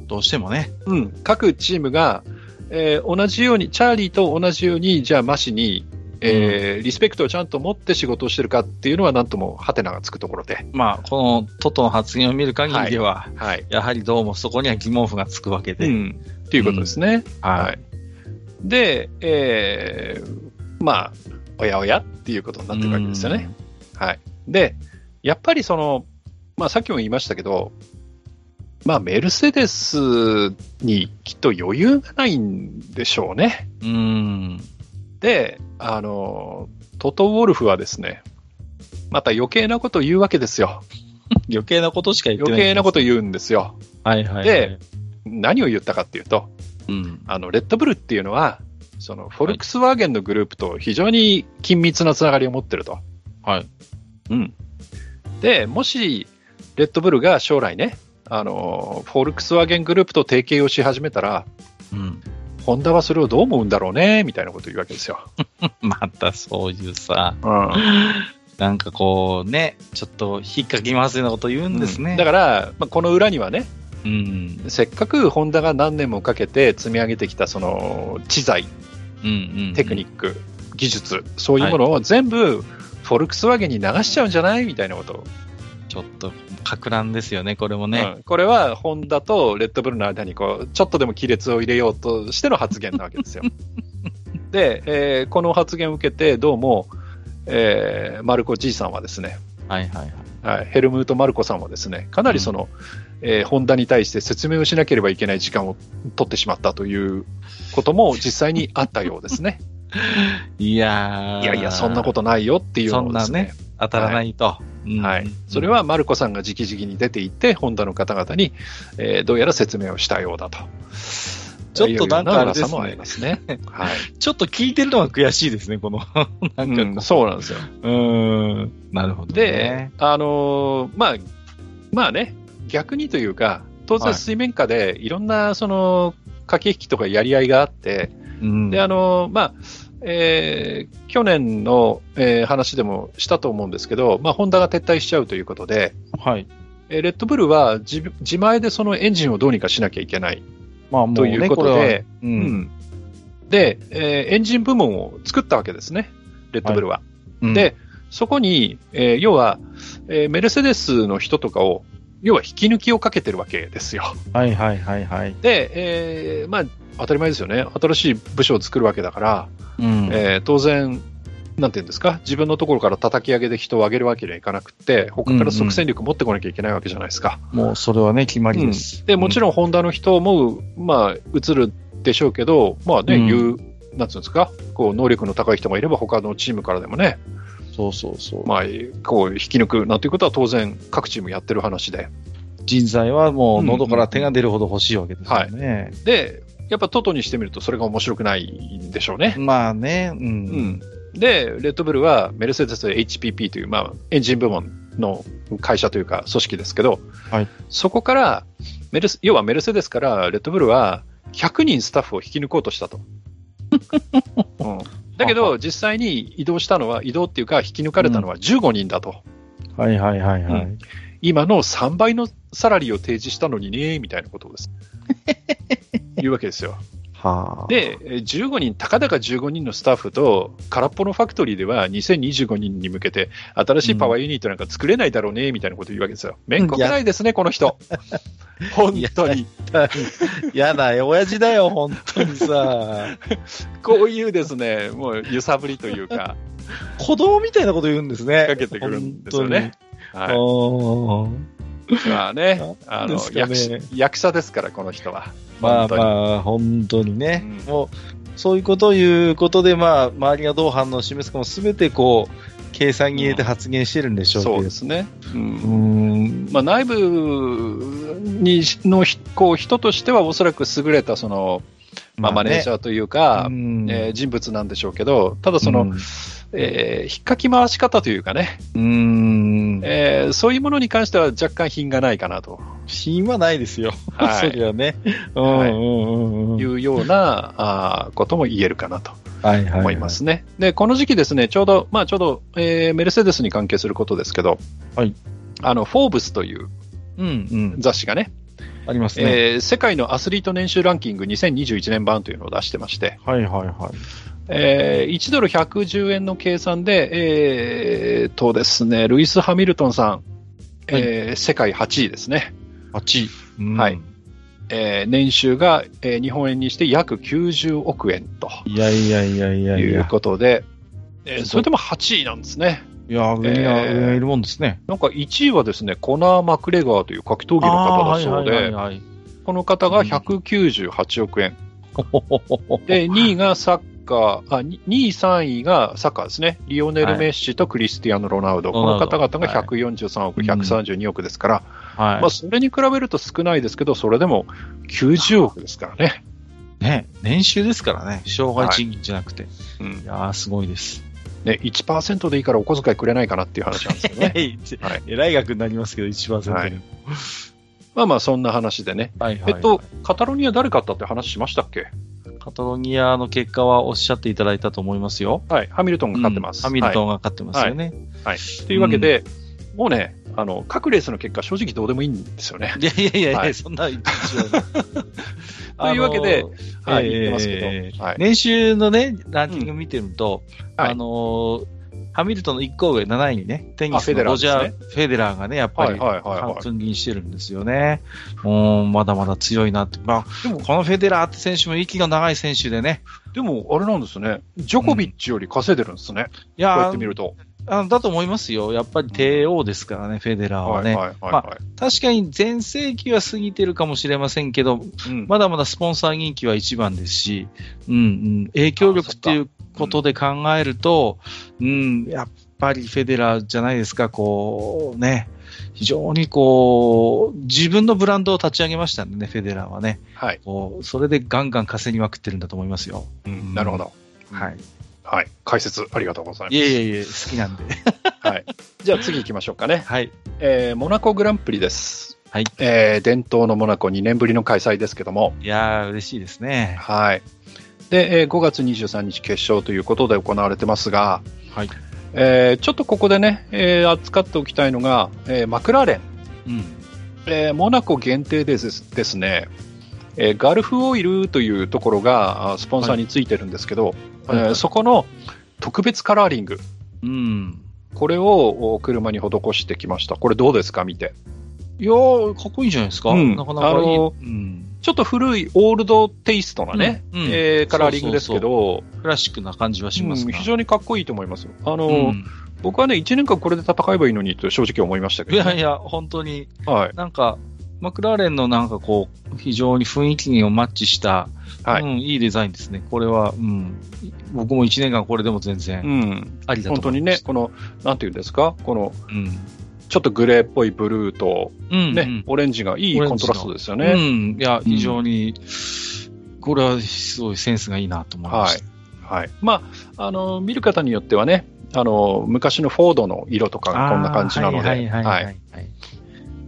S1: どうしてもね。
S2: うん、各チームが、えー同じように、チャーリーと同じように、じゃあ、マシに、えーリスペクトをちゃんと持って仕事をしてるかっていうのは、なんともハテナがつくところで、
S1: まあ、このトトの発言を見る限りでは、
S2: はい。
S1: やはりどうもそこには疑問符がつくわけ
S2: う
S1: で。
S2: ん、っていうことですね。
S1: は。
S2: はいい。で、えーまあ、おやおやっていうことになってるわけですよね。はい。で、やっぱりその、まあさっきも言いましたけど、まあメルセデスにきっと余裕がないんでしょうね。
S1: うん。うん。
S2: で、あの、トト・ウォルフはですね、また余計なことを言うわけですよ。
S1: 余計なことしか言ってない。
S2: 余計なこと言うんですよ。
S1: はいはいはい。
S2: で、何を言ったかっていうと、
S1: うん。
S2: あの、レッドブルっていうのは、その、フォルクスワーゲンのグループと非常に緊密なつながりを持ってると。
S1: はい。
S2: うん。で、もし、レッドブルが将来ね、あの、フォルクスワーゲングループと提携をし始めたら、
S1: うん。
S2: ホンダはそれをどう思うんだろうね、みたいなことを言うわけですよ。
S1: またそういうさ、
S2: うん。
S1: なんかこうね、ちょっと引っかき回すようなこと言うんですね。
S2: だから、まあ、この裏にはね、
S1: うん。
S2: せっかくホンダが何年もかけて積み上げてきた、その、知財、
S1: うんうん。
S2: テクニック、技術、そういうものを全部、フォルクスワーゲンに流しちゃうんじゃないみたいなことを
S1: ちょっと、かく乱ですよね、これもね。
S2: うんこれはホンダとレッドブルの間にこうちょっとでも亀裂を入れようとしての発言なわけ ですよ。で、えーこの発言を受けて、どうも、えーマルコ爺さんはですね、
S1: はいはいはい。
S2: はい、ヘルムート・マルコさんはですね、かなりその、えーホンダに対して説明をしなければいけない時間を取ってしまったというこ とも実際にあったようですね。
S1: いやー。
S2: いやいや、そんなことないよっていうのをです
S1: そんな
S2: ね
S1: ね。当たらないと。うん
S2: はい、それ、はマルコさんが直々に出ていて、ホンダの方々に、えーどうやら説明をしたようだと。
S1: ちょっとなんかあれですね
S2: いうよう噂もありま すね。はい、
S1: ちょっと聞いてるのが悔しいですね、この。 なんか
S2: うん
S1: こ
S2: そうなんですよ。
S1: う、うん、なるほど、
S2: で
S1: ね。、
S2: あのーまあ、まあね、逆にというか、当然
S1: はい
S2: 水面下でいろんなその駆け引きとかやり合いがあって、
S1: うん、
S2: で、あのーまあ、えー去年の、えー話でもしたと思うんですけど、まあ、ホンダが撤退しちゃうということで、
S1: はい。
S2: ええーレッドブルは自自前でそのエンジンをどうにかしなきゃいけない
S1: まあも
S2: と
S1: う
S2: い
S1: ね、
S2: うこと
S1: れは、
S2: で、
S1: う。
S2: うんんで、えーエンジン部門を作ったわけですね、レッドブルは。
S1: うん
S2: で、そこに、えー要は、えーメルセデスの人とかを、要は引き抜きをかけてるわけですよ。
S1: はいはいはいはい。
S2: で、えーまあ、当たり前ですよね、新しい部署を作るわけだから、
S1: うん
S2: えー当然、なんていうんですか、自分のところから叩き上げで人を上げるわけにはいかなくって、他から即戦力持ってこなきゃいけないわけじゃないですか。
S1: もうそれはね、決まりです。
S2: でもちろん、ホンダの人も、まあ、移るでしょうけど、まあね、
S1: うん
S2: いう、なんつうんですか、こう能力の高い人もいれば、他のチームからでもね、
S1: そうそうそう。
S2: まあ、こう引き抜くなんていうことは当然、各チームやってる話で、
S1: 人材はもう喉から手が出るほど欲しいわけですよね。
S2: で、やっぱトトにしてみると、それが面白くないんでしょうね。
S1: まあね、う。
S2: うんん、で、レッドブルはメルセデス HPP という、まあ、エンジン部門の会社というか、組織ですけど、
S1: はい
S2: そこからメルセ、要はメルセデスからレッドブルは100人スタッフを引き抜こうとした と。うんだけど、実際に移動したのは、移動っていうか、引き抜かれたのは15人だと、
S1: はいはいはいは
S2: う
S1: い。
S2: 今の3倍のサラリーを提示したのにね、みたいなこと です。いうわけですよ。
S1: はあ。
S2: で、えー15人、たかだか15人のスタッフと、空っぽのファクトリーでは2025人に向けて、新しいパワーユニットなんか作れないだろうね、みたいなこと言うわけですよ。めんこくないですね、この人。本当に。
S1: やだよ、親父だよ、本当に さ。
S2: こういうですね、もう揺さぶりというか、
S1: 子供みたいなこと言うんです
S2: か
S1: ね。
S2: けてくるんですよね。はい。
S1: 本当に。
S2: まあね、あの、
S1: ですか
S2: 役
S1: ね
S2: 者役者ですから、この人は。
S1: まあ
S2: 本当に
S1: まあ、本当にね。
S2: うん
S1: もう、そういうことを言うことで、まあ、周りがどう反応を示すかも全てこう、計算に入れて発言してるんでしょうけど。
S2: そうですね。うん
S1: うーん。
S2: まあ、内部にのひこう人としては、おそらく優れたその、まあ、マネージ
S1: ャ
S2: ャーというか、
S1: うん
S2: えー人物なんでしょうけど、ただその、
S1: うん
S2: えー引っかき回し方というかね、
S1: うーん。
S2: えーそういうものに関しては若干品がないかな と
S1: 品はないですよ。
S2: は い
S1: そりゃね。うん
S2: はい
S1: うんうんうん。
S2: いうような、あーことも言えるかなと
S1: はいは
S2: 思いま。すね。で、この時期ですね、ちょうど、まあちょうど、えーメルセデスに関係することですけど、
S1: はい
S2: あの、フォーブスという
S1: うんうん。
S2: 雑誌がね、
S1: ありますね。
S2: えー世界のアスリート年収ランキング2021年版というのを出してまして、
S1: はいはいはい。
S2: えー1ドル110円の計算で、えーとですね、ルイス・ハミルトンさん、えー世界8位ですね。
S1: 8位。うん
S2: はい。えー年収が、えー日本円にして約90億円と
S1: いやいやいやいやい
S2: いう
S1: や。
S2: ことで、えーそれでも8位なんですね。
S1: いや、上には、
S2: えー
S1: 上がいるもんですね。
S2: なんか1位はですね、コナー・マクレガーという格闘技の方だそう
S1: あーはいはい
S2: で、
S1: はいはい
S2: この方が198億円。で、2位がサッカー、あ、2位、3位がサッカーですね。リオネル・メッシとクリスティアーノ・ロナウド。
S1: ロ
S2: こ
S1: ナ
S2: の
S1: ウド
S2: 方々が143億、
S1: はい
S2: 132億ですから、
S1: はい。
S2: まあ、それに比べると少ないですけど、それでも90億ですからね。
S1: ね、年収ですからね、障害賃金じゃなくて。い、
S2: うん
S1: やー、すごいです。
S2: ね、1%でいいからお小遣いくれないかなっていう話なん ですけどね。 はい
S1: えらい額になりますけど、1%でも。
S2: は
S1: はいい、
S2: まあまあ、そんな話でね。
S1: はい、
S2: えっと、カタロニア誰勝ったって話しましたっけ
S1: カタロニアの結果はおっしゃっていただいたと思いますよ。
S2: はい、ハミルトンが勝ってます。
S1: ハミルト
S2: は
S1: ンが勝ってますよね。
S2: い。はいというわけで、もうね、あの、各レースの結果、正直どうでもいいんですよね。
S1: い、やいやいやいや、
S2: はい
S1: そんな一応
S2: と いうわけで、
S1: あのー
S2: はい、言ってます
S1: え
S2: け
S1: ー
S2: ど。はい。
S1: 年収のね、ランキング見てると、
S2: はい
S1: あのーハミルトンの1個上、7位にね、テニス
S2: あフェデ
S1: の
S2: ラー
S1: ロジャー・
S2: で
S1: フェデラーがね、やっぱ
S2: は
S1: り
S2: い、はい、はい、はい
S1: 半。分銀してるんですよね。うん、まだまだ強いなって。まあ、
S2: でも
S1: このフェデラーって選手も息が長い選手でね。
S2: でも、あれなんですね。ジョコビッチより稼いでるんですね。
S1: い
S2: こうや
S1: や
S2: って見
S1: ー
S2: ると。
S1: あのだと思いますよ。やっぱり帝王ですからね、フェデラーは
S2: はい、は
S1: ね。
S2: い、はい
S1: ま
S2: は
S1: 確かに全盛期は過ぎてるかもしれませんけど、
S2: い。うん
S1: まだまだスポンサー人気は一番ですし、うんうん、影響力っていうことで考えると、うん、やっぱりフェデラーじゃないですか、こうね、非常にこう、自分のブランドを立ち上げましたんでね、フェデラーはね。
S2: はい。
S1: こうそれでガンガン稼ぎまくってるんだと思いますよ。
S2: うんなるほど。
S1: はい。
S2: はい。解説ありがとうございます。
S1: いえいえいえ、好きなんで。
S2: はい。じゃあ次行きましょうかね。
S1: はい。
S2: えーモナコグランプリです。
S1: はい
S2: えー伝統のモナコ2年ぶりの開催ですけども、
S1: いやー、嬉しいですね。
S2: はい。で、えー5月23日決勝ということで行われてますが、
S1: はい。
S2: えーちょっとここでね、えー扱っておきたいのが、えーマクラーレン。
S1: うん。
S2: えーモナコ限定でですですね、えーガルフオイルというところがあスポンサーについてるんですけど、
S1: はい
S2: えーそこの特別カラーリング、
S1: うん。
S2: これをお車に施してきました。これどうですか見て。
S1: いやー、かっこいいんじゃないですか、
S2: うん
S1: なかなかいい。
S2: あのー
S1: うん、
S2: ちょっと古いオールドテイストなね、
S1: うんうん
S2: えーカラーリングですけど、
S1: クラシックな感じはします
S2: うん
S1: が、
S2: 非常にかっこいいと思いますよ。あの、
S1: うん
S2: 僕はね、1年間これで戦えばいいのにと正直思いましたけ
S1: い
S2: ど、ね。
S1: やいや、本当に、
S2: はい。
S1: なんか、マクラーレンのなんかこう、非常に雰囲気にマッチした、
S2: はい
S1: うん、いいデザインですね。これは、うん、僕も1年間これでも全
S2: う
S1: 然
S2: ん。
S1: ありだと
S2: 本当
S1: 思い
S2: に
S1: ま
S2: ね
S1: す、。
S2: この、なんていうんですか、この、
S1: 当にね、
S2: ちょっとグレーっぽいブルーと、
S1: うん。うん、
S2: ね、
S1: うん
S2: オレンジがいい
S1: オレンジの
S2: コントラストですよ
S1: う
S2: ね。
S1: ん、いや、非常に、これはすごいセンスがいいなと思いま
S2: は
S1: し
S2: い。はい。まあ、あの、見る方によってはね、あの、昔のフォードの色とか
S1: た。
S2: がこんな感じなので、
S1: あー
S2: は
S1: はい
S2: い
S1: はいはいはい、はい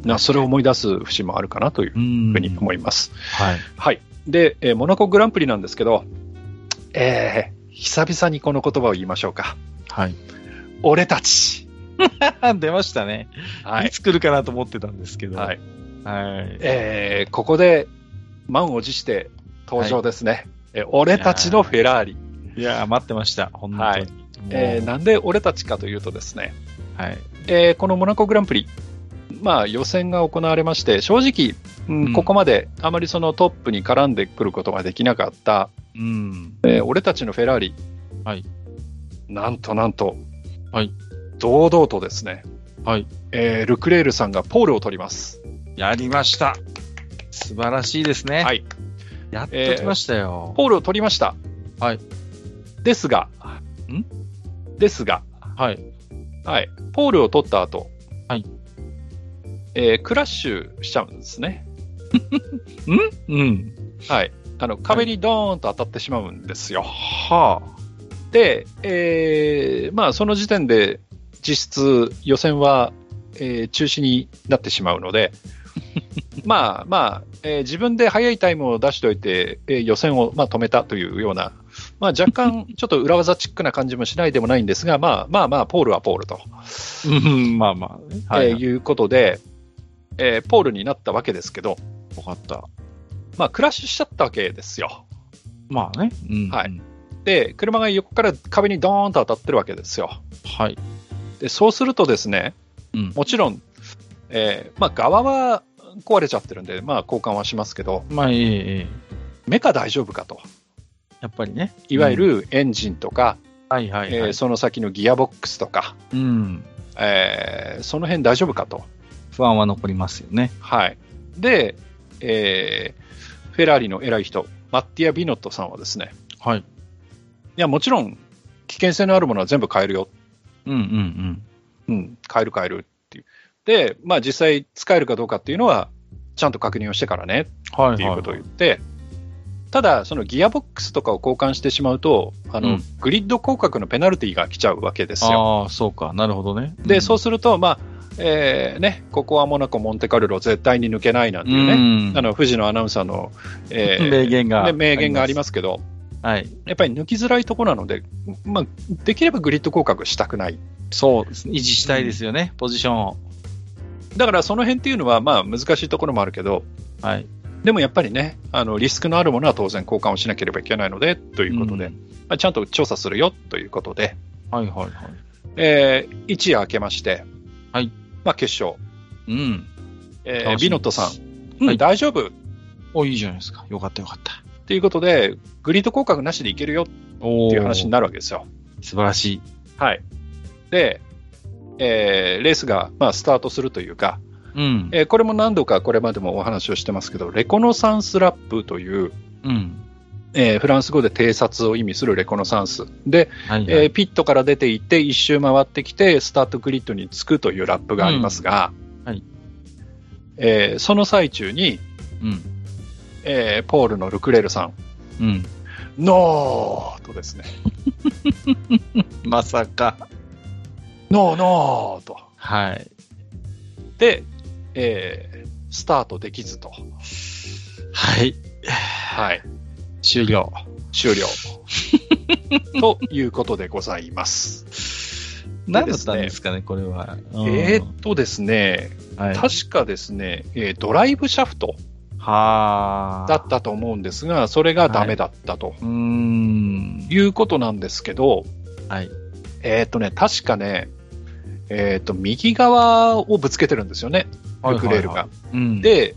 S2: なそれを思い出す節もあるかなという
S1: うん
S2: ふうに思います。
S1: はい。
S2: はい。で、えーモナコグランプリなんですけど、えー、久々にこの言葉を言いましょうか。
S1: はい。
S2: 俺たち。
S1: 出ましたね。、
S2: はいい。
S1: つ来るかなと思ってたんですけど。
S2: はい。
S1: はい。
S2: えーここで満を持して登場ですね。えー俺たちのフェラーリ。
S1: いやー、待ってました。本当に。
S2: はい
S1: もう
S2: えーなんで俺たちかというとですね、
S1: はい。
S2: えーこのモナコグランプリ、まあ予選が行われまして、正直、うん
S1: うん
S2: ここまであまりそのトップに絡んでくることができなかった、
S1: うん。
S2: えー俺たちのフェラーリ。
S1: はい
S2: なんとなんと、
S1: はい
S2: 堂々とですね、
S1: はい
S2: えールクレールさんがポールを取ります。
S1: やりました。素晴らしいですね。
S2: はい。
S1: やっときましたよ。
S2: ポールを取りました。
S1: はい。
S2: ですが、
S1: ん
S2: ですが、
S1: はい。
S2: はい。ポールを取った後、
S1: はい。
S2: えークラッシュしちゃうんですね。
S1: うん。
S2: はい。あの、壁にドーンと当たってしまうんですよ。
S1: は
S2: で、えーまあ、その時点で、実質予選は、えー中止になってしまう ので、まあまあ、えー自分で早いタイムを出しておいて、えー予選を、まあ、止めたというような、まあ、若干ちょっと裏技チックな感じもしないでもないんですが、まあまあまあ、ポールはポールと、
S1: あ。うん、まあまあね。は
S2: えー
S1: い。
S2: いうことで、えーポールになったわけですけど、
S1: よかった。
S2: まあ、クラッシュしちゃったわけですよ。
S1: まあね。うん。
S2: はい。で、車が横から壁にドーンと当たってるわけですよ。
S1: はい。
S2: でそうするとですね、
S1: うん
S2: もちろん、えーまあ、側は壊れちゃってるんで、まあ、交換はしますけど、
S1: まあ、ええええ
S2: メカ大丈夫かと、
S1: やっぱりね。
S2: いわゆるエンジンとか、
S1: はいはい
S2: え
S1: は
S2: ー
S1: い。
S2: その先のギアボックスとか、
S1: うん。
S2: えーその辺大丈夫かと、
S1: 不安は残りますよね。
S2: はい、で、えーフェラーリの偉い人、マッティア・ビノットさんはですね、
S1: はい。
S2: いやもちろん危険性のあるものは全部変えるよ、
S1: うんうんうん。
S2: うん、変える変えるっていう。で、まあ、実際使えるかどうかっていうのは、ちゃんと確認をしてからね
S1: はいはい。
S2: っていうことを言って、ただ、そのギアボックスとかを交換してしまうと、あ
S1: う
S2: の
S1: ん
S2: グリッド広角のペナルティが来ちゃうわけですよ。
S1: ああ、そうか。なるほどね。
S2: で、そううすると、まあえーね、ここはモナコ、モンテカルロ、絶対に抜けないなんていうね、
S1: ね
S2: あの富士のアナウンサーの、えー
S1: 名言が。
S2: ね名言がありますけど、
S1: す。はい。
S2: やっぱり抜きづらいところなので、まあ、できればグリッド広角したくない。
S1: そうですね。維持したいですよね。ポジションを。
S2: だからその辺っていうのはまあ難しいところもあるけど、
S1: はい。
S2: でもやっぱりね、あのリスクのあるものは当然交換をしなければいけないのでと
S1: と
S2: いうことで、。まあ、ちゃんと調査するよということで、
S1: はいはいはい。
S2: えー一夜明けまして、
S1: はい
S2: まあ、決勝、
S1: うん。
S2: えー
S1: 楽しみ
S2: ビノットさん、うん
S1: はい
S2: 大丈夫
S1: お、いいじゃないですか。よかったよかった。
S2: ということで、グリッド広角なしでいけるよっ
S1: お
S2: て
S1: ー
S2: いう話になるわけですよ。
S1: 素晴らしい。
S2: はい、で、えーレースが、まあ、スタートするというか、
S1: うん。
S2: えーこれも何度かこれまでもお話をしてますけど、レコノサンスラップという、
S1: うん。
S2: えーフランス語で偵察を意味するレコノサンス。で、
S1: はいはい。
S2: えーピットから出て行って、一周回ってきて、スタートグリッドに着くというラップがありますが、
S1: うんはい
S2: えーその最中に、
S1: うん。
S2: えーポールのルクレールさん、
S1: うん。
S2: ノーとですね、
S1: まさか。
S2: ノーノーと。
S1: はい。
S2: で、えースタートできずと。
S1: はい。
S2: はい。
S1: 終了。
S2: 終了。ということでございます。
S1: 何だったんですかね、これは。うん
S2: えーっとですね、
S1: はい、
S2: 確かですね、えードライブシャフト
S1: は
S2: だったと思うんですが、それがダメだったと
S1: うーん。
S2: いうことなんですけど、
S1: はい。
S2: えーっとね、確かね、えーっと、右側をぶつけてるんですよね、ルクレールが。
S1: うん、
S2: で、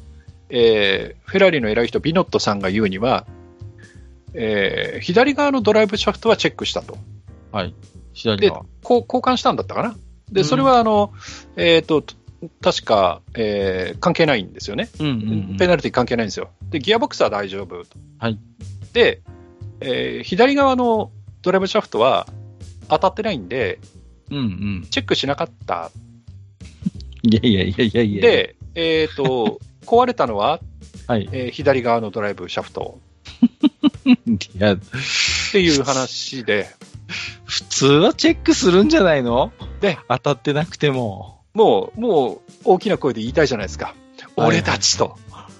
S2: えーフェラーリの偉い人、ビノットさんが言うには、えー左側のドライブシャフトはチェックしたと。
S1: 左側。
S2: こう交換したんだったかな。で、それはあの、えっ、と、確か、えー関係ないんですよね。
S1: うんうんうん
S2: ペナルティ関係ないんですよ。で、ギアボックスは大丈夫。
S1: はい
S2: で、えー左側のドライブシャフトは当たってないんで、
S1: うんうん。
S2: チェックしなかった。
S1: いやいやいやいやいや。、
S2: で、えっ、と、 壊れたのは、
S1: はい。
S2: えー左側のドライブシャフト
S1: いや、
S2: っていう話で、
S1: 普通はチェックするんじゃないの
S2: で、
S1: 当たってなくても。
S2: もう、もう大きな声で言いたいじゃないですか。
S1: はい
S2: 俺たちと。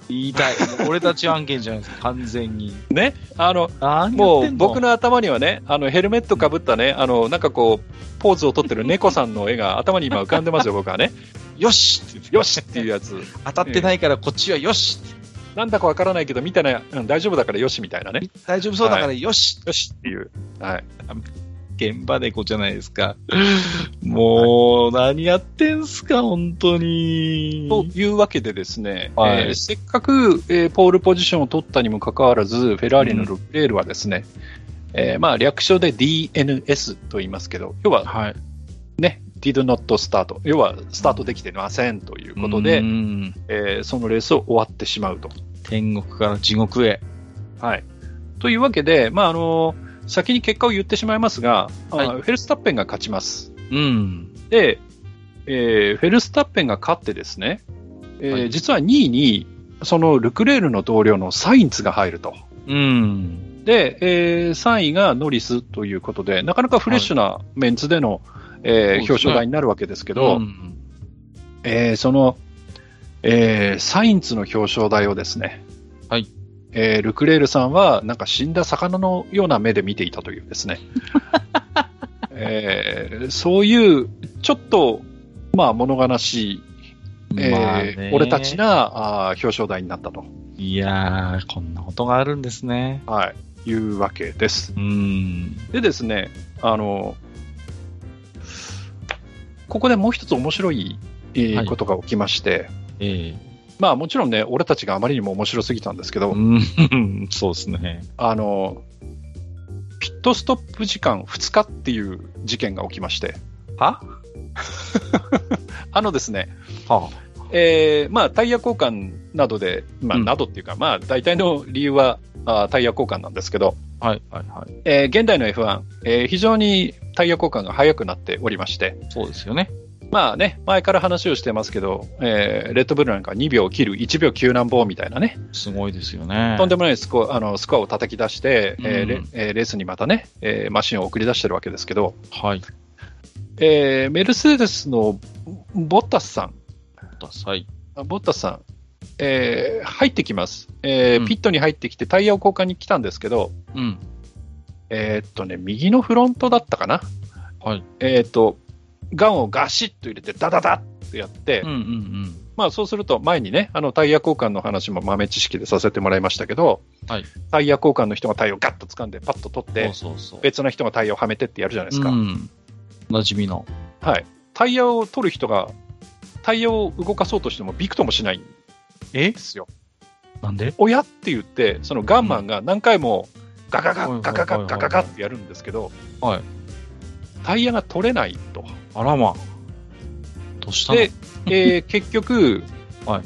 S1: 言いたい。俺たち案件じゃないですか、完全に。
S2: ね。あの、
S1: あ
S2: もう僕
S1: の。
S2: の頭にはね、あのヘルメットかぶったね、あのなんかこう、ポーズをとってる猫さんの絵が頭に今浮かんでますよ、僕はね。
S1: よし
S2: よしっていうやつ。
S1: 当たってないからこっちはよし、
S2: なんだかわからないけど、みたいな、うん大丈夫だからよしみたいなね。
S1: 大丈夫そうだからよし、
S2: よしっていう。はい。
S1: 現場猫じゃないですか。もう、何やってんすか、本当に。
S2: というわけでですね、
S1: はい
S2: えーせっかく、えーポールポジションを取ったにもかかわらず、フェラーリのルクレールはですね、えーまあ略称で DNS と言いますけど、要は
S1: はい。
S2: ね、did not start。要はスタートできてませんということで、
S1: うん
S2: えーそのレースを終わってしまうと。
S1: 天国から地獄へ。
S2: はい、というわけで、まああの、先に結果を言ってしまいますが、あ
S1: はい
S2: フェルスタッペンが勝ちます。
S1: うん。
S2: で、えーフェルスタッペンが勝ってですね、えー
S1: はい
S2: 実は2位に、そのルクレールの同僚のサインツが入ると。
S1: うん。
S2: で、え3位がノリスということで、なかなかフレッシュなメンツでの、えー
S1: そうですね
S2: 表彰台になるわけですけ
S1: け
S2: ど、えーその、えーサインツの表彰台をですね、
S1: はい
S2: えールクレールさんは、なんか死んだ魚のような目で見ていたというです ね、えーそういう、ちょっと、まあ、物悲しい、えー
S1: まあね
S2: 俺たちなあー表彰台になったと、
S1: いやー、こんなことがあるんですね。
S2: はい、いうわけです。
S1: うん。
S2: でですね、あの、ここでもう一つ面白い、えー
S1: はい
S2: ことが起きまして、
S1: ええ
S2: まあもちろんね、俺たちがあまりにも面白すぎたんですけど、
S1: うん、そうですね。
S2: あの、ピットストップ時間2日っていう事件が起きまして、
S1: は
S2: あのですね、
S1: は
S2: えーまあタイヤ交換などで、まあ
S1: うん
S2: などっていうか、まあ大体の理由はあータイヤ交換なんですけど、
S1: あ、はい、はい、はい。
S2: えー現代の F1、えー非常にタイヤ交換が早くなっておりまして、
S1: そうですよね。
S2: まあね、前から話をしてますけど、えーレッドブルなんか2秒切る1秒9何本みたいなね、
S1: すごいですよね。
S2: とんでもないスコアあのスコアを叩き出して、えーレ
S1: うん
S2: えーレースにまたね、えーマシンを送り出してるわけですけど、
S1: はい。
S2: えーメルセデスのボッタスさん、
S1: ダサい。
S2: あボッタスさん、えー入ってきます、えー
S1: うん
S2: ピットに入ってきてタイヤを交換に来たんですけど、
S1: うん。
S2: えーっとね、右のフロントだったかな、
S1: はい
S2: えーっと、ガンをガシッと入れて、ダダダッとやって、
S1: うん、うん、うん。
S2: まあ、そうすると前にね、あのタイヤ交換の話も豆知識でさせてもらいましたけど、
S1: はい
S2: タイヤ交換の人がタイヤをガッと掴んで、パッと取っ
S1: そ
S2: て、
S1: うそうそう。
S2: 別の人がタイヤをはめてってやるじゃないですか。
S1: うん。おなじみの。
S2: はい、タイヤを取る人が、タイヤを動かそうとしてもびくともしないん
S1: え
S2: ですよ。
S1: なんで
S2: おやって言って、そのガンマンが何回もガガガ
S1: うん
S2: ガガガ
S1: はいはいはいはい
S2: ガガガってやるんですけど、
S1: はい
S2: タイヤが取れないと。
S1: あらま。どうしたの
S2: で、え ー結局、
S1: はい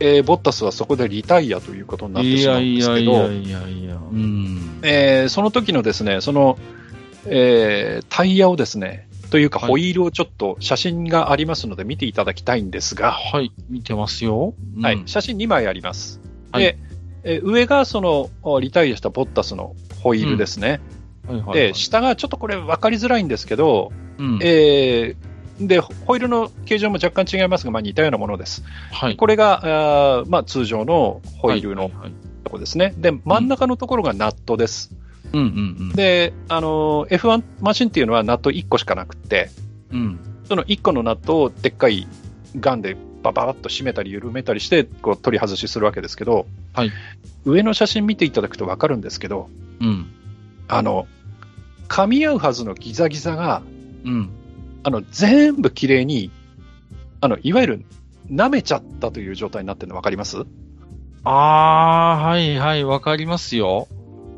S2: えーボッタスはそこでリタイアということになって
S1: い
S2: しま
S1: や
S2: うん
S1: い
S2: です
S1: や
S2: け
S1: い
S2: ど
S1: や、いやいや。うん。
S2: えーその時のですね、その、えータイヤをですね、というか
S1: はい
S2: ホイールをちょっと写真がありますので見ていただきたいんですが、
S1: はい、見てますよ。うん
S2: はい、写真2枚あります。
S1: はい
S2: で、えー上がそのおリタイアしたボッタスのホイールですね。
S1: はいはいはい
S2: で、下がちょっとこれ分かりづらいんですけど、
S1: うん
S2: えーで、ホイールの形状も若干違いますが、まあ、似たようなものです。
S1: はい。
S2: これが、あーまあ、通常のホイール
S1: は
S2: の
S1: いはいはい
S2: とこですね。で、真ん中のところがナットです。
S1: うんうんうん。
S2: で、あのー F1 マシンっていうのはナット1個しかなくって、
S1: うん。
S2: その1個のナットをでっかいガンでバババッと締めたり緩めたりしてこう取り外しするわけですけど、
S1: はい
S2: 上の写真見ていただくと分かるんですけど
S1: うん。
S2: あの噛み合うはずのギザギザが
S1: うん。
S2: あの全部綺麗にあのいわゆる舐めちゃったという状態になってるの分かります
S1: あー、はいはい、わかりますよ。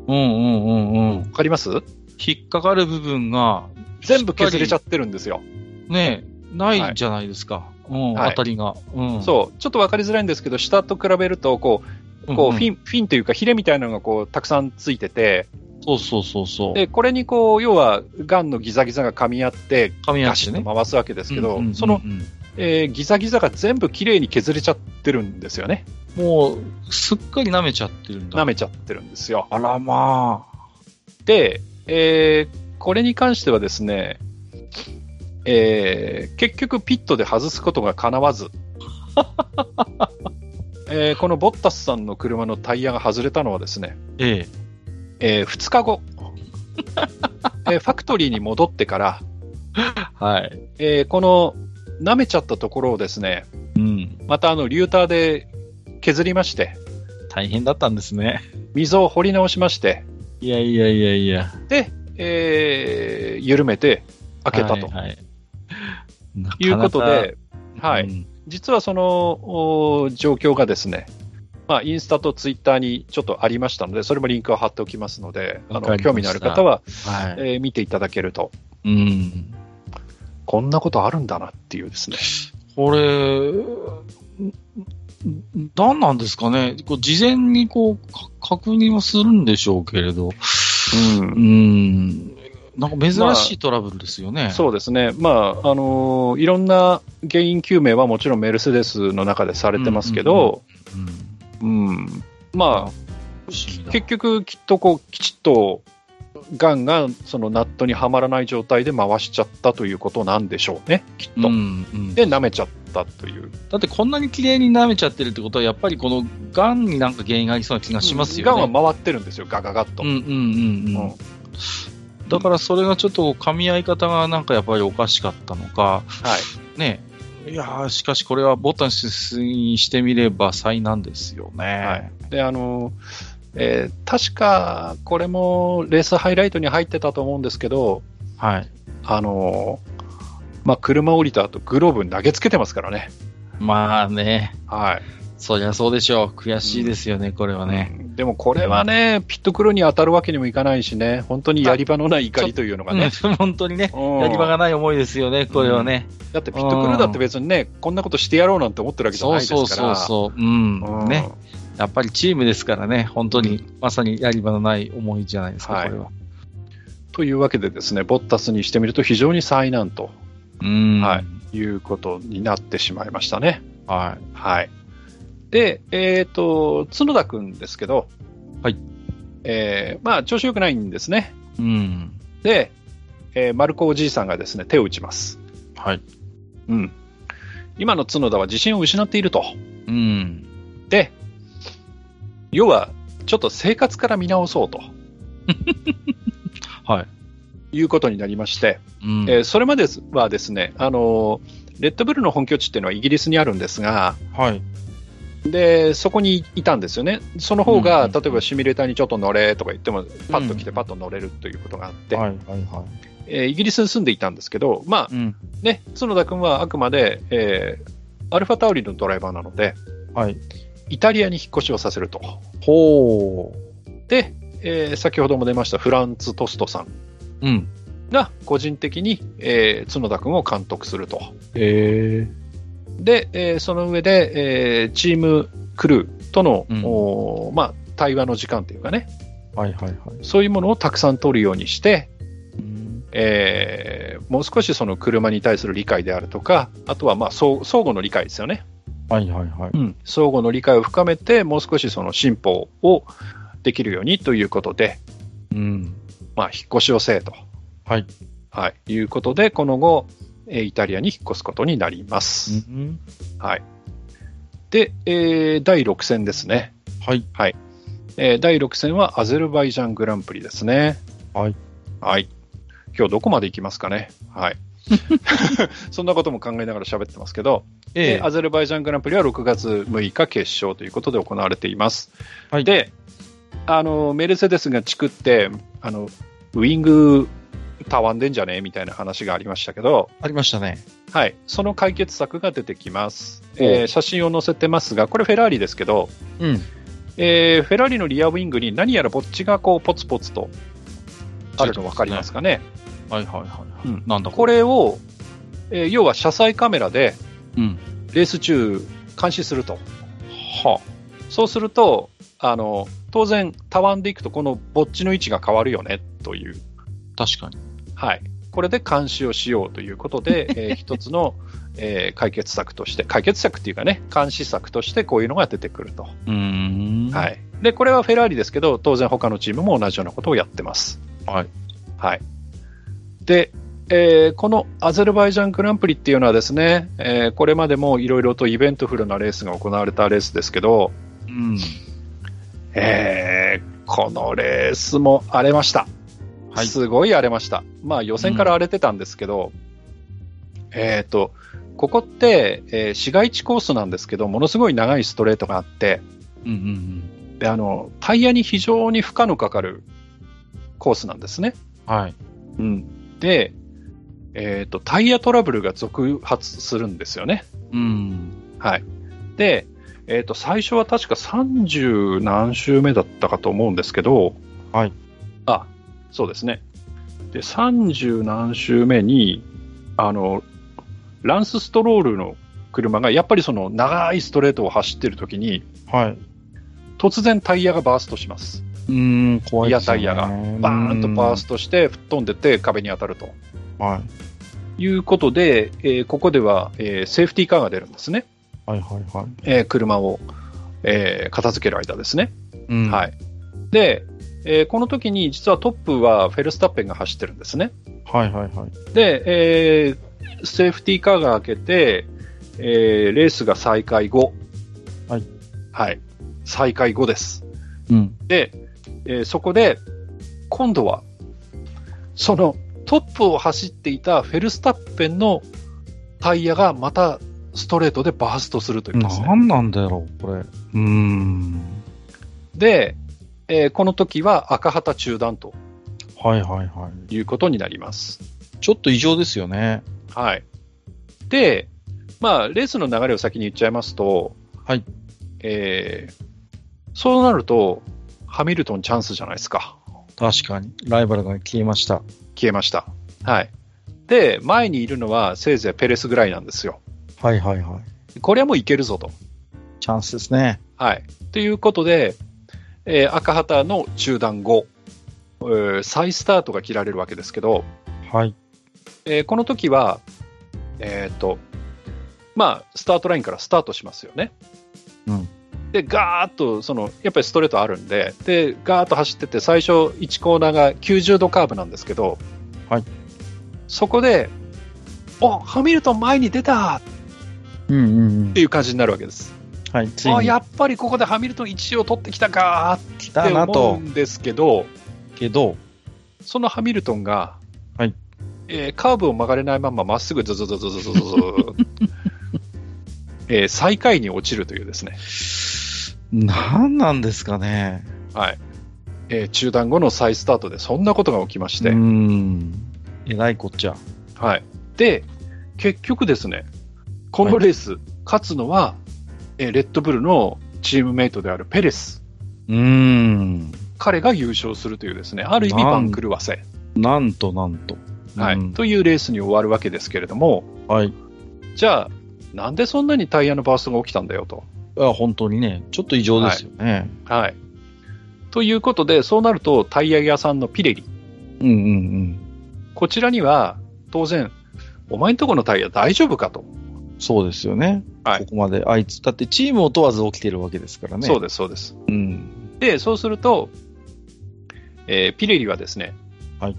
S1: うんうんうんうん。
S2: 分かります
S1: 引っかかる部分が、
S2: 全部削れちゃ
S1: っ
S2: ってるんですよ、
S1: ねえ、ないじゃないですか。うん、
S2: はい
S1: 当たりが。うん。
S2: そうちょっと分かりづらいんですけど下と比べるとこ
S1: う
S2: うんこうフィン、フィンというかヒレみたいなのがこうたくさんついてて
S1: そうそうそうそう。
S2: でこれにこう要はガンのギザギザが噛み合って
S1: 紙
S2: ガ
S1: 足
S2: シ
S1: ね
S2: ッ。と回すわけですけ
S1: うん
S2: ど、
S1: うんうんうん
S2: その、えーギザギザが全部綺麗に削れちゃってるんですよね。
S1: もう、すっかり舐めちゃってるんだ。
S2: 舐めちゃってるんですよ。
S1: あらまあ。
S2: で、えーこれに関してはですね、えー結局ピットで外すことがかなわず、 えーこのボッタスさんの車のタイヤが外れたのはですね、
S1: ええ。
S2: え2日後、えーファクトリーに戻ってから、
S1: はい。
S2: えーこの舐めちゃったところをですね、
S1: うん。
S2: またあのリューターで削りまして、
S1: 大変だったんですね。
S2: 溝を掘り直しまして、
S1: いやいやいやいや。
S2: で、えー緩めて開けたと
S1: はい、はい。
S2: いうことで、
S1: なかなか、
S2: はい
S1: うん
S2: 実はそのお状況がですね、まあ、インスタとツイッターにちょっとありましたので、それもリンクを貼っておきますので、あ
S1: わかりまし
S2: の
S1: た
S2: 興味のある方は、
S1: はい。
S2: えー見ていただけると、
S1: うん。
S2: こんなことあるんだなってい うですね。
S1: これ、何なんですかね、こう事前にこうか確認はするんでしょうけれど、うーん、なんか珍しいトラブルですよね。
S2: そうですね、まああのーいろんな原因究明はもちろんメルセデスの中でされてますけど、
S1: うん
S2: うん
S1: 不
S2: まあ、
S1: 思議だ
S2: 結局、きっとこうきちっとガンがそのナットにはまらない状態で回しちゃったということなんでしょうね、きっと。
S1: うんうん
S2: で、舐めちゃったという。
S1: だってこんなに綺麗に舐めちゃってるってことは、やっぱりこのがんになんか原因がありそうな気がしますよね。
S2: ガンは回ってるんですよ、ガガガッと。
S1: うんうんうんうん
S2: うん
S1: だからそれがちょっと噛み合い方がなんかやっぱりおかしかったのか、
S2: はい
S1: ねえいやーしかしこれはボタンスにしてみれば災難ですよね。
S2: で、あの、えー確か、これもレースハイライトに入ってたと思うんですけど、
S1: はい。
S2: あの、まあ、車降りた後、グローブに投げつけてますからね。
S1: まあね、
S2: はい。
S1: そりゃそうでしょう。悔しいですよね、これはね。
S2: でもこれはね、ピットクルーに当たるわけにもいかないしね、本当にやり場のない怒りというのがね。
S1: うん 本当にね、
S2: うん
S1: やり場がない思いですよね、これはね。
S2: だってピットクルーだって別にね、こんなことしてやろうなんて思ってるわけじゃ
S1: そ
S2: ないうですか
S1: そ
S2: ら。
S1: うそうそう。うん。
S2: うん
S1: ね。やっぱりチームですからね、本当に、まさにやり場のない思いじゃないですか、
S2: はい
S1: これは。
S2: というわけでですね、ボッタスにしてみると非常に災難と
S1: うん。
S2: はい。いうことになってしまいましたね。
S1: はい。
S2: はい。で、えっ、と、角田くんですけど、
S1: はい。
S2: えーまあ、調子良くないんですね。
S1: うん。
S2: で、えー、マルコおじいさんがですね、手を打ちます。
S1: はい。
S2: うん。今の角田は自信を失っていると。
S1: うん。
S2: で、要は、ちょっと生活から見直そうと
S1: はい。
S2: いうことになりまして、
S1: うん。
S2: えーそれまではですね、あのーレッドブルの本拠地っていうのはイギリスにあるんですが、
S1: はい。
S2: で、そこにいたんですよね。その方が、
S1: うんうん
S2: 例えばシミュレーターにちょっと乗れとか言っても、パッと来て
S1: うん
S2: パッと乗れるということがあって、
S1: はい。はい。はい。
S2: えーイギリスに住んでいたんですけど、まあ
S1: うん。
S2: ね、角田君はあくまで、えーアルファタウリのドライバーなので、
S1: はい。
S2: イタリアに引っ越しをさせると。
S1: ほ
S2: で、えー先ほども出ましたフランツ・トストさん
S1: う。うん。
S2: が個人的に、えー角田君を監督すると。
S1: へえ。
S2: で、えーその上で、えーチームクルーとの、
S1: うん
S2: おーまあ、対話の時間というかね、
S1: はい。はい。は
S2: そういうものをたくさん取るようにして、
S1: い。うん
S2: えーもう少しその車に対する理解であるとか、あとはまあ相相互の理解ですよね、
S1: はい。はい。はい。
S2: 相互の理解を深めて、もう少しその進歩をできるようにということで、
S1: うん。
S2: まあ、引っ越しをせえと、
S1: はい
S2: はい、いうことで、この後、えーイタリアに引っ越すことになりま
S1: う
S2: す。
S1: ん。
S2: はい、で、えー第6戦ですね。
S1: はい。
S2: えー第6戦はアゼルバイジャングランプリですね。
S1: はい。
S2: はい。今日どこまで行きますかね。はい。 そんなことも考えながら喋ってますけど、
S1: え
S2: でアゼルバイジャングランプリは6月6日決勝ということで行われています。
S1: はい
S2: であの、メルセデスがチクってあの、ウイングたわんでんじゃねみたいな話がありましたけど、
S1: ありましたね。
S2: はい、その解決策が出てきます、えー写真を載せてますが、これ、フェラーリですけど、
S1: うん。
S2: えーフェラーリのリアウイングに何やらぼっちがこうポツポツとあるの分かりますかね。
S1: はいはいはい。
S2: うん
S1: なんだ
S2: これを、えー要は車載カメラで
S1: うん
S2: レース中監視すると、そうするとあの当然たわんでいくとこのぼっちの位置が変わるよねという、
S1: 確かに。
S2: はい、これで監視をしようということで、えー一つの、えー解決策として解決策っていうかね監視策としてこういうのが出てくると、
S1: うーん。。
S2: はいい、でこれはフェラーリですけど当然他のチームも同じようなことをやってます。
S1: はい
S2: はい、で、えーこのアゼルバイジャングランプリっていうのはですね、えーこれまでもいろいろとイベントフルなレースが行われたレースですけど、
S1: うん。
S2: えーこのレースも荒れました、
S1: はい
S2: すごい荒れました、まあ、予選から荒れてたんですけど、えー、とここって、えー市街地コースなんですけどものすごい長いストレートがあって
S1: うんうん
S2: であのタイヤに非常に負荷のかかるコースなんですね。
S1: うん。はい。
S2: うん、で、えーと、タイヤトラブルが続発するんですよね。
S1: うん。
S2: はい、で、えーと、最初は確か30何周目だったかと思うんですけど、
S1: はい、
S2: あそうですね。で、30何周目にあの、ランス・ストロールの車がやっぱりその長いストレートを走ってる時に、
S1: はい。
S2: 突然タイヤがバーストします。
S1: うーん、怖いですよね。
S2: リアタイヤが
S1: バ
S2: バーンとバース
S1: ト。
S2: トして、吹っ飛んでって壁に当たると。
S1: はい。
S2: いうことで、えーここでは、えーセーフティーカーが出るんですね、
S1: はいはいはい。
S2: えー車を、えー片付ける間ですね。
S1: うん。
S2: はいい、で、えーこの時に実はトップはフェルスタッペンが走ってるんですね。
S1: はいはいはい。
S2: で、えーセーフティーカーが開けて、えーレースが再開後、
S1: はい
S2: はい、再開後です。
S1: うん。
S2: で、えーそこで今度はそのトップを走っていたフェルスタッペンのタイヤがまたストレートでバーストするというですね。
S1: 何なんだろう、これ。うーん。
S2: で、えーこの時は赤旗中断と
S1: はいはいはい。
S2: いうことになります。
S1: ちょっと異常ですよね。
S2: はい、で、まあ、レースの流れを先に言っちゃいますと、
S1: はい
S2: えーそうなるとハミルトンチャンスじゃないですか。
S1: 確かに。ライバルが消えました。
S2: 消えました。はい。で、前にいるのはせいぜいペレスぐらいなんですよ。
S1: はいはいはい。
S2: これはもういけるぞと。
S1: チャンスですね。
S2: はい。ということで、えー赤旗の中断後、えー再スタートが切られるわけですけど、
S1: はい。
S2: えーこの時は、えっ、と、まあ、スタートラインからスタートしますよね。
S1: うん
S2: で、ガーッと、その、やっぱりストレートあるんで、で、ガーッと走ってって、最初、1コーナーが90度カーブなんですけど、
S1: はい
S2: そこで、おハミルトン前に出たっ
S1: うんうんうん
S2: て。いう感じになるわけです。
S1: はい。つい
S2: あ
S1: に
S2: やっぱりここでハミルトン1を取ってきたか
S1: 来
S2: ーったて
S1: な
S2: 思う
S1: と。
S2: んですけど、
S1: けど、
S2: そのハミルトンが、
S1: はい
S2: えーカーブを曲がれないまままっすぐずずずずずずずず えー最下位に落ちるというですね、
S1: 何なんですかね。
S2: はいえー中断後の再スタートでそんなことが起きまし
S1: う
S2: て、
S1: ーん。えらいこっちゃ。
S2: はい、で結局ですねこのレース、勝つのは、えーレッドブルのチームメイトであるペレス
S1: うーん。
S2: 彼が優勝するというですねある意味番狂わせ、
S1: なんとなんと。
S2: はい
S1: うん
S2: というレースに終わるわけですけれども
S1: はい。
S2: じゃあなんでそんなにタイヤのバーストが起きたんだよと。
S1: いや本当にね、ちょっと異常ですよね。
S2: はい。ということで、そうなるとタイヤ屋さんのピレリ、
S1: うんうん
S2: こちらには当然、お前んとこのタイヤ大丈夫かと。
S1: うん。そうですよね。
S2: はい
S1: ここまで、あいつ、だってチームを問わず起きてるわけですからね。
S2: そう
S1: で
S2: です、そうです。
S1: す。うん。
S2: で、そうすると、えーピレリはですね、
S1: はい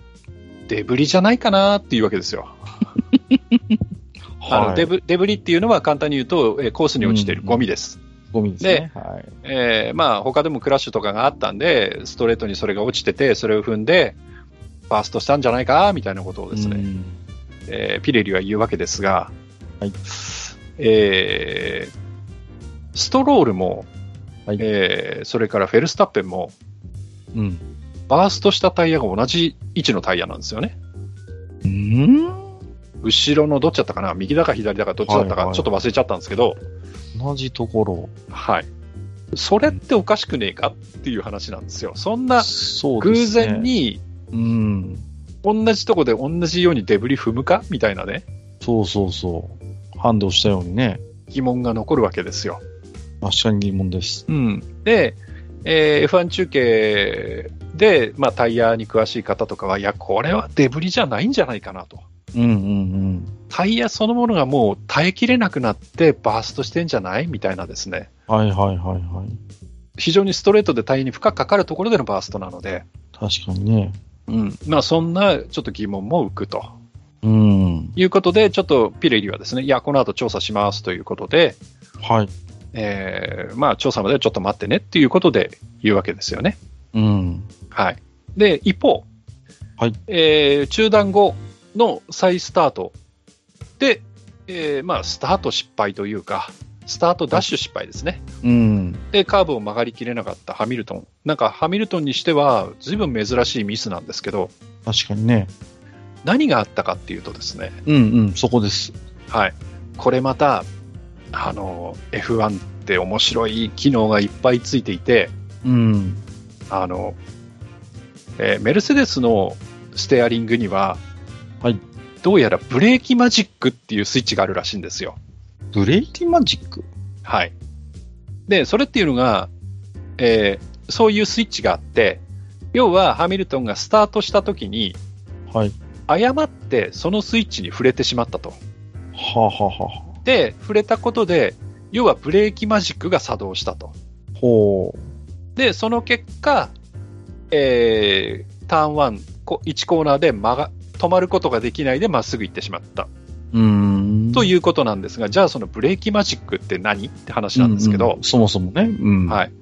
S2: デブリじゃないかなっていうわけですよ。あの
S1: はい
S2: デブデブリっていうのは簡単に言うと、えーコースに落ちているゴミです。
S1: ゴミですね。はい。
S2: えーまあ他でもクラッシュとかがあったんで、ストレートにそれが落ちてて、それを踏んで、バーストしたんじゃないかみたいなことをです
S1: う
S2: ね、
S1: ん
S2: えーピレリは言うわけですが、
S4: はい
S2: えーストロールも、
S4: はい
S2: えーそれからフェルスタッペンも、
S1: うん。
S2: バーストしたタイヤが同じ位置のタイヤなんですよね。
S1: うん
S2: 後ろのどっちだったかな右だか左だかどっちだった
S1: はい
S2: か
S1: はい
S2: ちょっと忘れちゃったんですけど、
S1: 同じところ。
S2: はい。それっておかしくねえかっていう話なんですよ。そんな
S1: そう
S2: 偶
S1: ですね。
S2: 然。に
S1: うん。
S2: 同じとこで同じようにデブリ踏むかみたいなね、
S1: そうそうそう。ハンドしたようにね。
S2: 疑問が残るわけですよ。
S1: 確かに疑問です。
S2: うん。で、えー F1 中継で、まあ、タイヤに詳しい方とかは、いや、これはデブリじゃないんじゃないかなと。
S1: うんうん
S2: タイヤそのものがもう耐えきれなくなってバーストしてんじゃないみたいなですね。
S1: うん。はいはいはいはい。
S2: 非常にストレートでタイヤに負荷かかるところでのバーストなので、
S1: 確かにね。
S2: うん。まあ、そんなちょっと疑問も浮くと。
S1: うん。
S2: いうことで、ちょっとピレリはですね、いや、この後調査しますということで、
S1: はい。
S2: えーまあ、調査までちょっと待ってねっていうことで言うわけですよね。
S1: うん。
S2: はい。で、一方、
S1: はい
S2: えー中断後の再スタートで、えーまあ、スタート失敗というか、スタートダッシュ失敗ですね。
S1: うん。
S2: で、カーブを曲がりきれなかったハミルトン。なんか、ハミルトンにしては、随分珍しいミスなんですけど、
S1: 確かにね。
S2: 何があったかっていうとですね、
S1: うんうん。そこです。
S2: はい、これまたあの F1 って面白い機能がいっぱいついていて
S1: うん。
S2: あの、えーメルセデスのステアリングには、
S1: はい
S2: どうやらブレーキマジックっていうスイッチがあるらしいんですよ。
S1: ブレーキマジック
S2: はい、でそれっていうのが、えーそういうスイッチがあって要はハミルトンがスタートした時に
S1: はい。
S2: 誤ってそのスイッチに触れてしまったと。
S1: はあ、はあはあはあ、
S2: で触れたことで要はブレーキマジックが作動したと。
S1: ほ
S2: で、その結果、えーターン1、こ1コーナーで曲が止まることができないでまっすぐ行ってしまった
S1: う。うーん。
S2: と
S1: う
S2: いうことなんですが、じゃあそのブレーキマジックって何って話なんですけど、
S1: んうんそもそもね。うん。
S2: はい。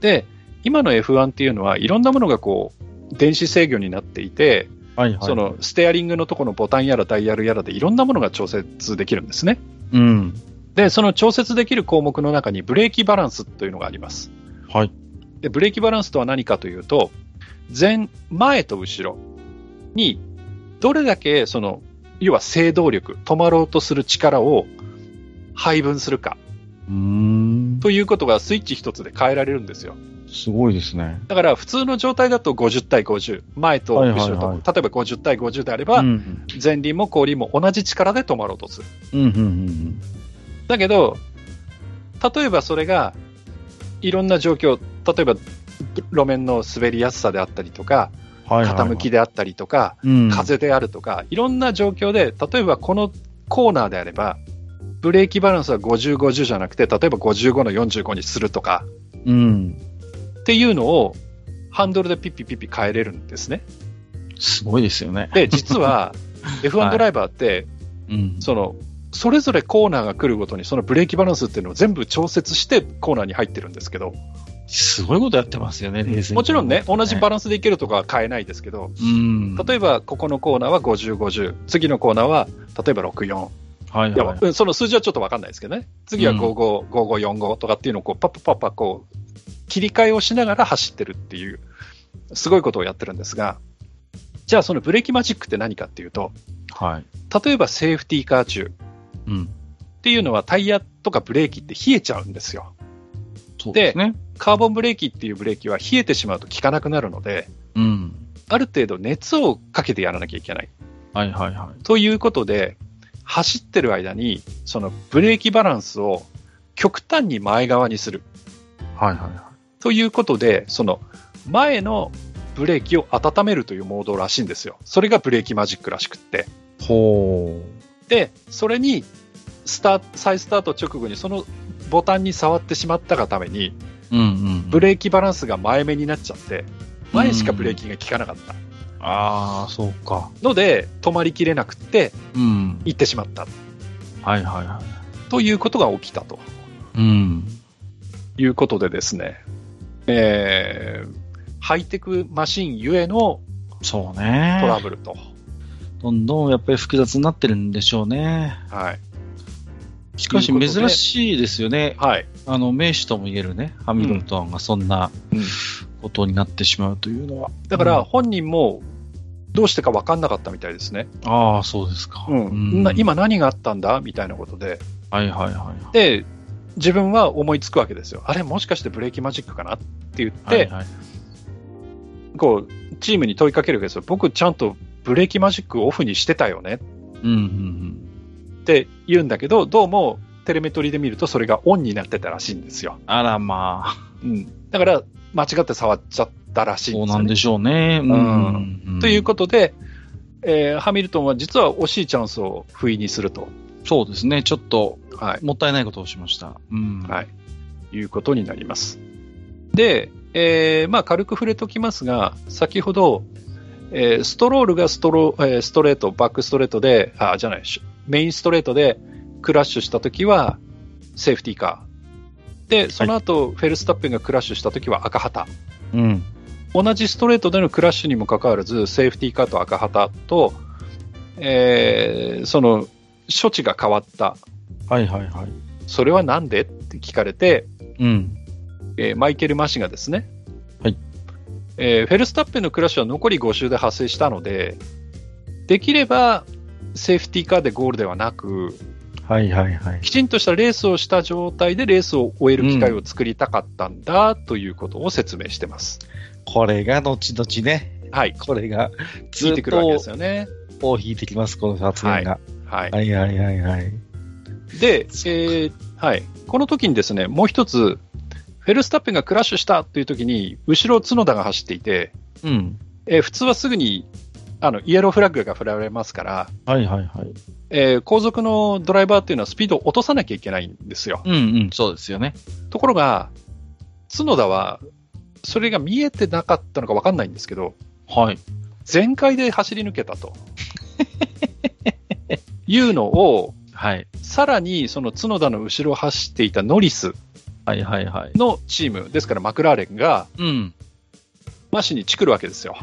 S2: で、今の F1 っていうのはいろんなものがこう、電子制御になっていて、
S1: はいはい。
S2: そ、のステアリングのところのボタンやらダイヤルやらでいろんなものが調節できるんですね。
S1: うん。
S2: で、その調節できる項目の中にブレーキバランスというのがあります。
S1: はい。
S2: で、ブレーキバランスとは何かというと、前、前と後ろに、どれだけその、要は制動力、止まろうとする力を配分するか
S1: うーん。
S2: ということがスイッチ一つで変えられるんですよ。
S1: すごいですね。
S2: だから普通の状態だと50対50、前と後ろと、
S1: はいはいはい
S2: 例えば50対50であれ
S1: う
S2: ば、
S1: ん。
S2: 前輪も後輪も同じ力で止まろうとする。
S1: うんうんうん
S2: だけど、例えばそれが、いろんな状況、例えば路面の滑りやすさであったりとか、
S1: うん。はいはいはい。
S2: 傾きであったりとか、
S1: うん、
S2: 風であるとか、いろんな状況で、例えばこのコーナーであれば、ブレーキバランスは50、50じゃなくて、例えば55の45にするとか
S1: うん。
S2: っていうのを、ハンドルでピッピピッピ変えれるんですね。
S1: すごいですよね。
S2: で、実は F1 ドライバーって、
S1: うん。
S2: その、それぞれコーナーが来るごとに、そのブレーキバランスっていうのを全部調節してコーナーに入ってるんですけど、
S1: すごいことやってますよね、冷静に
S2: もちろんね、同じバランスでいけるとかは変えないですけど、
S1: うん。
S2: 例えばここのコーナーは50、50、次のコーナーは例えば64、
S1: はい
S2: いや
S1: はい。
S2: うんその数字はちょっと分かんないですけどね、次は
S1: うん
S2: 55、55、45とかっていうのをこうパッパッパッパッこう切り替えをしながら走ってるっていう、すごいことをやってるんですが、じゃあそのブレーキマジックって何かっていうと、
S1: はい。
S2: 例えばセーフティーカー中っ
S1: うん。
S2: ていうのはタイヤとかブレーキって冷えちゃうんですよ。
S1: そうですね。
S2: カーボンブレーキっていうブレーキは冷えてしまうと効かなくなるので、
S1: うん。
S2: ある程度熱をかけてやらなきゃいけない。
S1: はいはいは
S2: ということで、走ってる間に、そのブレーキバランスを極端に前側にする。
S1: い。はいはいは
S2: ということで、その前のブレーキを温めるというモードらしいんですよ。それがブレーキマジックらしくって。
S1: い。ほ
S2: で、それにスタート、再スタート直後にそのボタンに触ってしまったがために、
S1: う。うんうん。
S2: ブレーキバランスが前目になっちゃって、前しかブレーキが効かなかった。
S1: ああ、そうか。
S2: ので、止まりきれなくって、
S1: うん。
S2: 行ってしまった。
S1: はいはいは
S2: ということが起きたと。
S1: い。うん。
S2: いうことでですね、えーハイテクマシンゆえの
S1: そう
S2: トラ
S1: ね。
S2: ブルと。
S1: どんどんやっぱり複雑になってるんでしょうね。
S2: はい。
S1: しかし
S2: ということで
S1: 珍しいですよね。
S2: はい。
S1: あの、名手とも言えるね、ハミルトンがそんな
S2: うん
S1: ことになってしまうというのは。
S2: だから
S1: うん
S2: 本人もどうしてか分かんなかったみたいですね。
S1: ああ、そうですか。
S2: うんな今何があったんだみたいなことで。
S1: はいはいはい。
S2: で、自分は思いつくわけですよ。あれもしかしてブレーキマジックかなって言って、
S1: はいはい、
S2: こう、チームに問いかけるわけですよ。僕ちゃんとブレーキマジックをオフにしてたよね
S1: うんうん
S2: って言うんだけど、どうもテレメトリで見るとそれがオンになってたらしいんですよ
S1: う。ん。あらまあ、
S2: うん。だから、間違って触っちゃったらしいん
S1: そう
S2: です
S1: な
S2: よ
S1: ん
S2: ね
S1: でしょうね。うんん。。
S2: ということとで、えーハミルトンは実は惜しいチャンスを不意にすると、
S1: そうですね。ちょっと、
S2: は
S1: もったいないことをしました。うん。
S2: いはい、いうことになります。で、えーまあ、軽く触れときますが、先ほど、えーストロールがストロ、えーストレート、バックストレートで、あじゃない、シュメインストレートでクラッシュしたときはセーフティーカー。で、その後、フェルスタッペンがクラッシュしたときは赤旗。
S1: うん。
S2: 同じストレートでのクラッシュにもかかわらず、セーフティーカーと赤旗と、えーその処置が変わった、
S1: はいはいはい。
S2: それはなんでって聞かれて、
S1: うん。
S2: えーマイケル・マシがですね、
S1: はい
S2: えーフェルスタッペンのクラッシュは残り5周で発生したので、できればセーフティーカーでゴールではなく、
S1: はいはいはい。
S2: きちんとしたレースをした状態でレースを終える機会を作りたかったんだということを説明してます。
S1: これが後々ね、
S2: はい、
S1: これが
S2: つ
S1: ず
S2: い
S1: って
S2: くるわけで
S1: と
S2: すよね。
S1: を引いてきます、この発言が。
S2: はい
S1: はいはいはいはい。
S2: で、えーはい、この時にですね、もう一つ、フェルスタッペンがクラッシュしたという時に、後ろを角田が走っていて、
S1: うん。
S2: えー普通はすぐにあのイエローフラッグが振られますから、
S1: はいはいはい。
S2: えー後続のドライバーというのはスピードを落とさなきゃいけないんですよ。
S1: うんうん、そうですよね。
S2: ところが、角田は、それが見えてなかったのか分かんないんですけど、
S1: はい。
S2: 全開で走り抜けたと。いうのを、
S1: はい。
S2: さらにその角田の後ろを走っていたノリス
S1: はいはいはい。
S2: のチーム、ですからマクラーレンが、
S1: うん。
S2: マシにチクるわけですよ。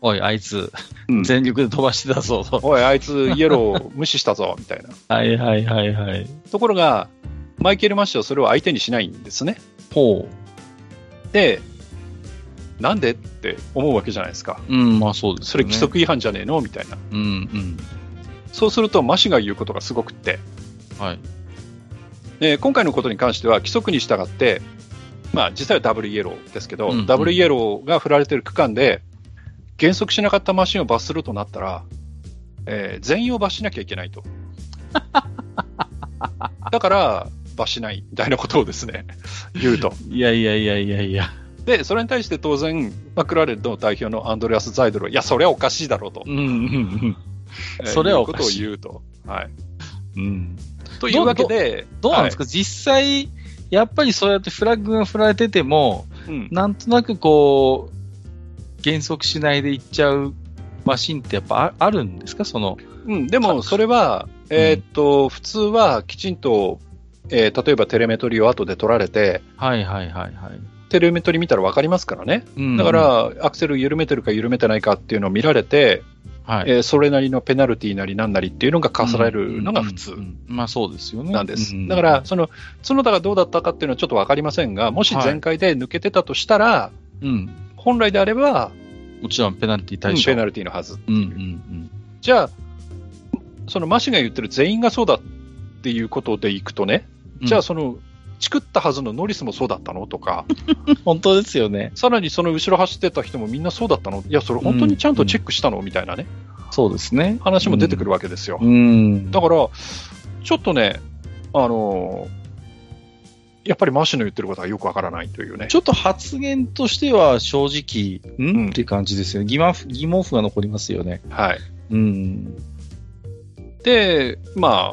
S1: おい、あいつ、
S2: うん
S1: 全力で飛ばしてたぞと。
S2: おい、あいつイエローを無視したぞ、 みたいな。
S1: はいはいはいはい。
S2: ところが、マイケル・マッシュはそれを相手にしないんですね。
S1: ほ
S2: で、なんでって思うわけじゃないですか。
S1: う。うん、まあそうです
S2: そ
S1: よ
S2: れ
S1: ね。
S2: 規則違反じゃねえのみたいな。
S1: うん
S2: そうすると、マシュが言うことがすごくって、
S1: うん。はい。
S2: えー今回のことに関しては規則に従って、まあ実際はダブルイエローですけど、
S1: うんうん
S2: ダブルイエローが振られてる区間で、減速しなかったマシンを罰するとなったら、えー全員を罰しなきゃい けないと。だから、罰しないみたいなことをで すね、言うと。
S1: いやいやいやいやいや。
S2: で、それに対して当然、マクラーレンの代表のアンドレアス・ザイドルは、いや、それはおかしいだろうと。
S1: うんうん
S2: えー
S1: それはおかしいう
S2: ことを言うと。はい。
S1: うん。うん。
S2: というわけで、
S1: どうなんです
S2: か、
S1: か、実際、やっぱりそうやってフラッグが振られてても、
S2: うん
S1: なんとなくこう、減速しないでいっちゃうマシンってやっぱああるんですかその、
S2: うん、でもそれは、えーっと、普通はきちんと、えー例えばテレメトリを後で取られて、
S1: はいはいはいはい。
S2: テレメトリ見たら分かりますからね。
S1: うん
S2: だか、ら、アクセル緩めてるか緩めてないかっていうのを見られて、
S1: はい、
S2: えーそれなりのペナルティなりなんなりっていうのが課されるのが普
S1: う
S2: 通
S1: んうんうんまあそうですよね。
S2: なんです
S1: う。
S2: だから、、その、角田がどうだったかっていうのはちょっと分かりませんが、もし全開で抜けてたとしたら、
S1: うん。
S2: 本来であれば、
S1: もちろんペナルティ
S2: うん
S1: 対象。
S2: ペナルティのはず。
S1: うんうん
S2: じゃあ、そのマシが言ってる全員がそうだっていうことでいくとね、
S1: うん。
S2: じゃあその、チクったはずのノリスもそうだったのとか、
S1: うん、本当ですよね。
S2: さらにその後ろ走ってた人もみんなそうだったのいや、それ本当にちゃんとチェックしたのみたいなね、
S1: そうですね。
S2: 話も出てくるわけですよ。
S1: うん。
S2: だから、ちょっとね、あのーやっぱりマッシュの言ってることはよくわからないというね。
S1: ちょっと発言としては正直、ん、
S2: うん
S1: って感じですよね。疑問符疑問符が残りますよね。
S2: はい。
S1: うん。、
S2: で、まあ、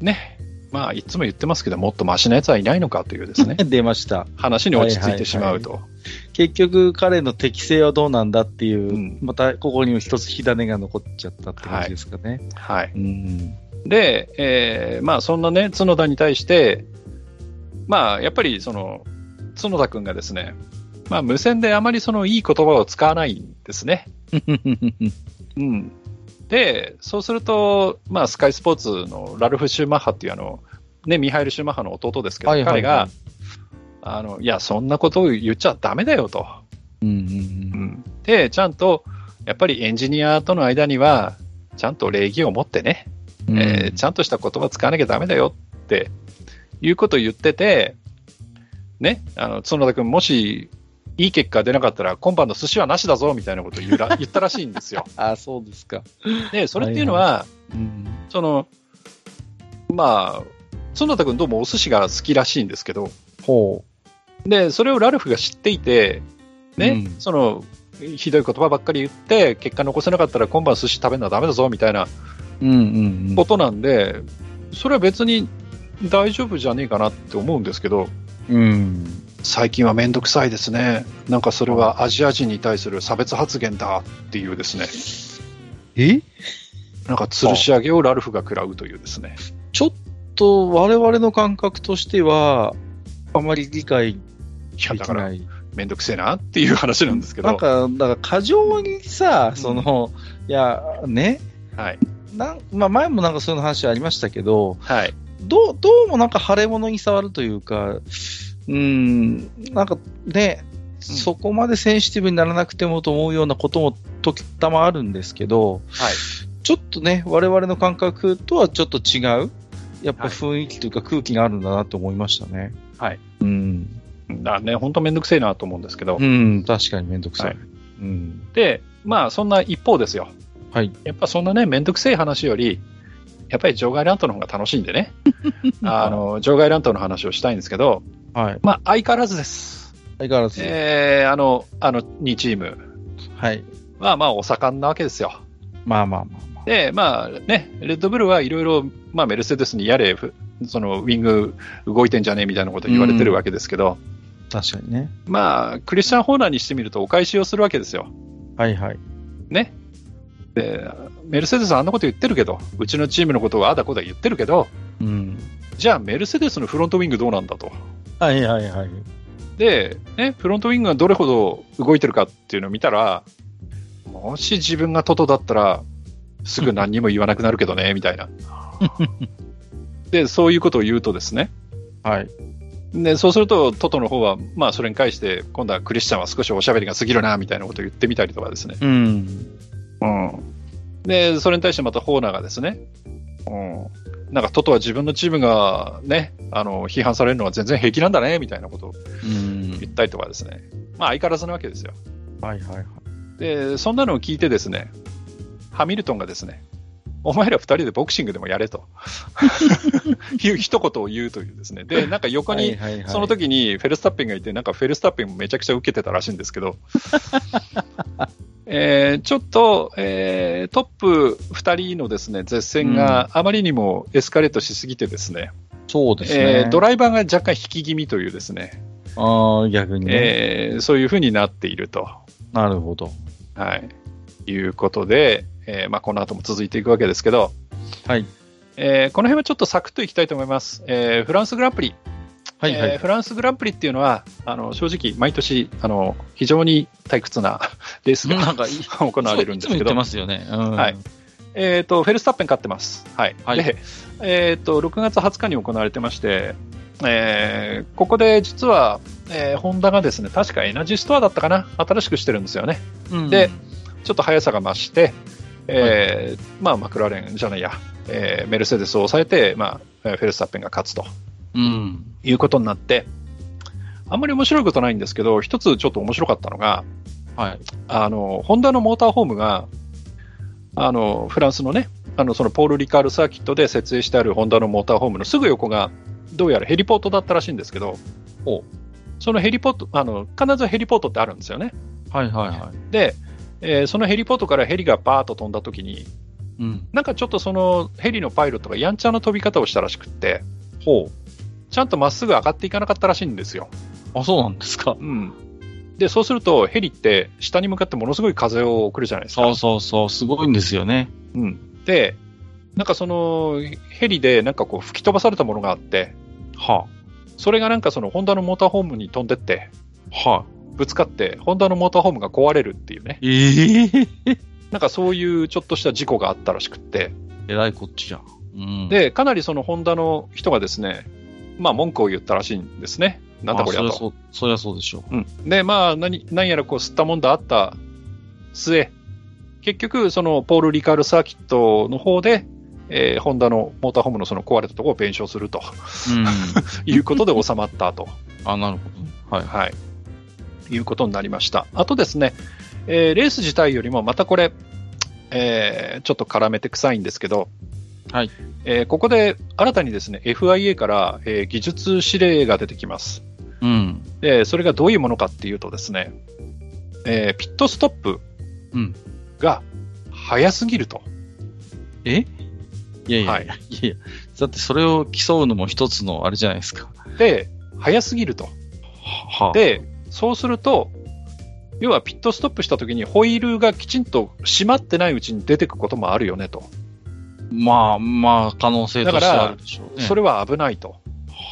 S2: ね、まあ、いつも言ってますけど、もっとマシなやつはいないのかというですね
S1: 出ました。
S2: 話に落ち着いてしまうと。
S1: 結局、彼の適性はどうなんだっていう、
S2: うん
S1: またここにも一つ火種が残っちゃったって感じですかね。
S2: はい。
S1: うん。
S2: で、えーまあ、そんなね、角田に対して、まあ、やっぱりその、角田くんがですね、まあ、無線であまりそのいい言葉を使わないんですね。うん。で、そうすると、まあ、スカイスポーツのラルフ・シューマッハっていうあの、ね、ミハイル・シューマッハの弟ですけど、
S1: はいはいはい
S2: 彼があの、いや、そんなことを言っちゃダメだよと。
S1: うんうん
S2: で、ちゃんと、やっぱりエンジニアとの間には、ちゃんと礼儀を持ってね、
S1: うん
S2: えーちゃんとした言葉使わなきゃダメだよっていうことを言ってて、ね、あの角田君、もしいい結果が出なかったら、今晩の寿司はなしだぞみたいなことを言うら言ったらしいんですよ。
S1: あ、そうですか。
S2: で、それっていうのは、
S1: うん。
S2: その、まあ、角田君、どうもお寿司が好きらしいんですけど、
S1: ほ
S2: で、それをラルフが知っていて、ね、
S1: うん
S2: その、ひどい言葉ばっかり言って、結果残せなかったら今晩寿司食べるのはダメだぞみたいな
S1: う。うんうん
S2: ことなんで、それは別に大丈夫じゃねえかなって思うんですけど、
S1: うん。うん。
S2: 最近はめんどくさいですね。なんかそれはアジア人に対する差別発言だっていうですね、
S1: え
S2: なんか吊るし上げをラルフが食らうというですね。
S1: ちょっと我々の感覚としては、あまり理解
S2: いや、
S1: で
S2: だ
S1: き
S2: から
S1: ない。
S2: めんどくせえなっていう話なんですけど、
S1: なんか、だから過剰にさ、
S2: ん
S1: その、いや、ね、
S2: はい。
S1: なんまあ、前もなんかそういう話ありましたけど、
S2: はい。
S1: どうどうもなんか腫れ物に触るというか、うん、なんかね、そこまでセンシティブにならなくてもと思うようなことも時たまあるんですけど、
S2: はい
S1: ちょっとね、我々の感覚とはちょっと違う、やっぱ
S2: はい
S1: 雰囲気というか空気があるんだなと思いましたね。
S2: はい。
S1: うん、
S2: だからね、本当めんどくせえなと思うんですけど、
S1: うん、確かにめんどくさい。
S2: はい
S1: うん、
S2: で、まあそんな一方ですよ。
S1: はい。
S2: やっぱそんなね、めんどくせえ話より、やっぱり場外乱闘の方が楽しいんで ね、あの場外乱闘の話をしたいんですけど、
S1: はい。
S2: まあ相変わらずです。
S1: 相変わらず、
S2: えーあの、あの2チーム
S1: はい。
S2: はまあお盛んなわけですよ。
S1: まあまあまあまあ。
S2: で、まあね、レッドブルはいろいろ、まあメルセデスにやれ、ふそのウィング動いてんじゃねえみたいなこと言われてるわけですけど、
S1: 確かにね。
S2: まあクリスチャン・ホーナーにしてみるとお返しをするわけですよ。
S1: はいはい。
S2: ね。で、メルセデスはあんなこと言ってるけど、うちのチームのことはあだこだ言ってるけど、
S1: うん。
S2: じゃあメルセデスのフロントウィングどうなんだと。
S1: はいはいはい。
S2: で、ね、フロントウィングがどれほど動いてるかっていうのを見たら、もし自分がトトだったら、すぐ何にも言わなくなるけどね、みたいな。で、そういうことを言うとですね。
S1: はい。
S2: で、そうすると、トトの方は、まあ、それに対して、今度はクリスチャンは少しおしゃべりが過ぎるな、みたいなことを言ってみたりとかですね。
S1: うん。
S2: で、それに対してまたホーナーがですね、うん、なんかトトは自分のチームがね、あの、批判されるのは全然平気なんだね、みたいなことを
S1: うん。
S2: 言ったりとかですね。まあ相変わらずなわけですよ。
S1: はいはいはい。
S2: で、そんなのを聞いてですね、ハミルトンがですね、お前ら二人でボクシングでもや れという一言を言うというですね。で、なんか横
S1: は
S2: に、
S1: いはいはい
S2: その時にフェルスタッペンがいて、なんかフェルスタッペンもめちゃくちゃ受けてたらしいんです けど、えーちょっと、えートップ2人のですね絶戦があまりにもエスカレートしすぎて、ですね,、
S1: そうですね。
S2: えードライバーが若干引き気味という、ですね、
S1: ああ、逆にね。
S2: えーそういうふうになっていると、
S1: なるほど。
S2: はい、いうことで、えーまあ、この後も続いていくわけですけど、
S1: はい。
S2: えーこの辺はちょっとサクッといきたいと思います。えーフランスグランプリ
S1: はいは
S2: えー
S1: い。
S2: フランスグランプリっていうのは、あの正直、毎年あの、非常に退屈な レースが
S1: なんかい
S2: 行われるんです
S1: いつも言っ
S2: け
S1: て
S2: ど、
S1: ますよね。うん
S2: はい。えー、とフェルスタッペン勝ってます、はい
S1: はい
S2: でえー、と6月20日に行われてまして、えーここで実は、えーホンダがですね確かエナジーストアだったかな、新しくしてるんですよね、
S1: うん
S2: で、ちょっと速さが増して、えーまあ、マクラーレンじゃないや、えーメルセデスを抑えて、まあ、えーフェルスタッペンが勝つと。
S1: うん。
S2: いうことになって、あんまり面白いことないんですけど、一つちょっと面白かったのが、
S1: はい。
S2: あの、ホンダのモーターホームが、あの、フランスのね、あの、そのポール・リカールサーキットで設営してあるホンダのモーターホームのすぐ横が、どうやらヘリポートだったらしいんですけど、そのヘリポート、あの、必ずヘリポートってあるんですよね。
S1: はいはいは
S2: で、えーそのヘリポートからヘリがパーッと飛んだ時に、
S1: い。うん。
S2: なんかちょっとそのヘリのパイロットがやんちゃな飛び方をしたらしくって、
S1: ほ
S2: ちゃんとまっすぐ上がっていかなかったらしいんですよ。
S1: う。あ、そうなんですか。
S2: うん、でそうするとヘリって下に向かってものすごい風を送るじゃないですか。
S1: そうそうそう。すごいんですよね。
S2: うん、でなんかそのヘリでなんかこう吹き飛ばされたものがあって
S1: は
S2: それがなんかそのホンダのモーターホームに飛んでって
S1: あ。はあ。
S2: ぶつかってホンダのモーターホームが壊れるっていうね
S1: ええ
S2: なんかそういうちょっとした事故があったらしくって、
S1: えらいこっちじゃん。うん、
S2: で、かなりそのホンダの人がですね、まあ文句を言ったらしいんですね。なんだこりゃ
S1: まあ
S2: と。
S1: そりゃそう、そりゃそうでしょ
S2: うん、で、まあ、何何やらこう、吸ったもんだあった末、結局、そのポール・リカール・サーキットの方で、えーホンダのモーターホームのその壊れたところを弁償 すると
S1: う。 うん。
S2: いうことで収まったと、
S1: あ、なるほど。はい。
S2: はい、いうことになりました。あとですね、えーレース自体よりも、またこれ、えーちょっと絡めて臭いんですけど、
S1: はい
S2: えーここで新たにですね FIA から、えー技術指令が出てきます。
S1: うん。
S2: で、それがどういうものかっていうとですね、えーピットストップ
S1: うん
S2: が早すぎると。
S1: えいやいや、
S2: はい
S1: い、やいや。だってそれを競うのも一つのあれじゃないですか。
S2: で、早すぎると。
S1: はで、
S2: で、そうすると、要はピットストップした時にホイールがきちんと締まってないうちに出てくこともあるよねと。
S1: まあまあ、可能性としてはあるでしょうね。
S2: そ
S1: れ
S2: れは危ないと。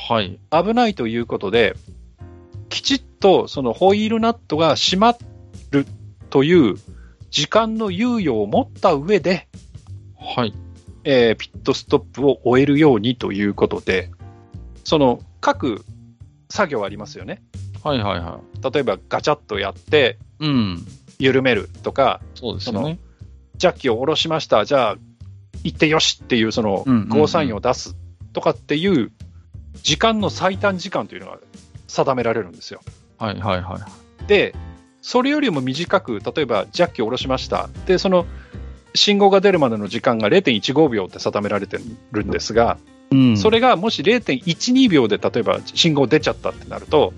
S1: はい。
S2: 危ないということで、きちっとそのホイールナットが締まるという時間の猶予を持った上で、
S1: はい。
S2: えーピットストップを終えるようにということで、その各作業ありますよね。
S1: はいはいは
S2: 例えばガチャッとやって
S1: い。うん。
S2: 緩めるとか、
S1: そうですよね。
S2: ジャッキを下ろしました、じゃあ行ってよしっていうその
S1: うんうんうん
S2: ゴーサインを出すとかっていう時間の最短時間というのが定められるんですよ。
S1: はいはいはい。
S2: で、それよりも短く、例えばジャッキを下ろしました。で、その信号が出るまでの時間が0.15秒って定められてるんですが、
S1: うん
S2: それがもし0.12秒で例えば信号出ちゃったってなると、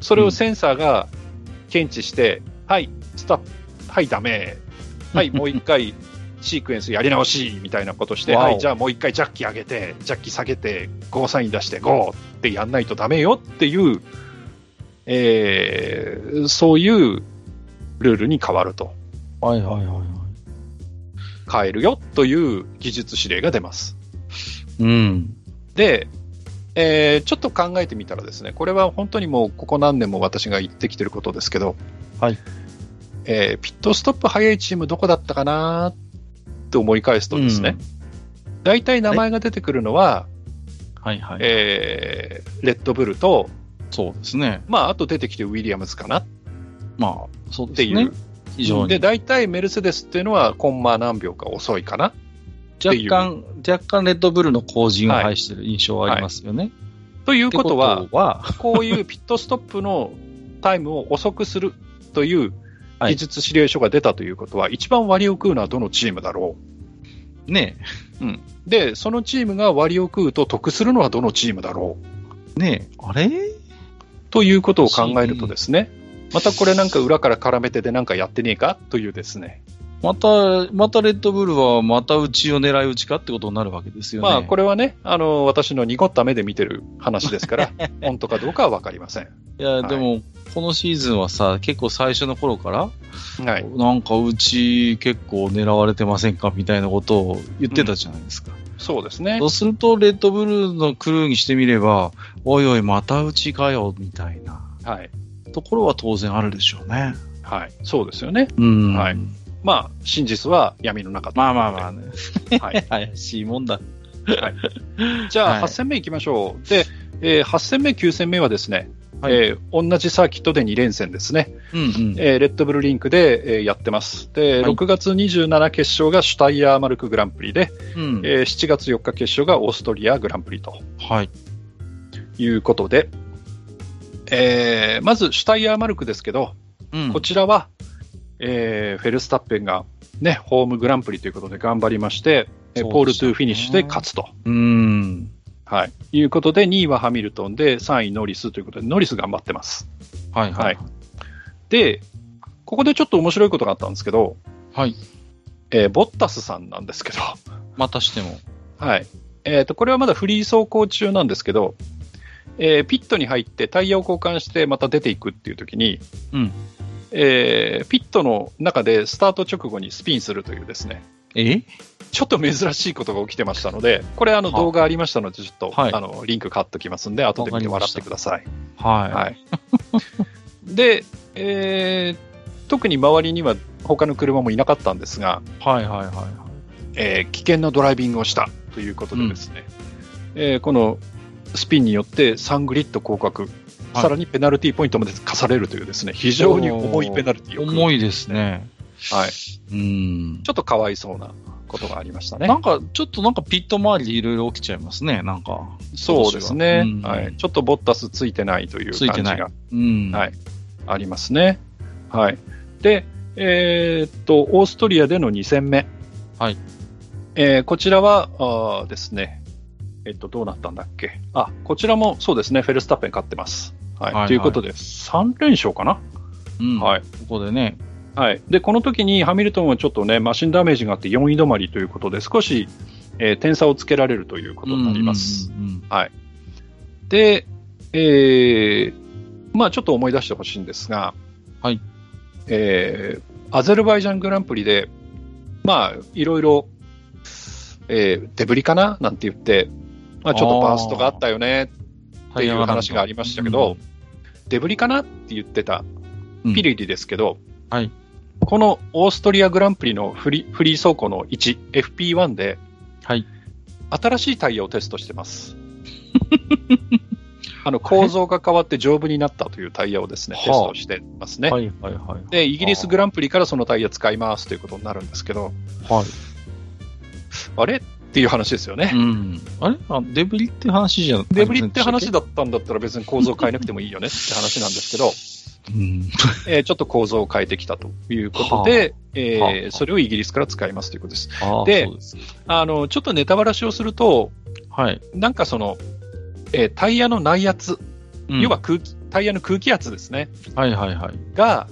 S2: それをセンサーが検知して、はい、スタップ、はい、ダメ、はい、もう一回シークエンスやり直しみたいなことして、
S1: わお
S2: はい、じゃあもう一回ジャッキ上げて、ジャッキ下げて、ゴーサイン出して、ゴーってやんないとダメよっていう、えーそういうルールに変わると、
S1: はいはいはいはい。
S2: 変えるよという技術指令が出ます。
S1: うん。
S2: で、えーちょっと考えてみたらですね、これは本当にもうここ何年も私が言ってきてることですけど、
S1: はい
S2: えーピットストップ早いチームどこだったかなって思い返すとですね、大体名前が出てくるのは、
S1: はいはい。
S2: えーレッドブルと、
S1: そうですね。
S2: まあ、あと出てきてウィリアムズかなっ
S1: まあ、そう
S2: て
S1: です
S2: い
S1: ね
S2: う。。
S1: 非常に。
S2: で、大体メルセデスっていうのはコンマ何秒か遅いかな。
S1: 若
S2: いう
S1: 干、若干レッドブルの後陣を
S2: はい
S1: 排してる印象はありますよね。
S2: という
S1: と
S2: ことは、
S1: は、
S2: こういうピットストップのタイムを遅くするという
S1: はい
S2: 技術指令書が出たということは、一番割を食うのはどのチームだろ
S1: ね
S2: う。で、そのチームが割を食うと得するのはどのチームだろ
S1: え、
S2: う。
S1: ねえ、あれ
S2: ということを考えるとですね、またこれなんか裏から絡めてでなんかやってねえかというですね。
S1: また、またレッドブルはまたうちを狙いうちかってことになるわけですよね。
S2: まあこ
S1: れ。
S2: れはね、あの、私の濁った目で見てる話です から、本当かどうかはわかりません。
S1: いや、
S2: い
S1: でも、このシーズンはさ、結構最初の頃から、
S2: はい。
S1: なんかうち結構狙われてませんかみたいなことを言ってたじゃないですか。
S2: そうですね
S1: そ。うすると、レッドブルのクルーにしてみれば、おいおい、またうちかよ、みたいな
S2: はい。
S1: ところは当然あるでしょうね。
S2: はい。そうですよね。
S1: うん。
S2: はいまあ、真実は闇の中と
S1: まあまあまあね。
S2: はい。
S1: 怪しいもんだ。
S2: じゃあ、
S1: はい
S2: 8戦目いきましょう。で、えー8戦目、9戦目はですね、
S1: はい
S2: えー同じサーキットで2連戦ですね、
S1: うんうん。
S2: えーレッドブルリンクで、えーやってます。で、
S1: はい
S2: 6月27決勝がシュタイヤーマルクグランプリで、
S1: うん
S2: えー7月4日決勝がオーストリアグランプリと
S1: はい。
S2: いうことで、えーまずシュタイヤーマルクですけど、
S1: うん
S2: こちらは、えーフェルスタッペンが、ね、ホームグランプリということで頑張りまして、えー
S1: そうでしたね
S2: ポール2フィニッシュで勝つと。
S1: うん。
S2: はい。いうことで、2位はハミルトンで、3位ノリスということで、ノリス頑張ってます。
S1: はいはい。
S2: で、ここでちょっと面白いことがあったんですけど、
S1: はい。
S2: えーボッタスさんなんですけど、
S1: またしても。
S2: はい。えっ、と、これはまだフリー走行中なんですけど、えーピットに入ってタイヤを交換してまた出ていくっていう時に、
S1: うん
S2: えーピットの中でスタート直後にスピンするというですね、
S1: え
S2: ちょっと珍しいことが起きてましたので、これあの
S1: は
S2: 動画ありましたので、ちょっと、
S1: はい
S2: あのリンク貼っときますんで、後で見て笑ってください。
S1: はい。
S2: はい、で、えー特に周りには他の車もいなかったんですが、
S1: はいはいは
S2: えー危険なドライビングをしたということでですね、えーこのスピンによってサングリッド降格、
S1: はい
S2: さらにペナルティーポイントまで課されるというですね、非常に重いペナルティー
S1: い。
S2: を食う
S1: 重いですね。
S2: はい、
S1: うん。
S2: ちょっとかわいそうなことがありましたね
S1: な。んか、ちょっとなんかピット周りでいろいろ起きちゃいますね、なんか。
S2: そうですね、
S1: うん
S2: はい。ちょっとボッタスついてないという
S1: つい
S2: 感
S1: て
S2: じ
S1: ない
S2: が
S1: うん。
S2: はいありますね。はい、で、えーっと、オーストリアでの2戦目。
S1: はい
S2: えーこちらはあーですね、えっと、どうなったんだっけ。あ、こちらもそうですね、フェルスタッペン勝ってます。はい。
S1: はいはい
S2: ということで、3連勝かな。
S1: うん
S2: はい。
S1: ここでね。
S2: はい、でこの時にハミルトンはちょっとねマシンダメージがあって4位止まりということで少し、えー点差をつけられるということになります。
S1: うんうんうん
S2: で、えーまあ、ちょっと思い出してほしいんですが、
S1: はい
S2: えーアゼルバイジャングランプリで、まあ、いろいろ、えーデブリかななんて言って、まあ、ちょっとバーストがあったよねっていう話がありましたけど、デブリかなって言ってた
S1: うん
S2: ピリリですけど、
S1: はい
S2: このオーストリアグランプリのフリフリー走行の1、FP1 で、
S1: はい
S2: 新しいタイヤをテストしてます。 あの構造が変わって丈夫になったというタイヤをですね、
S1: はあ
S2: テストしてますね、
S1: はいはいはい。
S2: で、イギリスグランプリからそのタイヤ使いますということになるんですけど、
S1: はい。
S2: あれっていう話ですよね。
S1: うん。あれあデブリって話じゃ
S2: デブリって話
S1: だ。
S2: だったんだったら別に構造変えなくてもいいよねって話なんですけど、
S1: うん。
S2: えーちょっと構造を変えてきたということで、えー
S1: はあ
S2: それをイギリスから使いますということです。
S1: ああ、そう
S2: で
S1: です。
S2: あの、ちょっとネタバラシをすると、
S1: はい。
S2: なんかその、えータイヤの内圧、
S1: うん
S2: 要は。空気、タイヤの空気圧ですね、
S1: はいはいはい。
S2: が、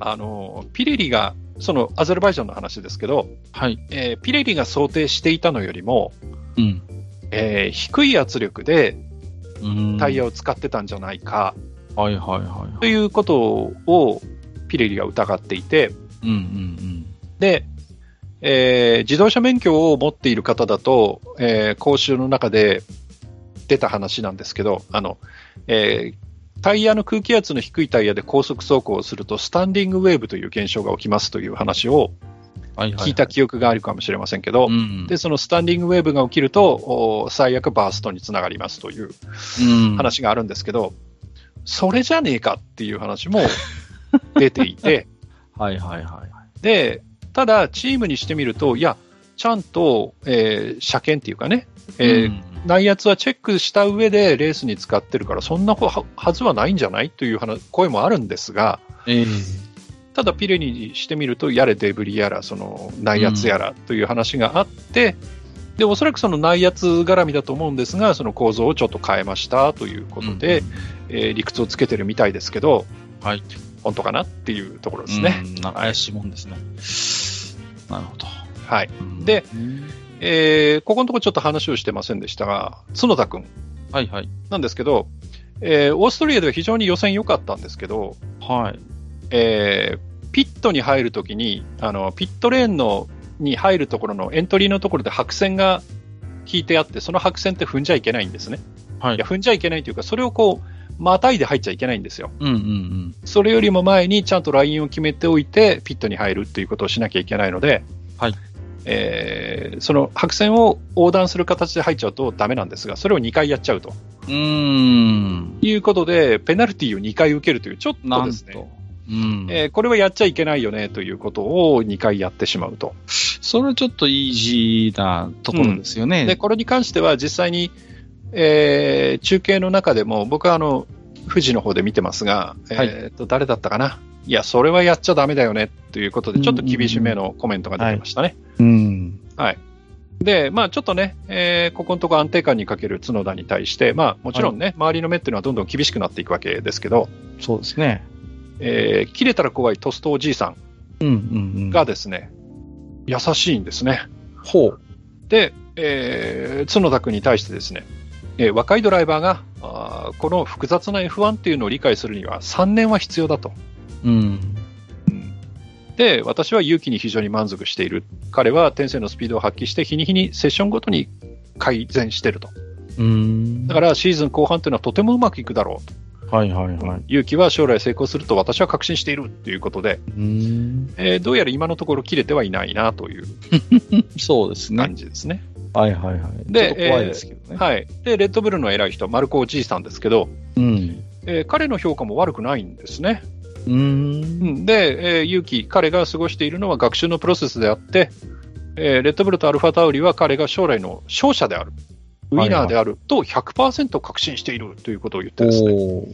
S2: あの、ピレリが、そのアゼルバイジャンの話ですけど、
S1: はい。
S2: えーピレリが想定していたのよりも、
S1: うん
S2: えー低い圧力で
S1: うん。
S2: タイヤを使ってたんじゃないか
S1: はいはいはい
S2: と
S1: はい。
S2: いうことをピレリが疑っていて、
S1: うんうん
S2: で、えー自動車免許を持っている方だと、えー講習の中で出た話なんですけど、あの、えータイヤの空気圧の低いタイヤで高速走行をすると、スタンディングウェーブという現象が起きますという話を
S1: うん。はいはい。
S2: 聞いた記憶があるかもしれませんけど、
S1: うん。
S2: で、そのスタンディングウェーブが起きると、お最悪バーストにつながりますという
S1: うん。
S2: 話があるんですけど、それじゃねえかっていう 話も出ていて、
S1: はいはいはい。
S2: で、ただ、チームにしてみると、いや、ちゃんと、えー車検っていうかね、えー
S1: うん
S2: 内圧はチェックした上でレースに使ってるから、そんなこははずはないんじゃないという話声もあるんですが、
S1: ええ。
S2: ただピレリにしてみると、やれデブリやら、その内圧やらという話があって、で、おそらくその内圧絡みだと思うんですが、その構造をちょっと変えましたということで、えー理屈をつけてるみたいですけど、
S1: はい
S2: 本当かなっていうところ
S1: うん、
S2: ですね。
S1: うん。なんか怪しいもんですね。なるほど。
S2: はい。
S1: うん
S2: で、
S1: うん
S2: えーここのところちょっと話をしてませんでしたが、角田君
S1: はいはい。
S2: なんですけど、えーオーストリアでは非常に予選良かったんですけど、
S1: はい。
S2: えーピットに入るときにあの、ピットレーンのに入るところのエントリーのところで白線が引いてあって、その白線って踏んじゃいけないんですね。
S1: はい
S2: いや踏んじゃいけないというか、それをこう、またいで入っちゃいけないんですよ。
S1: うんうんうん。
S2: それよりも前にちゃんとラインを決めておいて、ピットに入るっていうことをしなきゃいけないので、
S1: はい
S2: えーその白線を横断する形で入っちゃうとダメなんですが、それを2回やっちゃうと
S1: うーん。
S2: いうことで、ペナルティーを2回受けるという、ちょっと
S1: な
S2: で
S1: ん
S2: すね、
S1: と。うん。
S2: えーこれはやっちゃいけないよねということを2回やってしまうと。
S1: それはちょっとイージーなところですよね。
S2: で、これに関しては実際に、えー中継の中でも、僕はあの、富士の方で見てますが、
S1: はい
S2: えーと、誰だったかな。いや、それはやっちゃダメだよね、ということで、ちょっと厳しめのコメントが出てましたね。
S1: うん。
S2: で、まあ、ちょっとね、えーここのところ安定感にかける角田に対して、まあ、もちろんね、周りの目っていうのはどんどん厳しくなっていくわけですけど、
S1: そうですね。
S2: えー切れたら怖いトストおじいさん
S1: うんうんうん。
S2: がですね、優しいんですね。
S1: ほう。
S2: で、えー角田君に対してですね、えー若いドライバーがあーこの複雑な F1 っていうのを理解するには3年は必要だと。
S1: うん。
S2: で、私は勇気に非常に満足している。彼は天性のスピードを発揮して、日に日にセッションごとに改善してると。
S1: うん。
S2: だからシーズン後半というのはとてもうまくいくだろうと。
S1: はいはいはい。
S2: 勇気は将来成功すると私は確信しているということで、
S1: うん。
S2: えーどうやら今のところ切れてはいないなという
S1: そうですね。
S2: 感じですね。
S1: はいはいはい。
S2: で
S1: ちょっと怖いですけどね。
S2: はい。で、レッドブルの偉い人、マルコおじいさんですけど、
S1: うん。
S2: えー彼の評価も悪くないんですね。
S1: うー。
S2: うんんで、えー、勇気、彼が過ごしているのは学習のプロセスであって、えーレッドブルとアルファタウリは彼が将来の勝者である、ウィナーであると100%確信しているということを言ってですね。
S1: おー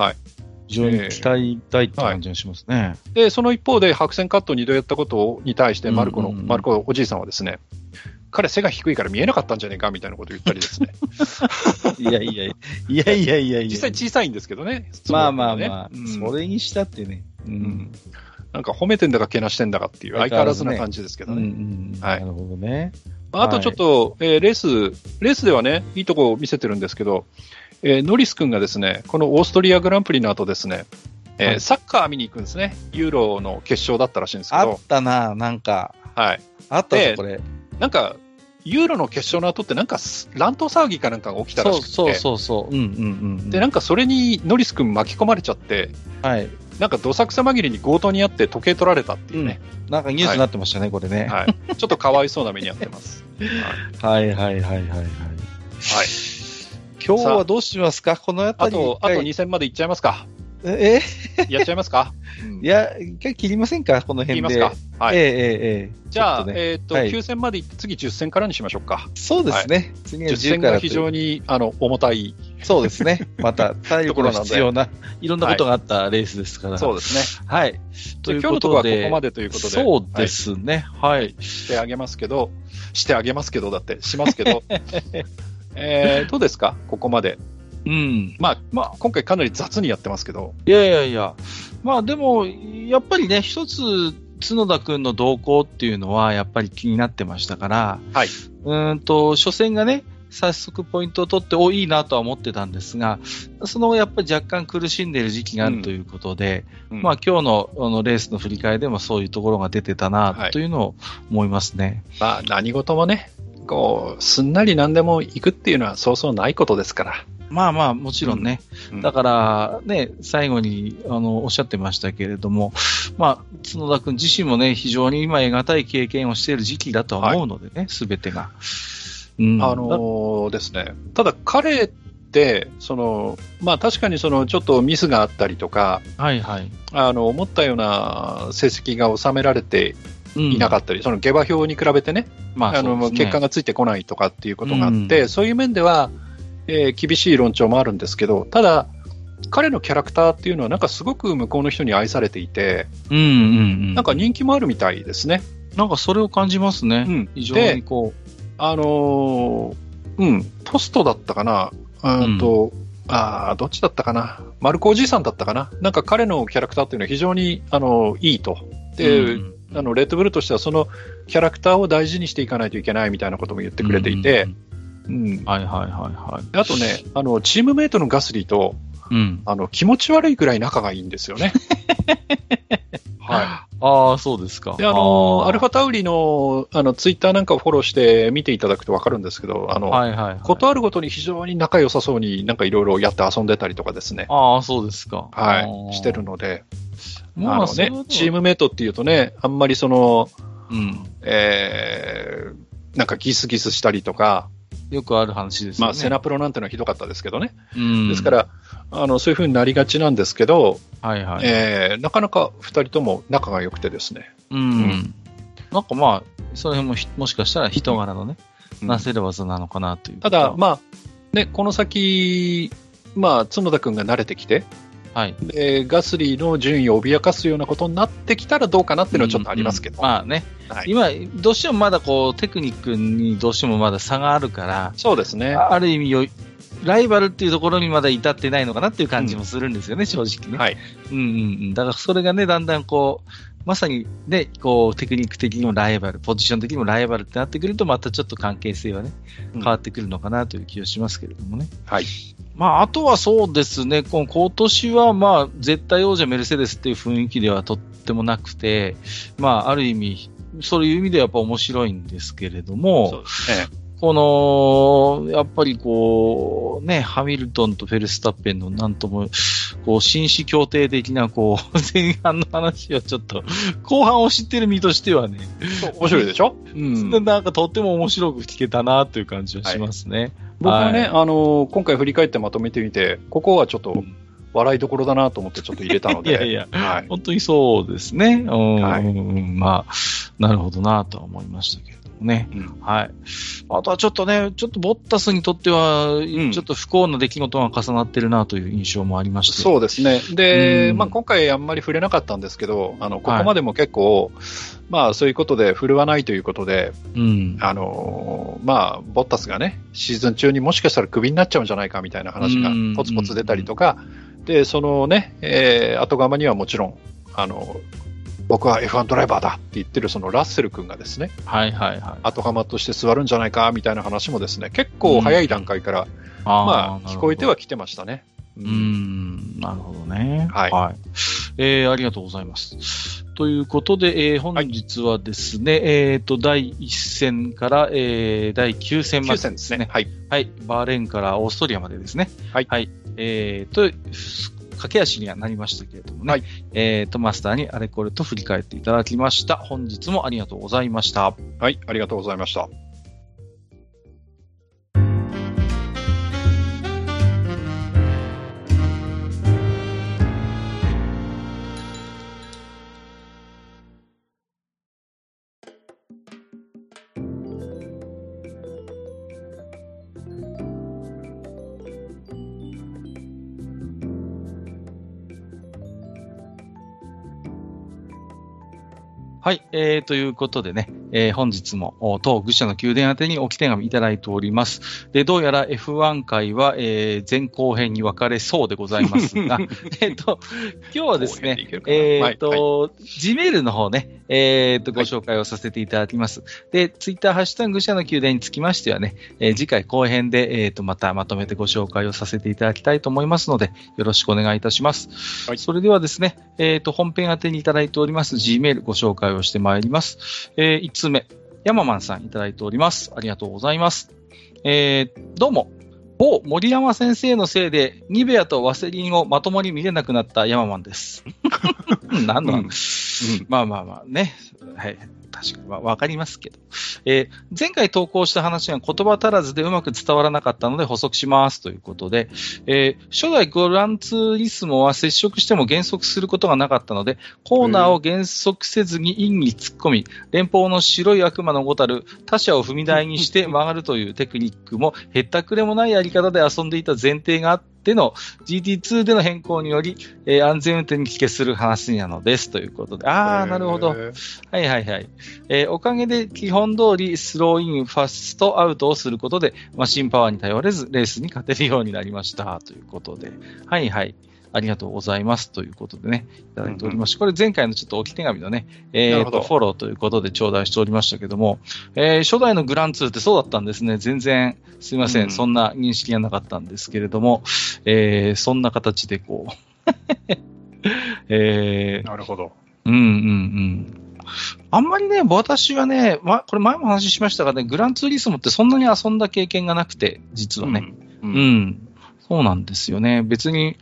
S2: はい。
S1: 非常に期待大って感じがしますね。
S2: で、その一方で白線カットを2度やったことに対して、マルコ
S1: う
S2: の、
S1: んうんうん
S2: マルコおじいさんはですね、彼背が低いから見えなかったんじゃねえかみたいなことを言ったりですね。
S1: いやいやいやいやいや いやいや。
S2: 実際小さいんですけどね。
S1: まあまあまあ、
S2: うん
S1: それにしたってね。う
S2: うんん。なんか褒めてんだかけなしてんだかっていう、相変わらずな感じですけ
S1: う
S2: ど
S1: んう
S2: ね。
S1: ん
S2: は
S1: ないるほどね。
S2: まあ、あとちょっと、えーレース、レースではね、いいとこを見せてるんですけど、えーノリス君がですね、このオーストリアグランプリの後ですね、えー
S1: はい
S2: サッカー見に行くんですね。ユーロの決勝だったらしいんですけ
S1: あ
S2: ど
S1: っ、たな、なんか。
S2: はい。
S1: あった
S2: で
S1: ぞ、これ。
S2: なんか、ユーロの決勝の後ってなんかす乱闘騒ぎかなんかが起きたら
S1: そう
S2: しくて、
S1: そうそうそう。うんうんうん。
S2: で、なんかそれにノリス君巻き込まれちゃって、
S1: はい。
S2: なんかどさくさ紛れに強盗にあって時計取られたっていうね、
S1: なんかニュースになってましたね、これね。
S2: はい。ちょっとかわいそうな目にあって ます。
S1: はいはいはいはいはい。今日はどうしますかこの
S2: あ
S1: 辺り
S2: と
S1: 一、
S2: あと
S1: 回。
S2: 2戦まで行っちゃいますか。
S1: え
S2: やっちゃいま すか。
S1: いや、一回切りませんかこの
S2: 言い
S1: 辺
S2: ま
S1: で。
S2: すか。はい。
S1: ええええええ
S2: じゃ
S1: ち
S2: あ、
S1: ょっとね
S2: えっ、と、
S1: はい
S2: 9戦まで行って、次10戦からにしましょうか。
S1: そうですね。次は
S2: 10
S1: 10
S2: 戦
S1: から
S2: が
S1: とい
S2: 非
S1: う
S2: 常にあの重たい。
S1: そうですね。また、体力の
S2: ところなので
S1: 必要な、いろんなことがあったレースですから。
S2: そうですね。
S1: はい。
S2: じ
S1: と
S2: ゃ
S1: い
S2: あ
S1: う
S2: 今日
S1: こと
S2: の
S1: と
S2: ころはこ
S1: で、
S2: こまでということで。
S1: そうで
S2: はい
S1: すね。はい。
S2: してあげますけど、してあげますけど、だって、します けど。えーどうですかここまで。
S1: うん。
S2: まあ、まあ、今回かなり雑にやってますけど。
S1: いやいやいや。まあでも、やっぱりね、一つ、角田くんの動向っていうのは、やっぱり気になってましたから、
S2: はいう
S1: ーんと、初戦がね、早速ポイントを取って、お、いいなとは思ってたんですが、その後やっぱり若干苦しんでいる時期があるということで、
S2: うん
S1: まあ今日のあのレースの振り返りでもそういうところが出てた
S2: は
S1: ないというのを思いますね。
S2: まあ、何事もね、こう、すんなり何でも行くっていうのはそうそうないことですから。
S1: まあまあもちろんね、
S2: うん
S1: だからね、最後にあのおっしゃってましたけれども、まあ、角田君自身もね、非常に今、得難い経験をしている時期だとは思うのでね、す、べ、てが。うん
S2: あのーですね、ただ彼って、そのまあ、確かにそのちょっとミスがあったりとか、
S1: だはいはい。
S2: あの思ったような成績が収められていなか
S1: っ
S2: ったり、その下馬評に比べてね、
S1: た。まあ、
S2: あの
S1: そうですね
S2: 結果がついてこないとかっていうことがあって、
S1: う
S2: そういう面では、えー厳しい論調もあるんですけど、ただ、彼のキャラクターっていうのは、なんかすごく向こうの人に愛されていて、
S1: うんうんうん。
S2: なんか人気もあるみたいですね。
S1: なんかそれを感じますね。
S2: うん
S1: 非常にこ
S2: あのーうん、ポストだったかな、うんと、あーどっちだったかな、マルコおじいさんだったかな、なんか彼のキャラクターっていうのは非常に、あのいいと。
S1: う。
S2: で、
S1: うん
S2: あのレッドブルとしてはそのキャラクターを大事にしていかないといけないみたいなことも言ってくれていて、。うん
S1: うんはいはいはいはい。
S2: あとね、あのチームメイトのガスリーと
S1: うん。
S2: あの気持ち悪いぐらい仲がいいんです よね。は
S1: ああ、そうですか。
S2: い、であのアルフ
S1: ァ、
S2: ァタウリのあのツイッターなんかをフォローして見ていただくと分かるんですけど、あの
S1: はいはい、はい。
S2: ことあるごとに非常に仲良さそうになんかいろいろやって遊んでたりとかですね。
S1: ああ、そうですか。あ
S2: は
S1: ー
S2: い、してる。ので、
S1: まあ、
S2: あの
S1: それはで
S2: ね
S1: も、
S2: チームメイトっていうとね、あんまりその、
S1: うん。
S2: えーなんかギスギスしたりとか、
S1: よくある話ですよね。
S2: まあ、セナプロなんてのはひどかったですけどね、
S1: うん
S2: ですから、あのそういうふうになりがちなんですけど、
S1: はいはい。
S2: えーなかなか2人とも仲が良くてですね、
S1: うん。なんかまあ、その辺もひもしかしたら人柄のね、
S2: うん
S1: なせる技なのかなという。
S2: ただ、、まあね、この先、まあ、角田君が慣れてきて、
S1: はい。
S2: でガスリーの順位を脅かすようなことになってきたらどうかなっていうのはちょっとありますけど、
S1: うんうんまあね、
S2: はい
S1: 今、どうしてもまだこう、テクニックにどうしてもまだ差があるから、
S2: そうですね、
S1: ある意味よ、ライバルっていうところにまだ至ってないのかなっていう感じもするんですよね、正直ね。
S2: はい
S1: うんうんうん。だからそれがね、だんだんこう、まさにね、こう、テクニック的にもライバル、ポジション的にもライバルってなってくると、またちょっと関係性はね、
S2: うん
S1: 変わってくるのかなという気がしますけれどもね。
S2: はい。
S1: まあ、あとはそうですね、この今年はまあ、絶対王者メルセデスっていう雰囲気ではとってもなくて、まあ、ある意味、そういう意味ではやっぱ面白いんですけれども、
S2: そうですね
S1: この、やっぱりこう、ね、ハミルトンとフェルスタッペンのなんとも、こう、紳士協定的な、こう、 前半の話はちょっと、後半を知ってる身としてはね、
S2: 面白いでしょ
S1: うん、なんかとっても面白く聞けたなという感じはしますね。
S2: 僕はね、
S1: はい
S2: あのー今回振り返ってまとめてみて、ここはちょっと笑いどころだなと思ってちょっと入れたので、
S1: いやいや、
S2: はい、
S1: 本当にそうですね。うん、
S2: はい
S1: うんまあ、なるほどなとは思いましたけれどもね。
S2: うん
S1: はい。あとはちょっとね、ちょっとボッタスにとっては、
S2: ん
S1: ちょっと不幸な出来事が重なってるなという印象もありまして。う。
S2: そうですね。で、
S1: うん
S2: まあ、今回あんまり触れなかったんですけど、あの、ここまでも結構、まあ、そういうことで振るわないということで、
S1: うん。
S2: あのーまあ、ボッタスがね、シーズン中にもしかしたらクビになっちゃうんじゃないかみたいな話が
S1: うん
S2: ポツポツ出たりとか、で、そのね、えー後釜にはもちろん、あの、僕は F1 ドライバーだって言ってるそのラッセル君がですね、
S1: はいはいはい。
S2: 後釜として座るんじゃないかみたいな話もですね、結構早い段階から、まあ、聞こえては
S1: き
S2: きてましたね。う
S1: う。ん、なるほどね。
S2: はい
S1: えーありがとうございます。ということで、えー本日はですね、えっ、と、第1戦から、えー第9戦ま
S2: 9
S1: で
S2: 戦ですね。。はい。
S1: はい、バーレーンからオーストリアまでですね。
S2: はい
S1: えーと、駆け足にはなりましたけれどもね。
S2: はい
S1: えーと、マスターにあれこれと振り返っていただきました。本日もありがとうございました。
S2: はい、ありがとうございました。
S1: はい、えー、ということでね、えー本日もお当愚者の宮殿宛てに置き手紙いただいております。で、どうやら F1 回は、えー前後編に分かれそうでございますが、えっと、今日はですね、えーっ
S2: はい、
S1: と、Gmail の方ね、えーっと、ご
S2: はい
S1: 紹介をさせていただきます。で、Twitter、ハッシュタグ、愚者の宮殿につきましてはね、えー次回後編で、えーっと、またまとめてご紹介をさせていただきたいと思いますので、よろしくお願いいたします。
S2: はい
S1: それではですね、えーっと、本編宛てにいただいております Gmail ご紹介をしてまいります。え5つ目、ヤママンさんいただいております。ありがとうございます。えーどうも、某森山先生のせいで、ニベアとワセリンをまともに見れなくなったヤママン です。何の、
S2: うん
S1: まあまあまあね。はい。確かにわわかりますけど、えー前回投稿した話が言葉足らずでうまく伝わらなかったので補足しますということで、えー初代グランツーリスモは接触しても減速することがなかったので、コーナーを減速せずにインに突っ込み、連邦の白い悪魔のごたる他者を踏み台にして曲がるというテクニックも、へったくれもないやり方で遊んでいた前提があっての GT2 での変更により、えー安全運転に帰結する話なのですということで、あー、なるほど。はいはいはい。えーおかげで基本通りスローイン、ファストアウトをすることで、マシンパワーに頼れず、レースに勝てるようになりました。ということで、はいはい。ありがとうございます。ということでね、いただいておりまして、これ前回のちょっと置き手紙のね、え
S2: なる
S1: ー
S2: ほ
S1: と、
S2: ど
S1: フォローということで頂戴しておりましたけども、えー初代のグランツーってそうだったんですね。全然、すいません。
S2: うん
S1: そんな認識がなかったんですけれども、えーそんな形でこう、 えー
S2: なるほど。
S1: うんうんうん。あんまりね、私はね、ま、これ前も話しましたがね、グランツーリスモってそんなに遊んだ経験がなくて、実はね。
S2: う
S1: うんん。そうなんですよね。別に、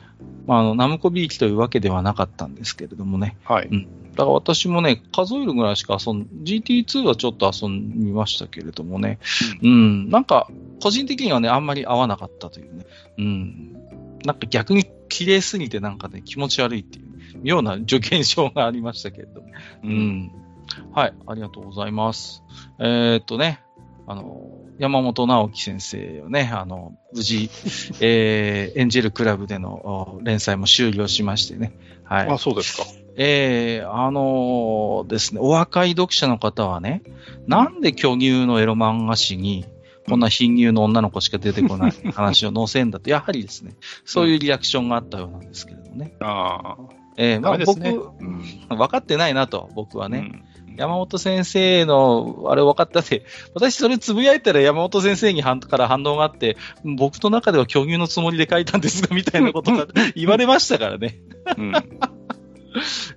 S1: まあ、あの、ナムコビーキというわけではなかったんですけれどもね。
S2: はい。
S1: だから私もね、数えるぐらいしか遊ん、GT2 はちょっと遊びましたけれどもね。うん。なんか、個人的にはね、あんまり合わなかったというね。うん。なんか逆に綺麗すぎてなんかね、気持ち悪いっていう、妙な 助言症がありましたけれども。う。ん。はい、ありがとうございます。えーっとね、あの、山本直樹先生をね、あの、無事、えーエン ジェルクラブでのお連載も終了しましてね。はい
S2: あ、。そうですか。
S1: えーあのーですね、お若い読者の方はね、なんで巨乳のエロ漫画誌に、こんな貧乳の女の子しか出てこ ない話を載せんだと、やはりですね、そういうリアクションがあったようなんですけれどもね。
S2: ああ。
S1: えーまあ
S2: ダメです
S1: 僕、
S2: ね
S1: 分かってないなと、僕はね。山本先生の、あれ分かったって、私それつぶやいたら山本先生に反から反応があって、僕の中では巨乳のつもりで書いたんですが、みたいなことが言われましたからね。
S2: うん。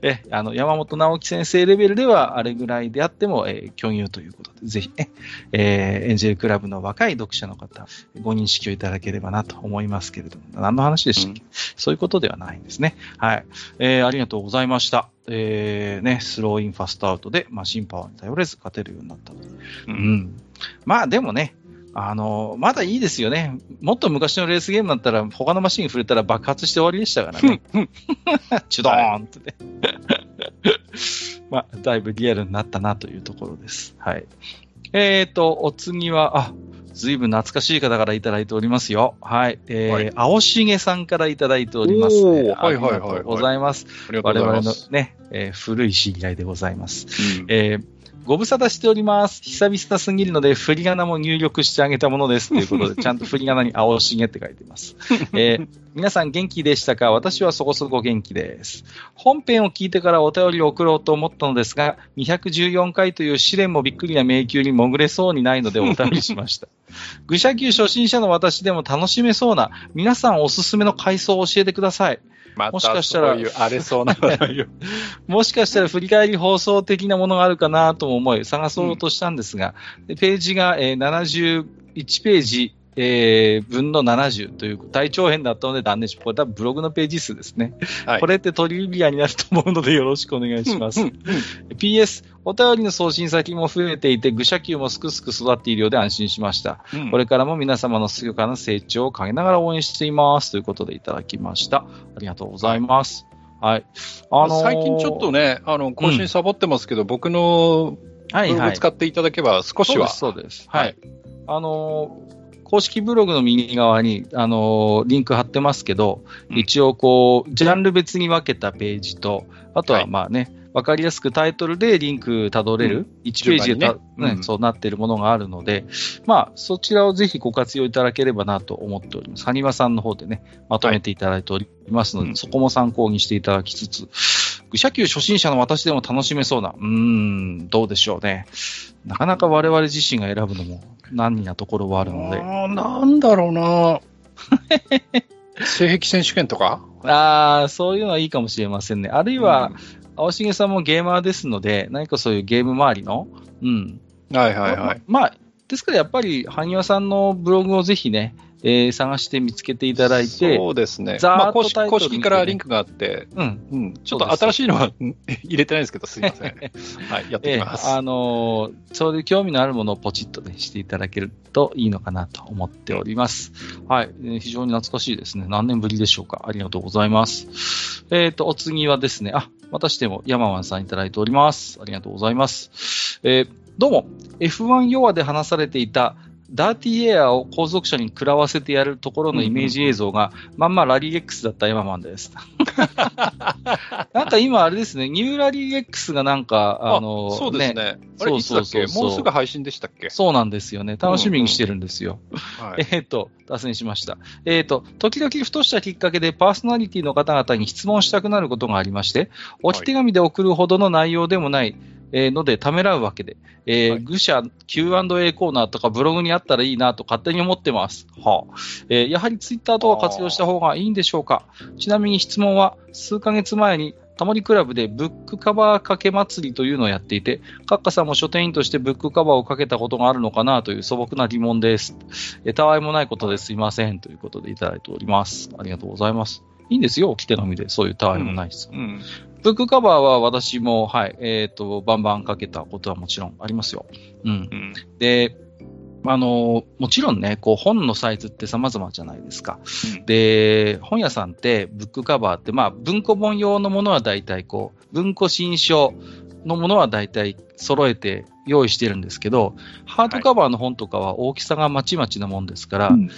S1: えあの山本直樹先生レベルではあれぐらいであっても、えー、共有ということで、ぜひね、えーエンジェルクラブの若い読者の方、ご認識をいただければなと思いますけれども、何の話でしたっけ、そういうことではないんですね。はい。えーありがとうございました。えーね、スローインファストアウトで、マシンパワーに頼れず勝てるようになった。う
S2: うん
S1: ん。まあでもね、あの、まだいいですよね。もっと昔のレースゲームだったら、他のマシンに触れたら爆発して終わりでしたからね。チュドーンってね。まあ、だいぶリアルになったなというところです。はい。えーと、お次は、あ、ずいぶん懐かしい方からいただいておりますよ。はい。えー
S2: はい
S1: 青重さんからいただいております、
S2: おー
S1: えー
S2: はいはいはいはい
S1: ありがとうございます。
S2: ありがと
S1: 我
S2: うござ
S1: 々
S2: いま
S1: の
S2: す。
S1: ね、えー古い知り合いでございます。
S2: うん
S1: えーご無沙汰しております。久々すぎるので、振り仮名も入力してあげたものです。ということ で、ちゃんと振り仮名に青茂って書いてます。えー皆さん元気でしたか私はそこそこ元気です。本編を聞いてからお便りを送ろうと思ったのですが、214回という試練もびっくりな迷宮に潜れそうにないのでお便りしま した。愚者級初心者の私でも楽しめそうな、皆さんおすすめの回想を教えてください。
S2: ま
S1: も
S2: た
S1: しかしたら
S2: そういう荒れそうな話題を
S1: もしかしたら振り返り放送的なものがあるかなとも思い、探そうとしたんですが、でページが、えー71ページ、えー分の70という大長編だったので断念し、これ多分ブログのページ数ですね。
S2: はい
S1: これってトリビアになると思うのでよろしくお願いします。
S2: うんうん
S1: PS、お便りの送信先も増えていて、愚者級もすくすく育っているようで安心しました。
S2: うん
S1: これからも皆様の強かな成長を陰ながら応援しています。ということでいただきました。ありがとうございます。はい。あのー
S2: 最近ちょっとね、あの更新サボってますけど、僕の
S1: は
S2: ブ
S1: い
S2: ロ
S1: は
S2: グ
S1: い。
S2: 使っていただけば少しは、
S1: そうです、そうです。
S2: は
S1: はいい。あのー公式ブログの右側に、あのーリンク貼ってますけど、
S2: うん
S1: 一応こう、ジャンル別に分けたページと、あと
S2: は
S1: はいまあね、わかりやすくタイトルでリンクたどれ
S2: う
S1: る、1ページでた、
S2: 順
S1: ね
S2: 番にねうん
S1: そうなっているものがあるので、まあ、そちらをぜひご活用いただければなと思っております。ハニワさんの方でね、まとめていただいておりますので、
S2: はいうん
S1: そこも参考にしていただきつつ、愚者級初心者の私でも楽しめそうな、うーん、どうでしょうね。なかなか我々自身が選ぶのも難儀なところはあるので。
S2: あーなんだろ うな性癖選手権とか
S1: ああ、そういうのはいいかもしれませんね。あるいは、青重さんもゲーマーですので、何かそういうゲーム周りの、うん。
S2: うんはいはいはい。
S1: まあ、まあですからやっぱり、萩尾さんのブログをぜひね、えー探して見つけてい
S2: い
S1: ただいて、
S2: そうですね。
S1: ざーっと
S2: まあ公式
S1: タイト
S2: 公
S1: ル見てね
S2: 式からリンクがあって、
S1: うん。
S2: うん、ちょっと新しいのはうん入れてないんですけど、すい ません。はい、やって
S1: ええ
S2: きます。
S1: あのーそういう興味のあるものをポチッとね、していただけるといいのかなと思っております。はい、えー非常に懐かしいですね。何年ぶりでしょうか。ありがとうございます。えっ、と、お次はですね、あ、またしても山湾さんいただいております。ありがとうございます。えーどうも、F1 弱で話されていたダーティーエアを後続車に食らわせてやるところのイメージ映像が、まんまラリー X だった山マン です。なんか今あれですね、ニューラリー X がなんか、あの、
S2: そうですね。あれ、
S1: そう
S2: いつ
S1: そ
S2: だ
S1: う
S2: っ
S1: そう
S2: け
S1: そう
S2: もうすぐ配信でしたっけ
S1: そうなんですよね。楽しみにしてるんですよ。
S2: はい。
S1: えっ、と、脱線しました。えっ、と、時々ふとしたきっかけでパーソナリティの方々に質問したくなることがありまして、置き手紙で送るほどの内容でもない、えーので、ためらうわけで、えー
S2: はい
S1: 愚者 Q&A コーナーとかブログにあったらいいなと勝手に思ってます。はあえーやはりツイッターとか活用した方がいいんでしょうかちなみに質問は、数ヶ月前にタモリクラブでブックカバーかけ祭りというのをやっていて、カッカさんも書店員としてブックカバーをかけたことがあるのかなという素朴な疑問です。えたわいもないことですいませんということでいただいております。ありがとうございます。いいんですよ、着手のみで。そういうたわいもない質問。
S2: うん。
S1: ブックカバーは私も、はい、えっ、と、バンバンかけたことはもちろんありますよ。うん。
S2: うん。
S1: で、あの、もちろんね、こう本のサイズって様々じゃないですか。で、本屋さんってブックカバーって、まあ文庫本用のものは大体こう、文庫新書のものは大体揃えて用意してるんですけど、ハードカバーの本とかは大きさがまちまちなもんですから、
S2: うん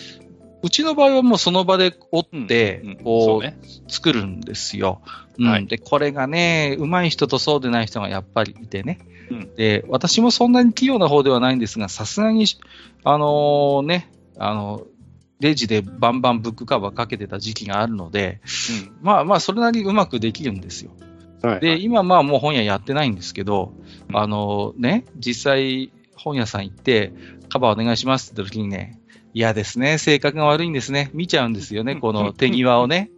S1: うちの場合はもうその場で折って、
S2: うんうん
S1: こ
S2: そううね。
S1: 作るんですよ。うん
S2: はい
S1: でこれがね、上手い人とそうでない人がやっぱりいてね、
S2: うん
S1: で私もそんなに器用な方ではないんですが、さすがに、あのねあのレジでバンバンブックカバーかけてた時期があるので、まあまあ、それなりうまくできるんですよ。
S2: うんはい
S1: で、今まあもう本屋やってないんですけど、
S2: うん
S1: あのね、実際本屋さん行って、カバーお願いしますって言った時にね、嫌ですね、性格が悪いんですね、見ちゃうんですよね、この手際をね。
S2: はい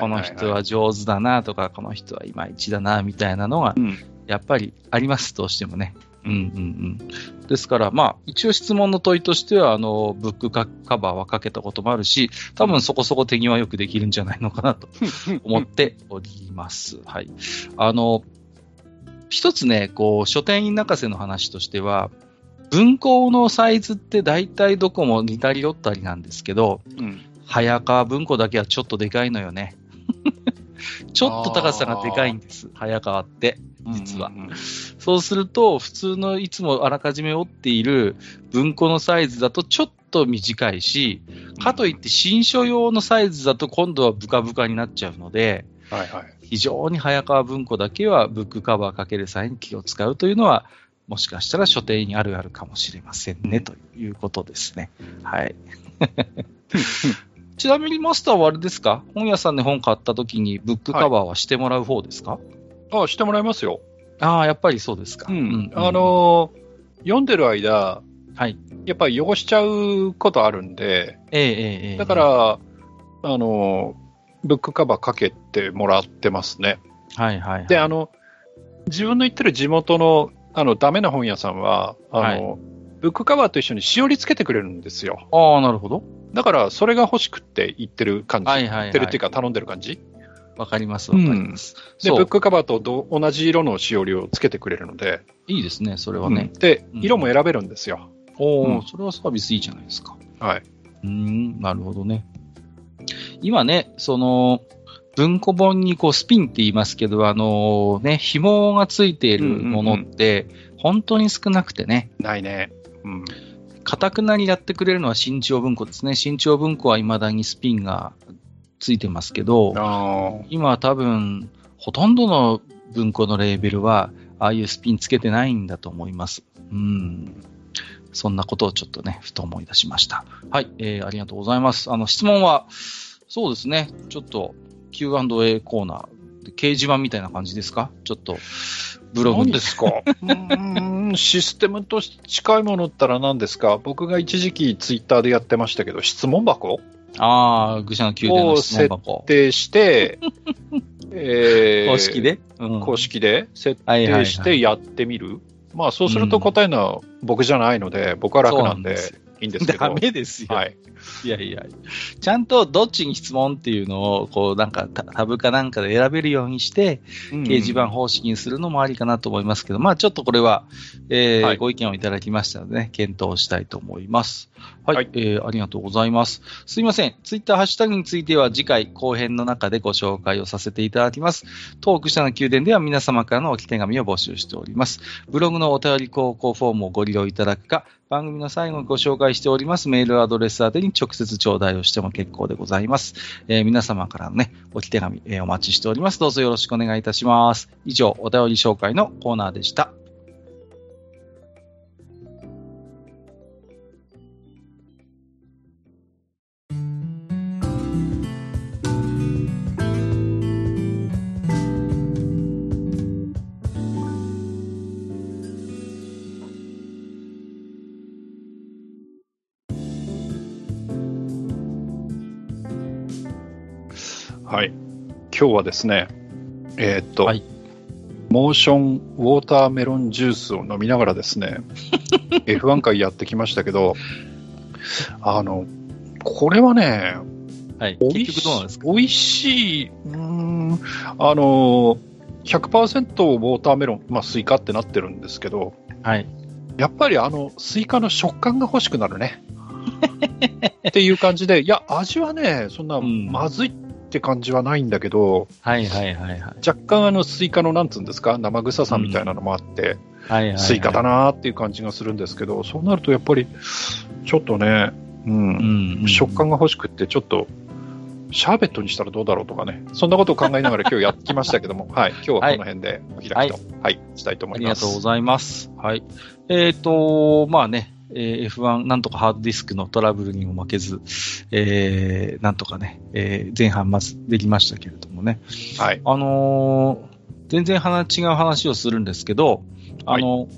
S1: この人は上手だなとか、この人はいまいちだなみたいなのが、
S2: うん
S1: やっぱりあります、どうしてもね。うんうんうん。ですから、まあ、一応質問の問いとしては、あの、ブックカカバーはかけたこともあるし、多分そこそこ手際よくできるんじゃないのかなと思っております。はい。あの、一つね、こう、書店員泣かせの話としては、文庫のサイズって大体どこも似たり寄ったりなんですけど、
S2: うん
S1: 早川文庫だけはちょっとでかいのよ ね。ちょっと高さがでかいんです、早川って。実は
S2: うんうんうん
S1: そうすると、普通のいつもあらかじめ折っている文庫のサイズだとちょっと短いし、かといって新書用のサイズだと今度はブカブカになっちゃうので、
S2: はいはい。
S1: 非常に早川文庫だけはブックカバーかける際に気を使うというのは、もしかしたら書店員あるあるかもしれませんね、ということですね。はい。 ちなみにマスターはあれですか本屋さんで本買った時にブックカバーはしてもらう方ですか、
S2: あ、してもらいますよ。
S1: ああ、やっぱりそうですか。
S2: あ、のー読んでる間、
S1: はい。
S2: やっぱり汚しちゃうことあるんで、
S1: ええええええ
S2: だから、あのーブックカバーかけてもらってますね。
S1: はいはい、はい。
S2: で、あの、自分の行ってる地元の、あの、ダメな本屋さんは、あの、ブックカバーと一緒にしおりつけてくれるんですよ。
S1: ああ、なるほど。
S2: だから、それが欲しくって言ってる感じ。
S1: はいはいはい
S2: 言ってるっていうか、頼んでる感じ。
S1: わかります、
S2: う
S1: わ
S2: ん
S1: かります。
S2: で、
S1: そ
S2: ブッ
S1: う、
S2: クカバーとど同じ色のしおりをつけてくれるので、
S1: いいですね、それはね。
S2: うんで、
S1: うん
S2: 色も選べるんですよ。
S1: おお、
S2: うん
S1: それはサービスいいじゃないですか。
S2: はい。
S1: うーん、なるほどね。今ね、その、文庫本にこうスピンって言いますけど、あのね、紐がついているものって、本当に少なくてね、
S2: ないね。うん。
S1: かたくなにやってくれるのは新潮文庫ですね。新潮文庫は未だにスピンがついてますけど、
S2: あ
S1: 今多分、ほとんどの文庫のレーベルは、ああいうスピンつけてないんだと思います。うん。そんなことをちょっとね、ふと思い出しました。はい、えーありがとうございます。あの、質問は、そうですね、ちょっと Q&A コーナー、掲示板みたいな感じですかちょっと、ブログ
S2: 何
S1: に
S2: で。すかうーんシステムと近いものったら何ですか僕が一時期ツイッターでやってましたけど、質問箱
S1: ああ、愚者の宮殿の質問箱。
S2: でして、えー
S1: 公式で、うん
S2: 公式で設
S1: はいはいは
S2: 定
S1: い
S2: してやってみる、まあそうすると答えるのは僕じゃないので、僕は楽なんで
S1: そう
S2: いいんですけど、
S1: ダメですよ。
S2: はい、
S1: いやいや、ちゃんとどっちに質問っていうのを、こう、なんかタ、タブかなんかで選べるようにして、
S2: 掲
S1: 掲示板方式にするのもありかなと思いますけど、まあ、ちょっとこれは、えー
S2: はい
S1: ご意見をいただきましたので、ね、検討したいと思います。はい、
S2: はい
S1: えーありがとうございます。すいません。ツイッターハッシュタグについては、次回後編の中でご紹介をさせていただきます。トーク社の宮殿では皆様からのおき手紙を募集しております。ブログのお便り投稿フォームをご利用いただくか、番組の最後にご紹介しておりますメールアドレス宛てに直接頂戴をしても結構でございます。えー皆様からのね、おき手紙、えーお待ちしております。どうぞよろしくお願いいたします。以上、お便り紹介のコーナーでした。
S2: はい、今日はですね、えーっと、
S1: はい
S2: モーションウォーターメロンジュースを飲みながらで すね、F1 回やってきましたけど、あの、これはね、
S1: はい。
S2: 美味
S1: 結局どうなんですか
S2: 美味しい、うーん、あの、100%ウォーターメロン、まあ、スイカってなってるんですけど、
S1: はい。
S2: やっぱりあの、スイカの食感が欲しくな るね。っていう感じで、いや、味はね、そんな
S1: うん
S2: まずいって感じはないんだけど、
S1: はいはいはいはい。
S2: 若干あの、スイカのなんつうんですか、生臭さみたいなのもあって、
S1: はいはいはい
S2: スイカだ。なーっていう感じがするんですけど、そうなるとやっぱり、ちょっとね、うん
S1: う、ん、うん
S2: 食感が欲しくって、ちょっと、シャーベットにしたらどうだろうとかね、そんなことを考えな がら今日やってきましたけども、はい、今日はこの辺でお開きと、
S1: は
S2: はいい、したいと思
S1: あ
S2: い
S1: り
S2: ま
S1: が
S2: す。
S1: とうございます。はい。えっ、と、まあね、えー F1、なんとかハードディスクのトラブルにも負けず、えー、なんとかね、えー前半まずできましたけれどもね。
S2: はい。
S1: あのー全然話違う話をするんですけど、あの、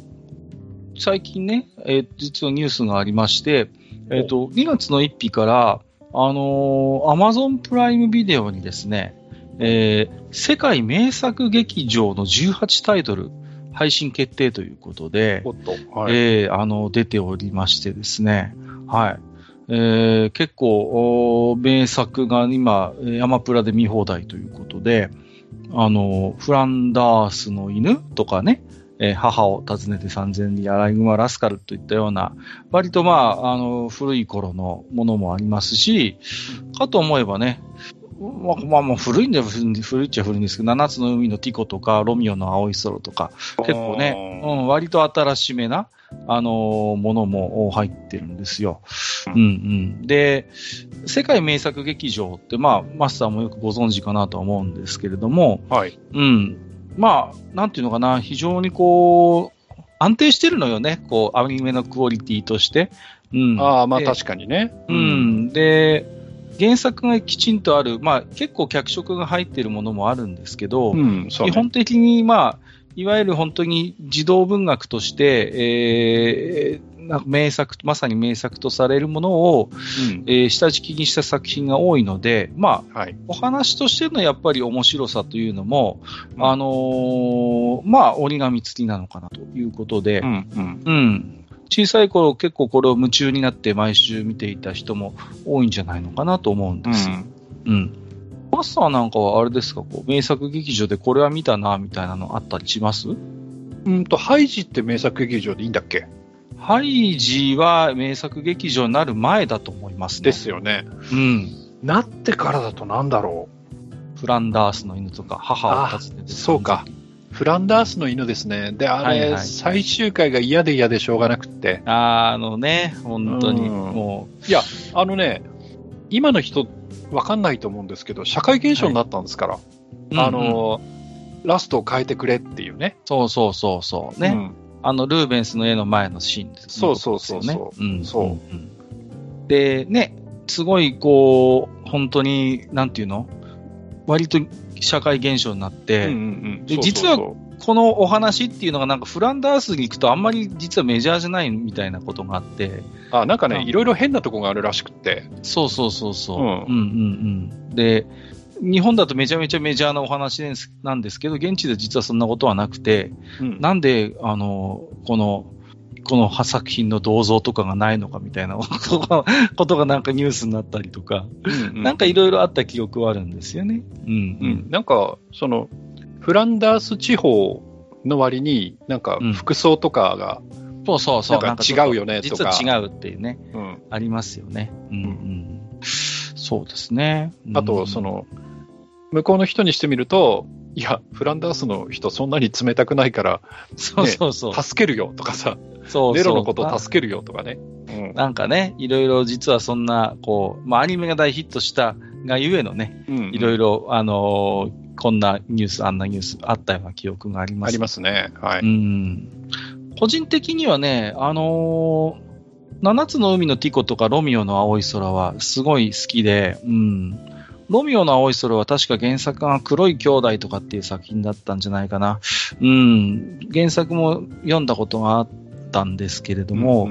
S1: 最近ね、えー実はニュースがありまして、えっ、と、2月の1日から、あのー Amazon プライムビデオにですね、えー世界名作劇場の18タイトル配信決定ということで、
S2: おっと、はい
S1: えーあの出ておりましてですね、はいえー結構おー名作が今、えーアマプラで見放題ということで、あのフランダースの犬とかね、えー母を訪ねて三千里、アライグマラスカルといったような、割とまあ、あの、古い頃のものもありますし、かと思えばね、まあ、まあ、もう古いんだよ、古いっちゃ古いんですけど、七つの海のティコとか、ロミオの青い空とか、結構ね、
S2: あー
S1: うん、割と新しめな、あのーものも入ってるんですよ。う
S2: うんん
S1: うん。で、世界名作劇場って、まあ、マスターもよくご存知かなとは思うんですけれども、
S2: はい。
S1: うん。まあ、なんていうのかな、非常にこう、安定してるのよね、こう、アニメのクオリティとして。うん。
S2: ああ、まあ
S1: で
S2: 確かにね。
S1: う。ん、で、原作がきちんとある、まあ、結構脚色が入ってるものもあるんですけど、
S2: うん、そう
S1: 基
S2: ね。
S1: 本的に、まあ、いわゆる本当に児童文学として、えーな名作、まさに名作とされるものを、
S2: うん
S1: えー下敷きにした作品が多いので、まあ、
S2: はい。
S1: お話としてのやっぱり面白さというのも、
S2: うん
S1: あのーまあ、折り紙付きなのかなということで、
S2: うん、うん。
S1: うん小さい頃結構これを夢中になって毎週見ていた人も多いんじゃないのかなと思うん
S2: う
S1: ですよ。
S2: ん。
S1: うん。マスターなんかはあれですか、こう、名作劇場でこれは見たな、みたいなのあったりします
S2: うんと、ハイジって名作劇場でいいんだっけ
S1: ハイジは名作劇場になる前だと思いますね。
S2: ですよね。
S1: うん。
S2: なってからだとなんだろ
S1: フランダースの犬とか、母を訪ねて。
S2: う。そうか。。フランダースの犬ですね。で、あれ、
S1: はいはい
S2: 最終回が嫌で嫌でしょうがなくって。
S1: あーあのね、本当に、
S2: うん
S1: もう、
S2: あのね、今の人、わかんないと思うんですけど、社会現象になったんですから。あ
S1: うんうん
S2: の、ラストを変えてくれっていうね。
S1: そうそうそうそう、ね、
S2: うん
S1: あの、ルーベンスの絵の前のシーンです
S2: そうそうそうそう
S1: ね。うん、
S2: そうん
S1: うんで、ね、すごい、こう、本当に、なんていうの割と社会現象になって、で実はこのお話っていうのがなんかフランダースに行くとあんまり実はメジャーじゃないみたいなことがあって、
S2: あなんか
S1: うん
S2: ね、いろいろ変なとこがあるらしくって、
S1: そうそうそうそう。
S2: うん
S1: うんうんうん。で、日本だとめちゃめちゃメジャーなお話ですなんですけど、現地で実はそんなことはなくて、
S2: な
S1: なんで、あの、この、この作品の銅像とかがないのかみたいな ことがことがなんかニュースになったりとか、なんかいろいろあった記憶はあるんですよね。うんう。
S2: うんんなんかそのフランダース地方の割に、なんか
S1: うん
S2: 服装とかが、
S1: そうそうそう。
S2: なんか
S1: ちょっ
S2: 違うよねとか
S1: 実は違うっていうね、
S2: うん
S1: ありますよね。うんうん。そうですね。
S2: あとそ、の、向こうの人にしてみると、いや、フランダースの人、そんなに冷たくないから、
S1: そうそうそう。
S2: 助けるよとかさ、
S1: そうそう
S2: ネロのこと助けるよとかね。うん
S1: なんかね、いろいろ実はそんな、こう、まあアニメが大ヒットしたがゆえのね、いろい
S2: ろ
S1: ろ、あのーこんなニュース、あんなニュースあったような記憶がありま
S2: あ
S1: す。
S2: りますね。は
S1: う
S2: い。
S1: ん。個人的にはね、あのー七つの海のティコとかロミオの青い空はすごい好きで、うん。ロミオの青い空は確か原作が黒い兄弟とかっていう作品だったんじゃないかな。うん。原作も読んだことがあったんですけれども、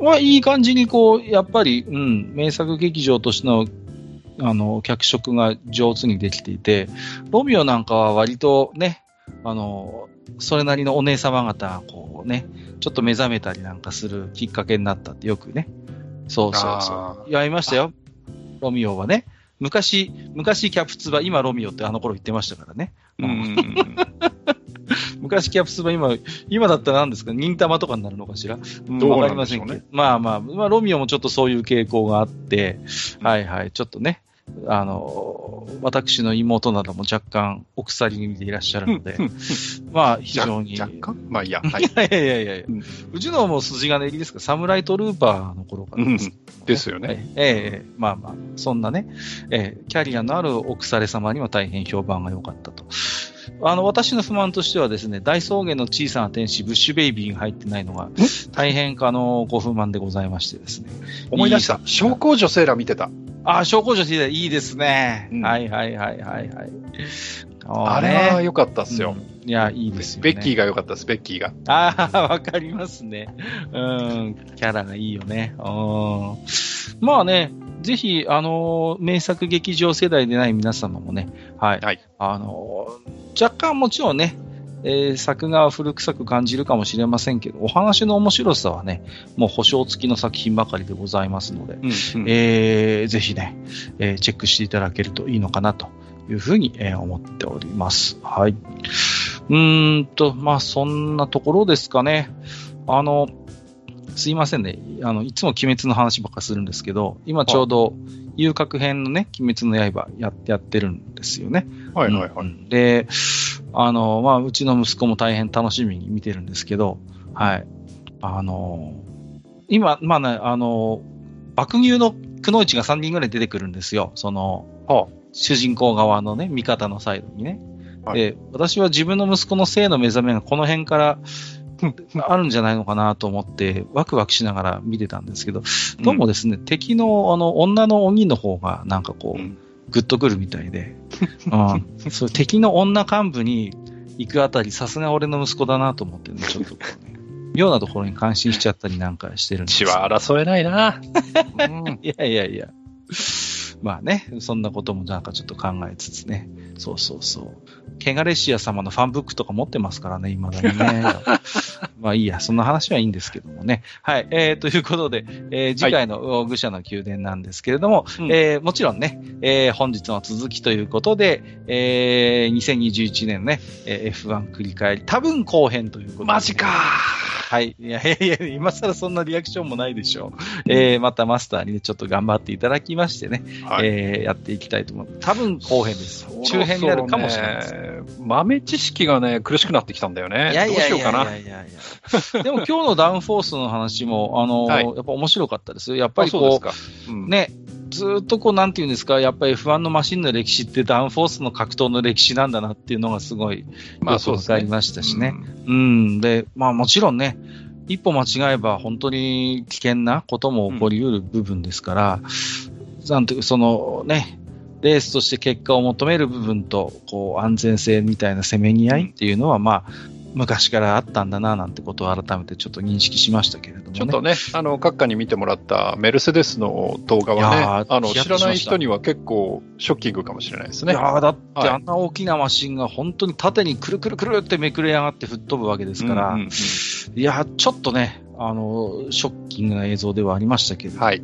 S2: うん
S1: はいい感じにこう、やっぱり、うん、名作劇場としての、あの、脚色が上手にできていて、ロミオなんかは割とね、あの、それなりのお姉様方がこうね、ちょっと目覚めたりなんかするきっかけになったってよくね。そうそう
S2: あ
S1: そう。やりましたよ。ロミオはね。昔、昔キャプツバ、今ロミオってあの頃言ってましたからね。
S2: うんうん
S1: 昔キャプツバ、今、今だったら何ですか忍たまとかになるのかしら
S2: うん
S1: わ
S2: ど
S1: かり
S2: うなん
S1: ま
S2: でし
S1: せん
S2: ょう
S1: けど
S2: ね。。
S1: まあまあ、まあ、ロミオもちょっとそういう傾向があって、はいはい、ちょっとね、あの、私の妹なども若干お鎖気味でいらっしゃるので、
S2: うんうん
S1: まあ非常に。い
S2: じゃ
S1: や
S2: 若干まあいいや、はい。
S1: いやいやいやいや
S2: うん、
S1: うちのもう筋金入りですから、サムライトルーパーの頃からです。
S2: ですよ
S1: はいえ
S2: ね。
S1: えええまあまあ、そんなね、ええキャリアのあるお腐れ様には大変評判が良かったと。あの、私の不満としてはですね、大草原の小さな天使、ブッシュベイビーが入ってないのが、大変あの、ご不満でございましてですね。
S2: 思い出した。小公女セーラー見てた。
S1: ああ、小公女していいですね、
S2: うん
S1: はいはいはいはいはい。
S2: あ
S1: あ
S2: れは
S1: い
S2: 良かったっすよ。
S1: いや、いいですよ、ね。
S2: ベッキーが良かったです、ベッキーが。
S1: ああ、わかりますね。うん、キャラがいいよね。うん。まあね、ぜひ、あのー、名作劇場世代でない皆様もね、はい。
S2: はい
S1: あのー若干もちろんね、えー作画は古臭く感じるかもしれませんけど、お話の面白さはね、もう保証付きの作品ばかりでございますので、
S2: うんうん
S1: えーぜひね、えーチェックしていただけるといいのかなというふうに、えー思っております。はい。うーんと、まあ、そんなところですかね。あの、すいませんね。あの、いつも鬼滅の話ばっかりするんですけど、今ちょうど遊郭編のね、鬼滅の刃やってやってるんですよね。
S2: はいはいは
S1: う
S2: い。
S1: んで、あの、まあ、うちの息子も大変楽しみに見てるんですけど、はい。あの、今、まあね、あの、爆乳のくのいちが3人ぐらい出てくるんですよ。その、
S2: は
S1: 主人公側のね、味方のサイドにね。
S2: はい
S1: で、私は自分の息子の性の目覚めがこの辺 から、あるんじゃないのかなと思って、ワクワクしながら見てたんですけど、どうもですね、敵のあの女の鬼の方が、なんかこう、
S2: うん
S1: グッとくるみたい で、うん、そう敵の女幹部に行くあたり、さすが俺の息子だなと思ってね、ちょっ とこうね、妙なところに感心しちゃったりなんかしてるんです
S2: 血は争えないな。うん
S1: いやいやいや。まあね、そんなこともなんかちょっと考えつつね。そうそうそう。ケガレシア様のファンブックとか持ってますからね、未だに ね。まあいいや、その話はいいんですけどもね。はい、えー、ということで、えー次回の愚者の宮殿なんですけれども、
S2: うん
S1: えーもちろんね、えー本日の続きということで、えー2021年ね、えー F1 繰り返り、多分後編ということで、
S2: マジか。
S1: はい。いやいやいや、今更そんなリアクションもないでしょう。えーまたマスターにね、ちょっと頑張っていただきましてね、
S2: はい。
S1: えーやっていきたいと思う。多分後編です。中編になるかもしれないです。
S2: い。豆知識がね、苦しくなってきたんだよね。どうしようかな。
S1: いやいや。 でも今日のダウンフォースの話も、あのー
S2: はい
S1: やっぱ面白かったですよ。やっぱ
S2: あ
S1: り
S2: そうです
S1: こ
S2: か。
S1: う、ね、ずーっとこう、なんていうんですか、やっぱり不安のマシンの歴史ってダウンフォースの格闘の歴史なんだなっていうのがすごい、
S2: まあ
S1: よく
S2: そうで
S1: わ
S2: す
S1: か
S2: ね
S1: りましたしね。
S2: うん
S1: うん、で、まあもちろんね、一歩間違えば本当に危険なことも起こりうる部分ですから、なんていうかそのね、レースとして結果を求める部分と、こう、安全性みたいなせめぎ合いっていうのは、まあ、昔からあったんだな、なんてことを改めてちょっと認識しましたけれども、ね。
S2: ちょっとね、あの、各家に見てもらったメルセデスの動画
S1: いや
S2: はね
S1: ー、
S2: あの、
S1: ヒヤッ
S2: 知
S1: と
S2: ら
S1: しま
S2: な
S1: した
S2: い人には結構ショッキングかもしれないです
S1: い
S2: ね。
S1: やーだって
S2: はい
S1: あんな大きなマシンが本当に縦にくるくるくるってめくれ上がって吹っ飛ぶわけですから、
S2: うんうんうん
S1: いやーちょっとね、あの、ショッキングな映像ではありましたけれども
S2: はい。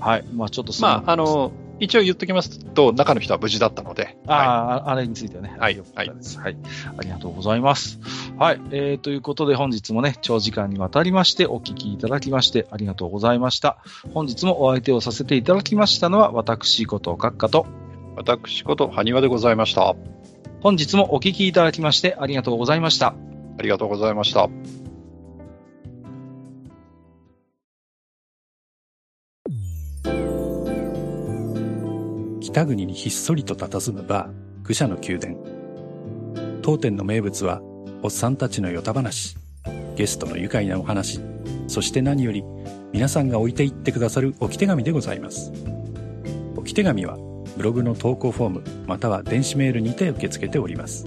S1: はい。まあちょっとそ
S2: まあ、あ
S1: あ
S2: の、一応言っときますと、中の人は無事だったので。は
S1: あー、あれについてはね。
S2: はい
S1: よかったですはい。ありがとうございます。はい。えーということで本日もね、長時間にわたりましてお聞きいただきましてありがとうございました。本日もお相手をさせていただきましたのは私こと閣下と、
S2: い。私こと、埴輪でございました。あ
S1: 本日もお聞きいただきましてありがとうございました。
S2: りがとうございました。
S5: 北国にひっそりと佇むバー、愚者の宮殿。当店の名物は、おっさんたちのヨタ話、ゲストの愉快なお話、そして何より、皆さんが置いていってくださる置き手紙でございます。置き手紙は、ブログの投稿フォーム、または電子メールにて受け付けております。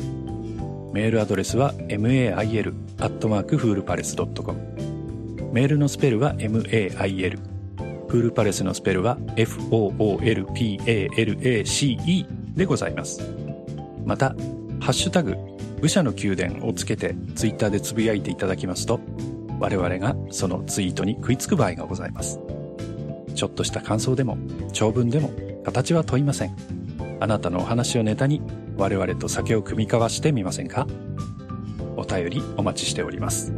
S5: メールアドレスは、mail.foolpalace.com。メールのスペルは、mail。プールパレスのスペルは FOOLPALACE でございます。また、ハッシュタグ、愚者の宮殿をつけてツイッターでつぶやいていただきますと、我々がそのツイートに食いつく場合がございます。ちょっとした感想でも、長文でも、形は問いません。あなたのお話をネタに、我々と酒を組み交わしてみませんかお便りお待ちしております。